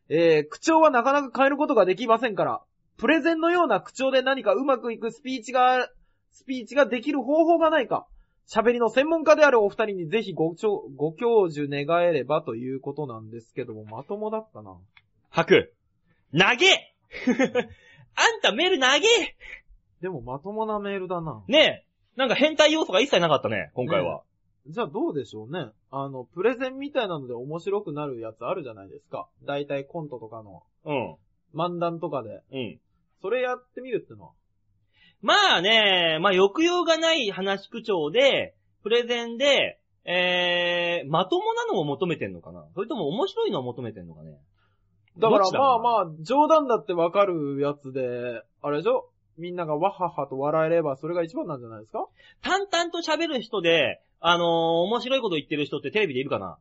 Speaker 2: えー、口調はなかなか変えることができませんから、プレゼンのような口調で何かうまくいくスピーチが、スピーチができる方法がないか、喋りの専門家であるお二人にぜひごちょご教授願えればということなんですけども、まともだったな。
Speaker 1: 吐く。投げ あんたメール投げ
Speaker 2: でもまともなメールだな。
Speaker 1: ねえ。なんか変態要素が一切なかったね、今回は。
Speaker 2: じゃあどうでしょうね。あの、プレゼンみたいなので面白くなるやつあるじゃないですか。だいたいコントとかの、
Speaker 1: うん。
Speaker 2: 漫談とかで。
Speaker 1: うん。
Speaker 2: それやってみるってのは。
Speaker 1: まあね、まあ抑揚がない話し口調で、プレゼンで、えー、まともなのを求めてんのかなそれとも面白いのを求めてんのかねど
Speaker 2: だから
Speaker 1: っちだ
Speaker 2: まあまあ、冗談だってわかるやつで、あれでしょみんながわははと笑えればそれが一番なんじゃないですか
Speaker 1: 淡々と喋る人で、あのー面白いこと言ってる人ってテレビでいるかな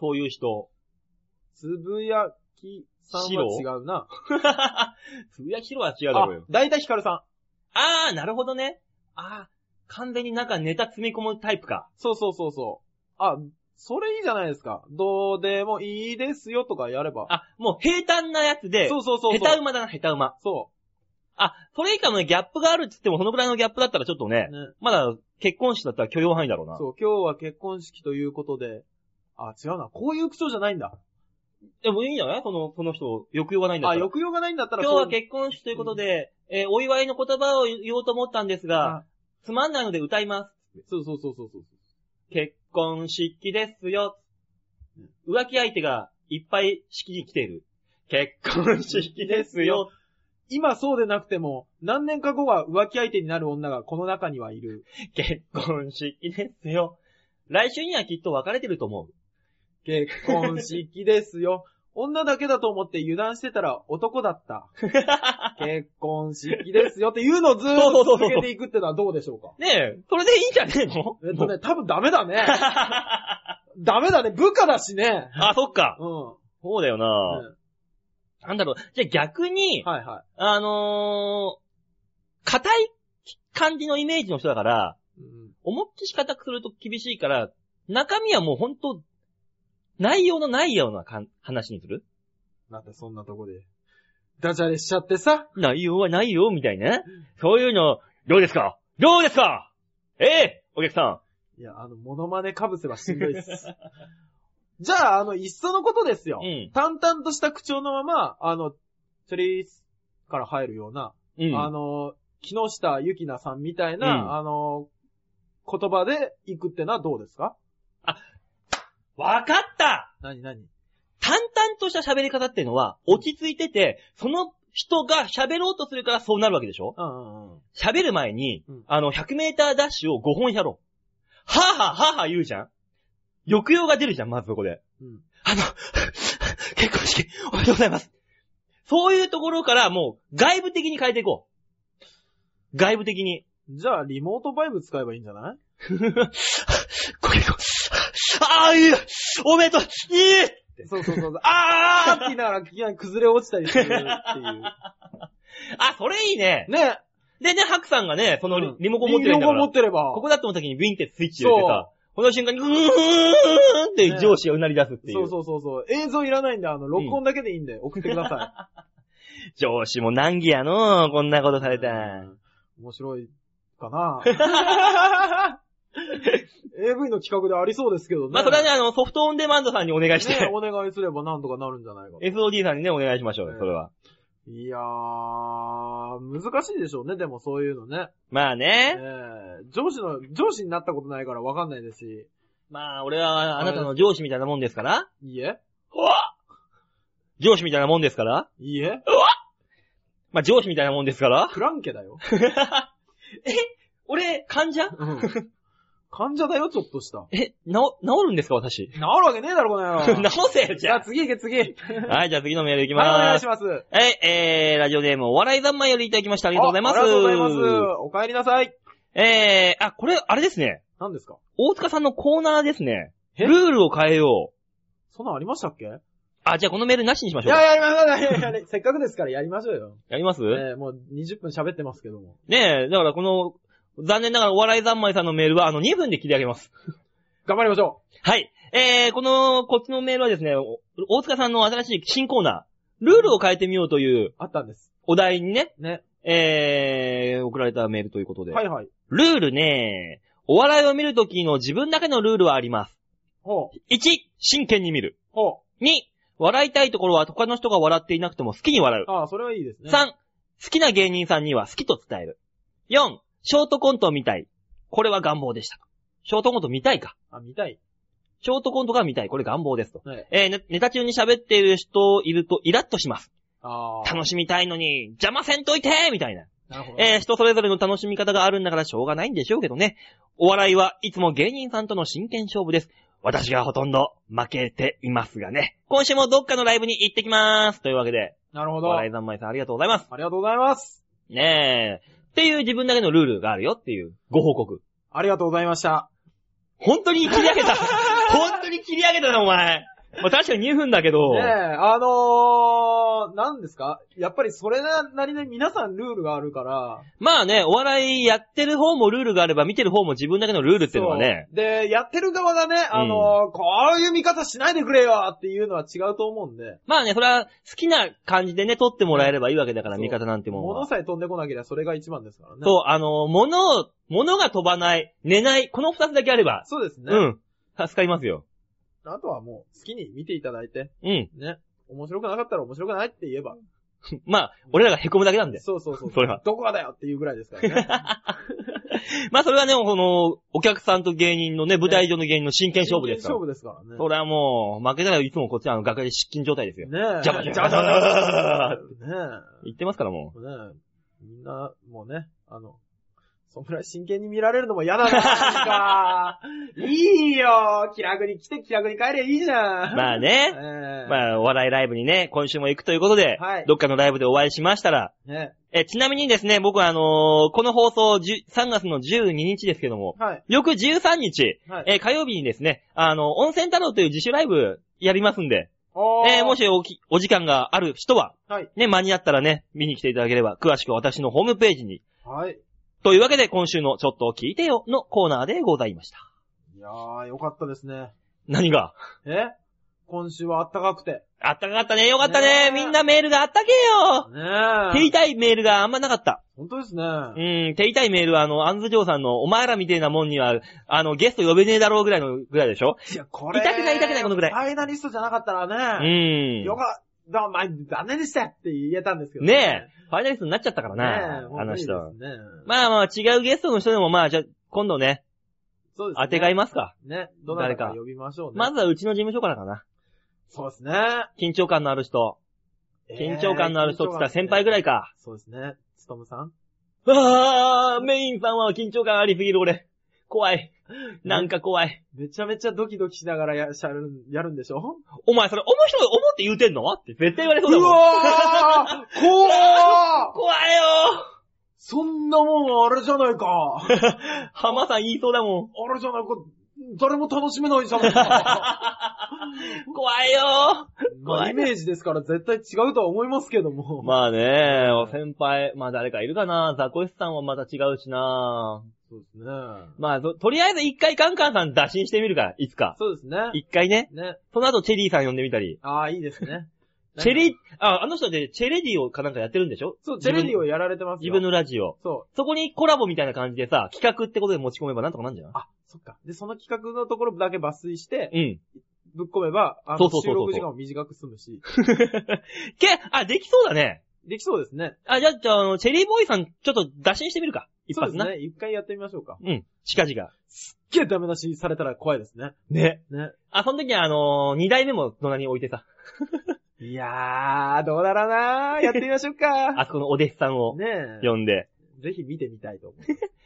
Speaker 1: そういう人。
Speaker 2: つぶやきさんは違うな。
Speaker 1: つぶやきしろは違うだ
Speaker 2: あ
Speaker 1: ろうよ。、
Speaker 2: だいたいひかるさん。
Speaker 1: あー、なるほどね。あー、完全になんかネタ詰め込むタイプか。
Speaker 2: そうそうそうそう。あ、それいいじゃないですか。どうでもいいですよとかやれば。
Speaker 1: あ、もう平坦なやつで、
Speaker 2: そうそうそうそう。
Speaker 1: 下手馬だな、下手馬。
Speaker 2: そ
Speaker 1: あ、それ以下のね、ギャップがあるって言っても、そのくらいのギャップだったらちょっとね
Speaker 2: う。、ね
Speaker 1: まだ結婚式だったら許容範囲だろうな。
Speaker 2: そう、今日は結婚式ということで、あ、違うな。こういう口調じゃないんだ。
Speaker 1: でもいいんじゃないその、その人、抑揚がないんだ
Speaker 2: あ、
Speaker 1: ったら。
Speaker 2: 抑揚がないんだったら
Speaker 1: 今日は
Speaker 2: そう
Speaker 1: 結婚式ということで、えーお祝いの言葉を言おうと思ったんですが、
Speaker 2: あ
Speaker 1: つまんないので歌います。
Speaker 2: そうそうそうそうそう。
Speaker 1: 結婚式ですよ。浮気相手がいっぱい式に来ている。結婚式ですよ。
Speaker 2: 今そうでなくても、何年か後は浮気相手になる女がこの中にはいる。
Speaker 1: 結婚式ですよ。来週にはきっと別れてると思う。
Speaker 2: 結婚式ですよ。女だけだと思って油断してたら男 だった。結婚式ですよっていうのをずーっと続けていくってのはどうでしょうか
Speaker 1: ねえ、それでいいんじゃねえの
Speaker 2: えっとね、多分ダメ だね。ダメだね。部下だしね。
Speaker 1: あ、そっか。
Speaker 2: うん。
Speaker 1: そうだよな、
Speaker 2: うん
Speaker 1: なんだろう。じゃあ逆に、
Speaker 2: はいは
Speaker 1: あのー、硬い感じのイメージの人だから、
Speaker 2: い。うん
Speaker 1: 思いっきし硬くすると厳しいから、中身はもうほんと、内容のないようなかん話にする
Speaker 2: なんでそんなとこで。ダジャレしちゃってさ。
Speaker 1: 内容はないよ、みたいな。そういうの、どうですかどうですかええお客さ
Speaker 2: いや、あの、モノマネかぶせばしんどいっす。 じゃあ、あの、いっそのことですよ。
Speaker 1: ん。うん。
Speaker 2: 淡々とした口調のまま、あの、チェリースから入るような、
Speaker 1: うん。
Speaker 2: あの、木下ゆきなさんみたいな、
Speaker 1: うん
Speaker 2: あの、言葉で行くってのはどうですか
Speaker 1: わかった
Speaker 2: 何何
Speaker 1: 淡々とした喋り方っていうのは、落ち着いてて、その人が喋ろうとするからそうなるわけでしょ
Speaker 2: うんうんうん。
Speaker 1: 喋る前に、
Speaker 2: うん
Speaker 1: あの、100メーターダッシュを5本やろう。はぁはぁはぁはぁ言うじゃん抑揚が出るじゃん、まずそこで。
Speaker 2: うん
Speaker 1: あの、 結婚式、おめでとうございます。そういうところからもう、外部的に変えていこう。外部的に。
Speaker 2: じゃあ、リモートバイブ使えばいいんじゃない
Speaker 1: ご結婚、ああ、いいおめでとういい
Speaker 2: そうそうそうそう。 あーって言いながら、いきなり崩れ落ちたりするっ ていう。
Speaker 1: あ、それいいね。
Speaker 2: ね。
Speaker 1: でね、ハクさんがね、そのリ,、
Speaker 2: うん
Speaker 1: リモコン持ってるんだ
Speaker 2: リモ
Speaker 1: か
Speaker 2: コン持
Speaker 1: ら
Speaker 2: っ、てれば。
Speaker 1: ここだって思った時にビンってスイッチ入れてさ、この瞬間に、うーんって上司がうなり出すっていう。
Speaker 2: そうそうそうそう。映像いらないんで、あの、録音だけでいいんで、送ってくださ
Speaker 1: 上司も難儀やのうこんなことされたら。
Speaker 2: い。面白いかな AV の企画でありそうですけどね。
Speaker 1: まあ、それはね、あの、ソフトオンデマンドさんにお願いして、
Speaker 2: ねお願いすればなんとかなるんじゃないかと。
Speaker 1: SOD さんにね、お願いしましょうよ
Speaker 2: う、ん
Speaker 1: それは。
Speaker 2: いやー、難しいでしょうね、でもそういうのね。
Speaker 1: まあ
Speaker 2: え
Speaker 1: ね。
Speaker 2: ー、上司の、上司になったことないからわかんないですし、
Speaker 1: まあ、俺は、あなたの上司みたいなもんですから。
Speaker 2: いいえ
Speaker 1: 上司みたいなもんですから。
Speaker 2: いいえ
Speaker 1: まあ、上司みたいなもんですから。
Speaker 2: クランケだよ。
Speaker 1: 俺、患者
Speaker 2: うん 患者だよ、ちょっとした。
Speaker 1: え、治、治るんですか、私。
Speaker 2: 治るわけねえだろ、この野郎。
Speaker 1: 治せよ、じ
Speaker 2: じ
Speaker 1: ゃ
Speaker 2: ゃあ次行け、次。はい、
Speaker 1: あ。はい、じゃあ次のメールいき
Speaker 2: お
Speaker 1: ま
Speaker 2: 願い
Speaker 1: ー
Speaker 2: し
Speaker 1: す。
Speaker 2: ます。あ
Speaker 1: はい、えー、ラジオネーム、お笑い三昧よりいただきました。あり
Speaker 2: り
Speaker 1: がとうございます。
Speaker 2: ありがとうございます。お帰りなさい。
Speaker 1: えー、あ、これ、あれですね。
Speaker 2: 何ですか
Speaker 1: 大塚さんのコーナーですね。
Speaker 2: え
Speaker 1: ルールを変えよう。
Speaker 2: そんなんありましたっけいや、
Speaker 1: あ、じゃあこのメールなしにしましょう。
Speaker 2: やりましょういやいやいや。せっかくですからやりましょうよ。
Speaker 1: やります
Speaker 2: えー、もう20分喋ってますけども。
Speaker 1: ねえ、だからこの、残念ながらお笑い三昧さんのメールは、あの、2分で切り上げます。
Speaker 2: 頑張りましょ
Speaker 1: はい。えー、この、こっちのメールはですね、お大塚さんの新しい新コーナー、ルールを変えてみようという
Speaker 2: う。あったんです。
Speaker 1: お題にね、
Speaker 2: ね。
Speaker 1: えー、送られたメールということで。
Speaker 2: はいはい。
Speaker 1: ルールねお笑いを見るときの自分だけのルールはあります。
Speaker 2: ほう。
Speaker 1: 1、真剣に見る。
Speaker 2: ほ
Speaker 1: 2、笑いたいところは他の人が笑っていなくても好きに笑う
Speaker 2: う。。ああ、それはいいですね。
Speaker 1: 3、好きな芸人さんには好きと伝える。4、ショートコントを見たい。これは願望でした。ショートコント見たいか。
Speaker 2: あ、見たい。
Speaker 1: ショートコントが見たい。これ願望ですと。
Speaker 2: はい。
Speaker 1: えーねネタ中に喋っている人いるとイラッとします。
Speaker 2: ああ。
Speaker 1: 楽しみたいのに、邪魔せんといてみたいな。
Speaker 2: なるほど。
Speaker 1: えー人それぞれの楽しみ方があるんだからしょうがないんでしょうけどね。お笑いはいつも芸人さんとの真剣勝負です。私がほとんど負けていますがね。今週もどっかのライブに行ってきます。というわけで、
Speaker 2: なるほ
Speaker 1: お
Speaker 2: ど。あ
Speaker 1: 笑
Speaker 2: り
Speaker 1: い三昧さんありがとうございます。
Speaker 2: がとうございます。
Speaker 1: ねえ。っていう自分だけのルールがあるよっていうご報告。
Speaker 2: ありがとうございました。
Speaker 1: 本当に切り上げ た。本当に切り上げたな、お前。まあ、確かに2分だけど。
Speaker 2: ねえ、あのー、何ですかやっぱりそれなりに皆さんルールがあるから。
Speaker 1: まあね、お笑いやってる方もルールがあれば、見てる方も自分だけのルールっていうのはね。
Speaker 2: そうで、やってる側がね、あのーこういう見方しないでくれよっていうのは違うと思うんで。
Speaker 1: まあね、それは好きな感じでね、撮ってもらえればいいわけだから、
Speaker 2: そう
Speaker 1: 見方なんてもんは
Speaker 2: 物さえ飛んでこなければそれが一番ですからね。
Speaker 1: そう、あの、物を、物が飛ばない、寝ない、この二つだけあれば、
Speaker 2: そうですね。
Speaker 1: うん、助かりますよ。
Speaker 2: あとはもう好きに見ていただいて、
Speaker 1: うん。
Speaker 2: ね。面白くなかったら面白くないって言えば。
Speaker 1: まあ、俺らが凹むだけなんで。
Speaker 2: そうそうそう。
Speaker 1: それは
Speaker 2: どこがだよっていうぐらいですからね。
Speaker 1: まあ、それはね、この、お客さんと芸人のね、舞台上の芸人の真 剣勝負ですから
Speaker 2: 真剣勝。負ですからね。
Speaker 1: それはもう、負けたらいつもこっちはあの、楽屋で失禁状態ですよ。
Speaker 2: ねえ。
Speaker 1: ジャバジャバ
Speaker 2: ジャバジャバ
Speaker 1: 言ってますからもう。
Speaker 2: ねえ。ねえ。みんな、もうね、あの、そんぐらい真剣に見られるのも嫌だな、なんか。 いいよ気楽に来て気楽に帰れいいじゃん。
Speaker 1: まあね。
Speaker 2: ええ
Speaker 1: まあ、お笑いライブにね、今週も行くということで、
Speaker 2: はい
Speaker 1: どっかのライブでお会いしましたら、
Speaker 2: ね
Speaker 1: え、ちなみにですね、僕はあのーこの放送10 3月の12日ですけども、
Speaker 2: はい。
Speaker 1: 翌13日、
Speaker 2: はい
Speaker 1: え、火曜日にですね、あの、温泉太郎という自主ライブやりますんで、
Speaker 2: おー
Speaker 1: えーもしおきお時間がある人は、
Speaker 2: はい。
Speaker 1: ね、間に合ったらね、見に来ていただければ、詳しくは私のホームページに。
Speaker 2: はい。
Speaker 1: というわけで、今週のちょっと聞いてよのコーナーでございました。
Speaker 2: いやー、よかったですね。
Speaker 1: 何が
Speaker 2: え今週はあったかくて。
Speaker 1: あったかかったね、よかった
Speaker 2: ね
Speaker 1: ね
Speaker 2: え、
Speaker 1: みんなメールがあったけよ
Speaker 2: ね
Speaker 1: って言い
Speaker 2: え。
Speaker 1: たいメールがあんまなかった。
Speaker 2: 本当ですね。
Speaker 1: うん、手痛いメールは、あの、アンズジョーさんの、お前らみてえなもんには、あの、ゲスト呼べねえだろうぐらいの、ぐらいでしょ
Speaker 2: いや、これ。
Speaker 1: 痛くない痛くないこのぐらい
Speaker 2: ファイナリストじゃなかった
Speaker 1: う
Speaker 2: らね。
Speaker 1: ん。
Speaker 2: よかった。まあ、残念でしたって言えたんですけど
Speaker 1: ねえ、ファイナリストになっちゃったから
Speaker 2: ね
Speaker 1: な、
Speaker 2: え
Speaker 1: あの人。
Speaker 2: 本当にですね
Speaker 1: まあまあ、違うゲストの人でも、まあ、じゃあ、今度ね、
Speaker 2: そうですね。
Speaker 1: 当てがいますか。
Speaker 2: ね。どなた
Speaker 1: 誰
Speaker 2: か
Speaker 1: か
Speaker 2: 呼びましょうね。
Speaker 1: まずはうちの事務所からかな。
Speaker 2: そうですね。
Speaker 1: 緊張感のある人。緊張感のある人って言ったら先輩ぐ
Speaker 2: い。
Speaker 1: らいか。
Speaker 2: そうですね。つとむさん。
Speaker 1: あー、メインさんは緊張感ありすぎる俺。怖い。なんか怖い。
Speaker 2: めちゃめちゃドキドキしながらやしゃるん、やるんでしょ
Speaker 1: お前それ、面白い、思って言うてんのって絶対言われそうだ
Speaker 2: う
Speaker 1: もん。
Speaker 2: わー怖ー
Speaker 1: 怖いよ
Speaker 2: そんなもんあれじゃないか。あれ
Speaker 1: ー浜さん言いそうだもん。
Speaker 2: じゃないか。誰も楽しめないじゃないか。
Speaker 1: 怖いよ
Speaker 2: まあイメージですから絶対違うとは思いますけども。
Speaker 1: まあね、先輩、まあ誰かいるかなザコシさんはまた違うしな
Speaker 2: そうですね。
Speaker 1: まあ、ととりあえず一回カンカンさん打診してみるから、いつか。
Speaker 2: そうですね。
Speaker 1: 一回ね。
Speaker 2: ね。
Speaker 1: その後チェリーさん呼んでみたり。
Speaker 2: ああ、い いですね。
Speaker 1: チェリー、あ、あの人でチェレディをかなんかやってるんでしょ
Speaker 2: そう、チェレディ
Speaker 1: を。
Speaker 2: をやられてます
Speaker 1: 自
Speaker 2: よ。
Speaker 1: 分のラジオ。
Speaker 2: そう。
Speaker 1: そこにコラボみたいな感じでさ、企画ってことで持ち込めばなんとかなんじゃな
Speaker 2: あ、そっか。で、その企画のところだけ抜粋して、
Speaker 1: い
Speaker 2: ぶっ込めば、あ
Speaker 1: そう
Speaker 2: の、
Speaker 1: そうそう
Speaker 2: 収
Speaker 1: そう
Speaker 2: 録時間を短く済むし、
Speaker 1: うん。け、あ、できそうだね。
Speaker 2: できそうですね。
Speaker 1: あ、じゃあ、じゃあ、あの、チェリーボーイさん、ちょっと打診してみるか。一
Speaker 2: そう
Speaker 1: 発
Speaker 2: です
Speaker 1: な。
Speaker 2: ね。一回やってみましょうか。
Speaker 1: うん。近々。
Speaker 2: いや、ダメ出しされたら怖いですね。
Speaker 1: ね。
Speaker 2: ね。
Speaker 1: あ、その時にあのー二代目も隣に置いてさ、
Speaker 2: いやー、どうだろうな ー。やってみましょうか。
Speaker 1: あそこのお弟子さんを
Speaker 2: ね
Speaker 1: 呼んで。
Speaker 2: え。ぜひ見てみたいと思う。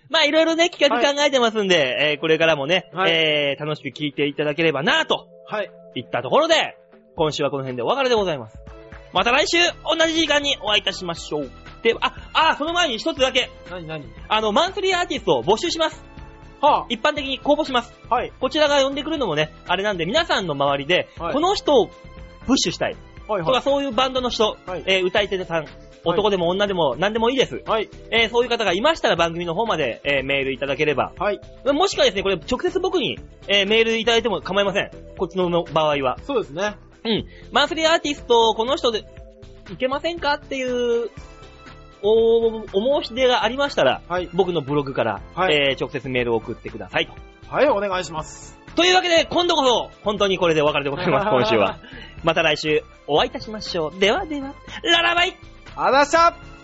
Speaker 1: まあ、いろいろね、企画考えてますんで、えーこれからもね、
Speaker 2: はい
Speaker 1: えー楽しく聞いていただければなぁと、
Speaker 2: はい。
Speaker 1: いったところで、今週はこの辺でお別れでございます。また来週、同じ時間にお会いいたしましょう。で、あ、あ、その前に一つだけ、
Speaker 2: なになに
Speaker 1: あの、マンスリーアーティストを募集します。
Speaker 2: は
Speaker 1: 一般的に公募します。
Speaker 2: あ、はい。
Speaker 1: こちらが呼んでくるのもね、あれなんで、皆さんの周りで、
Speaker 2: はい
Speaker 1: この人をプッシュしたい。
Speaker 2: はい
Speaker 1: と
Speaker 2: は
Speaker 1: か、そういうバンドの人、
Speaker 2: はい
Speaker 1: えー歌い手さん、男でも女でも何でもいいです。
Speaker 2: い。はい。
Speaker 1: えーそういう方がいましたら番組の方まで、えーメールいただければ。
Speaker 2: はい。
Speaker 1: もしくはですね、これ直接僕に、えーメールいただいても構いません。こっちの場合は。
Speaker 2: そうですね。
Speaker 1: うん。マンスリーアーティスト、この人で、いけませんかっていう、お、お申し出がありましたら、
Speaker 2: はい。
Speaker 1: 僕のブログから、
Speaker 2: はい
Speaker 1: えー直接メールを送ってくださいと。
Speaker 2: はい、お願いします。
Speaker 1: というわけで、今度こそ、本当にこれでお別れでございます、今 週は。。また来週、お会いいたしましょう。ではでは、ララバイ
Speaker 2: あざした